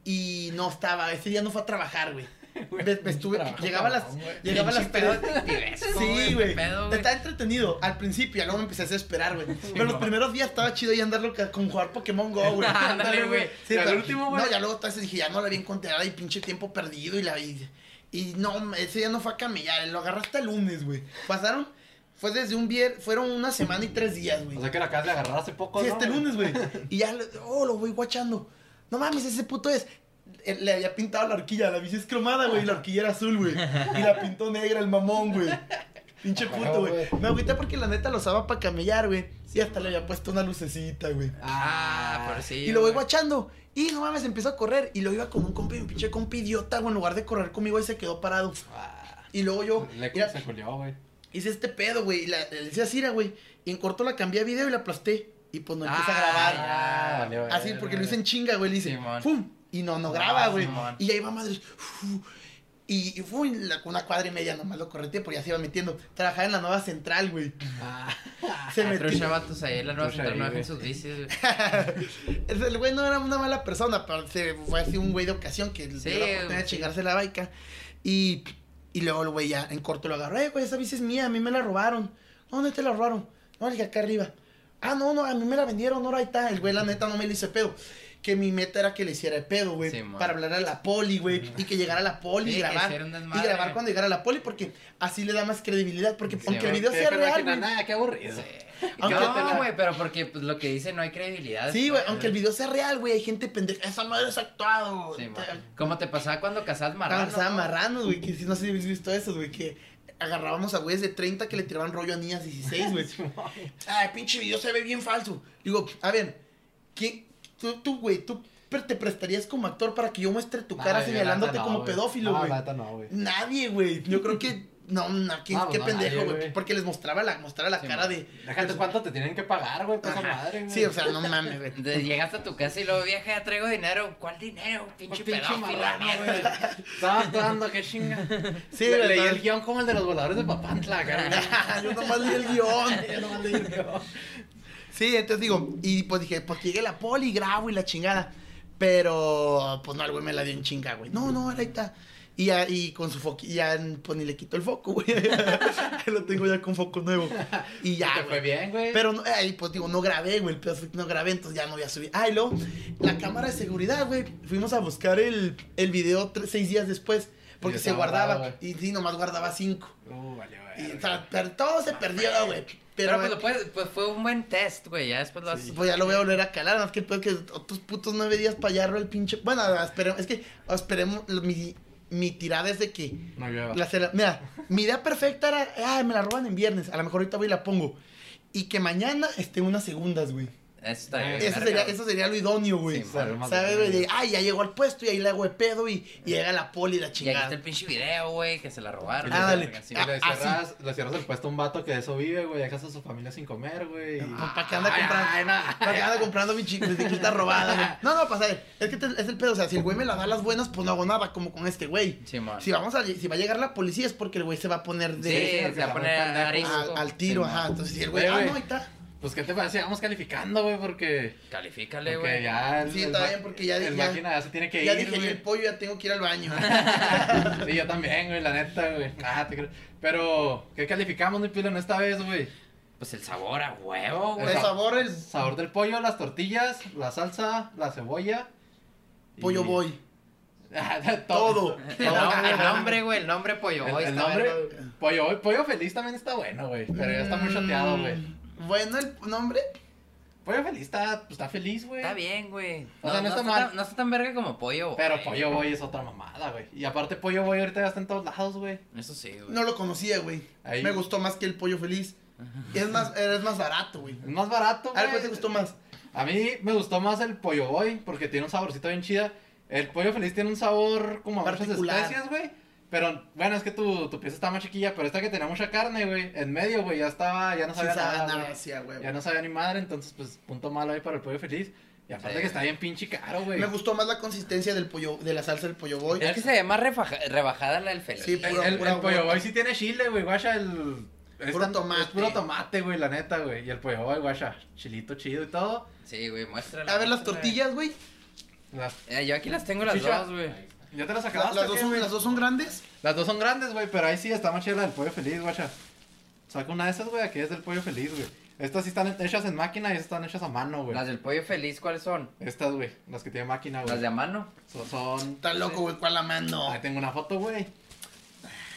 Speaker 6: y no estaba, ese día no fue a trabajar, güey. Me- me estuve,
Speaker 8: trabajo
Speaker 6: llegaba a las,
Speaker 8: cabrón, güey.
Speaker 6: llegaba a las
Speaker 5: Pinche pedo
Speaker 6: tres-
Speaker 5: detectivesco,
Speaker 6: Sí,
Speaker 5: qué
Speaker 6: güey.
Speaker 5: pedo, güey.
Speaker 6: Está entretenido al principio, ya luego me empecé a desesperar, güey. Pero los
Speaker 8: no.
Speaker 6: primeros días estaba chido ahí andarlo ca- con jugar Pokémon Go, güey.
Speaker 5: Ándale, güey.
Speaker 6: Sí,
Speaker 8: Y al
Speaker 6: pero-
Speaker 8: último, güey.
Speaker 6: No, ya luego entonces dije, ya no la había encontrado y pinche tiempo perdido y la y, y no, ese día no fue a camellar, lo agarraste el lunes, güey. Pasaron, fue desde un viernes, fueron una semana y tres días, güey.
Speaker 8: O sea que la acabas de agarrar hace poco,
Speaker 6: Sí,
Speaker 8: ¿no,
Speaker 6: este
Speaker 8: güey?
Speaker 6: lunes, güey. Y ya, lo- oh, lo voy guachando. No mames, ese puto es. Eh, Le había pintado la horquilla, la bici es cromada, güey, y la horquilla era azul, güey. Y la pintó negra el mamón, güey. Pinche
Speaker 5: Ah,
Speaker 6: puto, güey. Me agüité porque la neta lo usaba para camellar, güey. Y hasta le había puesto una lucecita, güey.
Speaker 5: Ah, pero sí.
Speaker 6: Y lo voy
Speaker 5: güey.
Speaker 6: guachando. Y no mames, empiezo a correr. Y lo iba con un compa y un pinche compa idiota, güey. En lugar de correr conmigo, ahí se quedó parado.
Speaker 5: Ah.
Speaker 6: Y luego yo.
Speaker 8: Le
Speaker 6: mira,
Speaker 8: se culió, güey.
Speaker 6: Hice este pedo, güey. Y la, le decía así, era, güey. Y en corto la cambié a video y la aplasté. Y pues no empieza a
Speaker 5: Ah,
Speaker 6: grabar.
Speaker 5: ya,
Speaker 8: valió verga,
Speaker 6: Así, porque lo
Speaker 8: güey.
Speaker 6: hice en chinga, güey. Le hice,
Speaker 5: Simón.
Speaker 6: ¡fum! Y no, no
Speaker 5: Ah,
Speaker 6: graba, güey.
Speaker 5: Simón.
Speaker 6: y ahí va madre. Y, y fue la- una cuadra y media nomás lo correteé porque ya se iba metiendo. Trabajaba en la nueva central, güey.
Speaker 8: Ah,
Speaker 6: Se
Speaker 5: Ah,
Speaker 6: metió.
Speaker 5: Trucha vatos ahí, la nueva
Speaker 8: Trucha
Speaker 5: central,
Speaker 8: ahí,
Speaker 5: no
Speaker 8: güey.
Speaker 5: dejen sus bicis, güey.
Speaker 6: El güey no era una mala persona, pero se fue así un güey de ocasión que le dio la
Speaker 5: Sí,
Speaker 6: oportunidad de
Speaker 5: sí.
Speaker 6: chingarse la baica. Y, y luego el güey ya en corto lo agarró. Eh, güey, esa bici es mía, a mí me la robaron. ¿Dónde te la robaron? No, le dije acá arriba. Ah, no, no, a mí me la vendieron, ahora ahí está. El güey, la neta, no me le hizo pedo. Que mi meta era que le hiciera el pedo, güey.
Speaker 5: Sí, man.
Speaker 6: para hablar a la poli, güey. Y que llegara a la poli
Speaker 5: Sí,
Speaker 6: y
Speaker 5: que
Speaker 6: grabar.
Speaker 5: hiciera un
Speaker 6: Y
Speaker 5: desmadre.
Speaker 6: grabar cuando llegara a la poli, porque así le da más credibilidad. Porque
Speaker 5: Sí,
Speaker 6: aunque el
Speaker 5: man.
Speaker 6: video
Speaker 8: qué
Speaker 6: sea real,
Speaker 8: máquina,
Speaker 6: güey.
Speaker 8: Nada, qué aburrido.
Speaker 6: Aunque te
Speaker 5: No,
Speaker 6: la-
Speaker 5: güey, pero porque pues, lo que dice no hay credibilidad.
Speaker 6: Sí, güey, aunque el video sea real, güey, hay gente pendeja. Esa madre es actuado.
Speaker 5: Sí,
Speaker 6: Te-
Speaker 5: güey. Como te pasaba cuando cazabas marrano.
Speaker 6: Agarraban
Speaker 5: ¿no?
Speaker 6: marranos, güey, que si no sé si habéis visto eso, güey, que agarrábamos a güeyes de 30 que le tiraban rollo a niñas 16, güey. Ay, pinche video se ve bien falso. Digo, a ver, ¿Qué? Tú, tú, güey, tú pre- te prestarías como actor para que yo muestre tu
Speaker 9: No,
Speaker 6: cara
Speaker 9: güey,
Speaker 6: señalándote
Speaker 9: la neta no,
Speaker 6: como
Speaker 9: güey.
Speaker 6: pedófilo,
Speaker 1: No,
Speaker 6: güey.
Speaker 1: la neta no, güey.
Speaker 6: Nadie, güey. Yo creo que. No, no, qué,
Speaker 1: No, pues
Speaker 6: qué
Speaker 1: no,
Speaker 6: pendejo,
Speaker 1: nadie,
Speaker 6: güey.
Speaker 1: güey.
Speaker 6: Porque les mostraba la, mostraba la
Speaker 5: Sí,
Speaker 6: cara
Speaker 5: ma.
Speaker 6: de.
Speaker 1: Déjate cuánto te tienen que pagar, güey, toda esa
Speaker 6: Ajá.
Speaker 1: madre, güey.
Speaker 6: Sí, o sea, no mames, güey.
Speaker 5: De- Llegaste a tu casa y luego viaje, ya traigo dinero. ¿Cuál dinero?
Speaker 1: Pues,
Speaker 5: Pinche
Speaker 1: pinche
Speaker 5: pedófilo.
Speaker 1: marrano,
Speaker 5: mierda.
Speaker 1: güey. Estaba actuando, qué chinga.
Speaker 6: Sí,
Speaker 1: Le-
Speaker 6: güey,
Speaker 1: leí
Speaker 6: todo-
Speaker 1: el guión como el de los voladores de Papantla, carnal.
Speaker 6: Yo nomás leí el guión.
Speaker 1: Yo nomás leí el guión.
Speaker 6: Sí, entonces digo, y pues dije, pues llegué a la poli, grabo y la chingada. Pero, pues no, el güey me la dio en chinga, güey. No, no, ahí está. Y, ya- y con su foco, y ya, pues ni le quito el foco, güey. Lo tengo ya con foco nuevo. Y ya,
Speaker 1: Te fue
Speaker 6: güey.
Speaker 1: bien, güey.
Speaker 6: Pero, no, ahí, pues digo, no grabé, güey, el pedo fue que no grabé, entonces ya no había subido. Ah, y luego, la cámara de seguridad, güey, fuimos a buscar el, el video tres- seis días después, porque
Speaker 1: Y
Speaker 6: se
Speaker 1: estaba
Speaker 6: guardaba,
Speaker 1: guardado,
Speaker 6: y sí, nomás guardaba cinco.
Speaker 1: Uh, vale, güey.
Speaker 6: Y, o sea, pero todo se perdió, güey.
Speaker 5: Pero
Speaker 6: Pero,
Speaker 5: pues, lo puedes- pues, fue un buen test, güey. Ya después lo haces.
Speaker 6: pues ya lo voy a volver a calar, más que el pedo que otros putos nueve días para hallarlo el pinche... Bueno, esperemos, es que esperemos, lo- mi, mi tirada es de que...
Speaker 1: No
Speaker 5: Ah.
Speaker 1: llueva.
Speaker 6: La cela- mira, mi idea perfecta era, ah, me la roban en viernes, a lo mejor ahorita voy y la pongo. Y que mañana esté unas segundas, güey.
Speaker 5: Eso está bien.
Speaker 6: Eso
Speaker 5: verga,
Speaker 6: sería,
Speaker 5: güey.
Speaker 6: eso sería lo idóneo, güey.
Speaker 5: Sí,
Speaker 1: madre, madre,
Speaker 6: ¿Sabes,
Speaker 1: madre.
Speaker 6: güey? De, Ay, ya llegó al puesto y ahí la hago de pedo y, y llega la poli y la
Speaker 5: Y aquí está el
Speaker 6: chingada.
Speaker 5: pinche video, güey, que se la robaron.
Speaker 6: Ah, dale.
Speaker 5: Verga, sí,
Speaker 1: Y le
Speaker 6: Ah, ah, sí.
Speaker 1: cierras, le cierras el puesto a un vato que de eso vive, güey. Dejas a su familia sin comer, güey. y-
Speaker 6: ¿Para qué Ah, anda
Speaker 1: Ay,
Speaker 6: comprando?
Speaker 1: ay, no.
Speaker 6: ¿Para qué anda comprando mi chico? Desde que está robada, güey. No, no, pasa. Es que te- es el pedo. O sea, si el güey me la da las buenas, pues no hago nada, como con este güey.
Speaker 5: Simón.
Speaker 6: Si, vamos a, si va a llegar la policía es porque el güey se va a poner
Speaker 5: Sí,
Speaker 6: de,
Speaker 5: se va a poner a dar
Speaker 6: a-
Speaker 5: disco.
Speaker 6: al tiro,
Speaker 5: Simón.
Speaker 6: ajá. Entonces, si el güey,
Speaker 1: Oye,
Speaker 6: ah,
Speaker 1: güey.
Speaker 6: no, ahí está.
Speaker 1: Pues, ¿qué te parece? Vamos calificando, güey, porque...
Speaker 5: Califícale,
Speaker 1: Porque
Speaker 5: güey.
Speaker 1: ya... el-
Speaker 6: Sí,
Speaker 1: el
Speaker 6: está
Speaker 1: ma-
Speaker 6: bien, porque ya-
Speaker 1: El
Speaker 6: ya-
Speaker 1: máquina ya se tiene que
Speaker 6: Ya
Speaker 1: ir,
Speaker 6: dije, yo el
Speaker 1: güey.
Speaker 6: pollo ya tengo que ir al baño.
Speaker 1: Sí, yo también, güey, la neta, güey. Ah, te creo. Pero, ¿qué calificamos, mi pilón, esta vez, güey?
Speaker 5: Pues el sabor a huevo,
Speaker 6: Por
Speaker 5: güey.
Speaker 1: Esa-
Speaker 6: favor, el
Speaker 1: Sabor del pollo, las tortillas, la salsa, la cebolla. y-
Speaker 6: pollo voy.
Speaker 1: Ah, de
Speaker 6: Todo.
Speaker 5: El nombre, el nombre, güey, el nombre pollo.
Speaker 1: El,
Speaker 5: Boy,
Speaker 1: el
Speaker 5: está
Speaker 1: nombre,
Speaker 5: verga.
Speaker 1: pollo, Boy- pollo feliz también está bueno, güey. Pero ya está muy choteado, güey.
Speaker 6: Mm, Bueno, el nombre.
Speaker 1: Pollo feliz está, pues, está feliz, güey.
Speaker 5: Está bien, güey.
Speaker 1: O sea, no está mal.
Speaker 5: tan- no está tan verga como pollo, güey.
Speaker 1: Pero pollo boy es otra mamada, güey. Y aparte, pollo boy ahorita ya está en todos lados, güey.
Speaker 5: Eso sí, güey.
Speaker 6: No lo conocía, güey.
Speaker 1: Ahí.
Speaker 6: Me gustó más que el pollo feliz. Y es más, es más barato, güey.
Speaker 1: Es más barato,
Speaker 6: A
Speaker 1: güey.
Speaker 6: ver, ¿cuál te gustó más?
Speaker 1: A mí me gustó más el pollo boy porque tiene un saborcito bien chida. El pollo feliz tiene un sabor como a muchas
Speaker 6: Particular.
Speaker 1: especies, güey. Pero bueno, es que tu, tu pieza está más chiquilla, pero esta que tenía mucha carne, güey. En medio, güey, ya estaba, ya no
Speaker 6: Sí,
Speaker 1: sabía
Speaker 6: sabe
Speaker 1: nada,
Speaker 6: nada,
Speaker 1: güey.
Speaker 6: sí, a huevo.
Speaker 1: Ya no sabía ni madre, entonces pues punto malo ahí para el pollo feliz. Y aparte
Speaker 5: Sí.
Speaker 1: que está bien pinche caro, güey.
Speaker 6: Me gustó más la consistencia del pollo, de la salsa del pollo boy.
Speaker 5: Es que se ve más refaja- rebajada la del feliz.
Speaker 6: Sí,
Speaker 1: El,
Speaker 6: pura-
Speaker 1: el-
Speaker 6: pura
Speaker 1: el pollo
Speaker 6: huevo.
Speaker 1: boy sí tiene chile, güey, guacha, el... es
Speaker 6: Puro
Speaker 1: tan-
Speaker 6: tomate.
Speaker 1: Es puro tomate, güey, la neta, güey. Y el pollo boy, guacha, chilito chido y todo.
Speaker 5: Sí, güey, muéstrala.
Speaker 6: A ver las
Speaker 5: muéstrala.
Speaker 6: tortillas, güey.
Speaker 1: Las-
Speaker 5: Eh, yo aquí las tengo las
Speaker 1: Chicha.
Speaker 5: dos, güey.
Speaker 1: ¿Ya te las
Speaker 6: La-
Speaker 1: acabaste?
Speaker 6: Las
Speaker 1: o
Speaker 6: dos,
Speaker 1: qué,
Speaker 6: son,
Speaker 1: güey?
Speaker 6: las dos son grandes.
Speaker 1: Las dos son grandes, güey, pero ahí sí está más chida la del pollo feliz, guacha. Saca una de esas, güey, aquí es del pollo feliz, güey. Estas sí están hechas en máquina y estas están hechas a mano, güey.
Speaker 5: Las del pollo feliz, ¿cuáles son?
Speaker 1: Estas, güey, las que tiene máquina, güey.
Speaker 5: Las de a mano.
Speaker 1: So- Son...
Speaker 6: Está loco, güey, cuál la mano.
Speaker 1: Ahí tengo una foto, güey.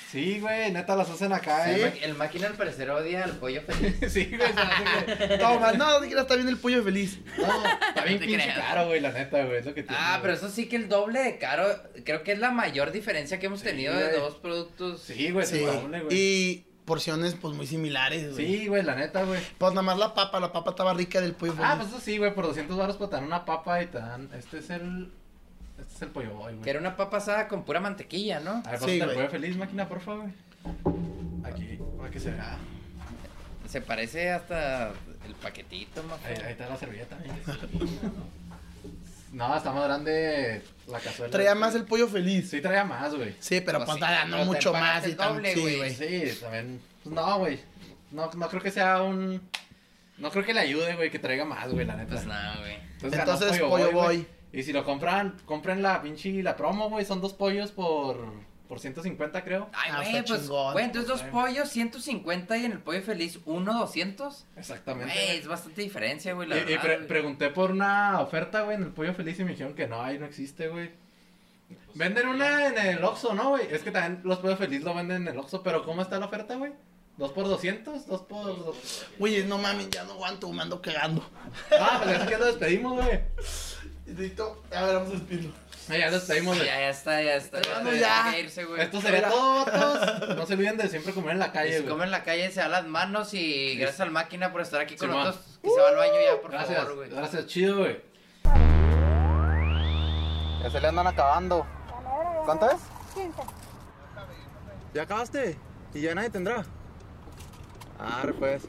Speaker 1: Sí, güey, neta las hacen acá,
Speaker 5: El, ma-
Speaker 1: eh.
Speaker 5: el máquina al parecer odia al pollo feliz.
Speaker 1: Sí, güey, se me hace que-
Speaker 6: Toma, no, ni siquiera está bien el pollo feliz.
Speaker 1: No, está bien
Speaker 5: No te
Speaker 1: pinche
Speaker 5: creas.
Speaker 1: caro, güey, la neta, güey, es lo que tiene.
Speaker 5: Ah, pero
Speaker 1: güey.
Speaker 5: eso sí que el doble de caro. Creo que es la mayor diferencia que hemos
Speaker 1: Sí,
Speaker 5: tenido de
Speaker 1: güey.
Speaker 5: dos productos.
Speaker 1: Sí, güey,
Speaker 6: Sí.
Speaker 1: se doble, pues, güey.
Speaker 6: Y porciones, pues, muy similares, güey.
Speaker 1: Sí, güey, la neta, güey.
Speaker 6: Pues nada más la papa, la papa estaba rica del pollo
Speaker 1: Ah,
Speaker 6: feliz.
Speaker 1: pues eso sí, güey, por 200 baros para te dan una papa y te dan... Este es el... Este es el pollo boy, güey.
Speaker 5: Que era una papa asada con pura mantequilla, ¿no?
Speaker 1: A ver,
Speaker 6: Sí,
Speaker 1: pásate el
Speaker 6: güey.
Speaker 1: pollo feliz, máquina, por favor. Aquí, para que se vea.
Speaker 5: Se parece hasta el paquetito, más.
Speaker 1: Ahí, ahí está la servilleta. No, está más grande la cazuela.
Speaker 6: Traía más el pollo feliz. Sí,
Speaker 1: pues, Sí, traía más, güey.
Speaker 6: pero
Speaker 5: Pues
Speaker 6: pues
Speaker 5: sí,
Speaker 6: nada,
Speaker 5: pero
Speaker 6: no
Speaker 5: te
Speaker 6: mucho
Speaker 5: pagaste
Speaker 6: más. Y
Speaker 5: el
Speaker 6: tan-
Speaker 5: doble,
Speaker 6: sí,
Speaker 5: güey.
Speaker 6: güey.
Speaker 1: Sí, también. Pues no, güey. No, no creo que sea un. No creo que le ayude, güey, que traiga más, güey, la neta.
Speaker 5: Pues nada, güey.
Speaker 1: ganó
Speaker 6: Entonces, Pollo
Speaker 1: güey.
Speaker 6: Boy.
Speaker 1: Y si lo compran, compren la pinche la promo, güey. Son dos pollos por, por 150, creo.
Speaker 5: Ay,
Speaker 6: Ah,
Speaker 5: güey,
Speaker 6: está
Speaker 5: pues,
Speaker 6: chingón.
Speaker 5: güey, entonces dos pollos, 150 y en el pollo feliz, uno, 200.
Speaker 1: Exactamente.
Speaker 5: Güey, es bastante diferencia, güey, la
Speaker 1: Y, y
Speaker 5: verdad.
Speaker 1: pre-
Speaker 5: güey.
Speaker 1: pregunté por una oferta, güey, en el Pollo Feliz y me dijeron que no, ahí no existe, güey. Venden una en el Oxxo, ¿no, güey? Es que también los Pollo Feliz lo venden en el Oxxo, pero ¿cómo está la oferta, güey? ¿Dos por 200? ¿Dos por...? dos-
Speaker 6: Oye, no mames, ya no aguanto, me ando cagando.
Speaker 1: Ah, pues es que ya lo despedimos, güey.
Speaker 6: Necesito, a ver, vamos a despedirlo.
Speaker 1: Ah, Ya lo despedimos,
Speaker 5: Ya,
Speaker 1: güey.
Speaker 5: ya está, ya está.
Speaker 6: Ya,
Speaker 5: está,
Speaker 6: ya.
Speaker 5: hay que irse, güey.
Speaker 1: Esto sería
Speaker 6: Hola.
Speaker 1: todo, todos. No se olviden de siempre comer en la
Speaker 5: Y
Speaker 1: calle,
Speaker 5: Si comen
Speaker 1: güey.
Speaker 5: en la calle, se dan las manos y gracias al máquina por estar aquí con
Speaker 1: Simón.
Speaker 5: nosotros. Que se va al baño ya, por
Speaker 1: Gracias,
Speaker 5: favor, güey.
Speaker 1: gracias, chido, güey. Ya se le andan acabando. ¿Cuánto es?
Speaker 3: 15.
Speaker 1: ¿Ya acabaste? ¿Y ya nadie tendrá? Ah, pues.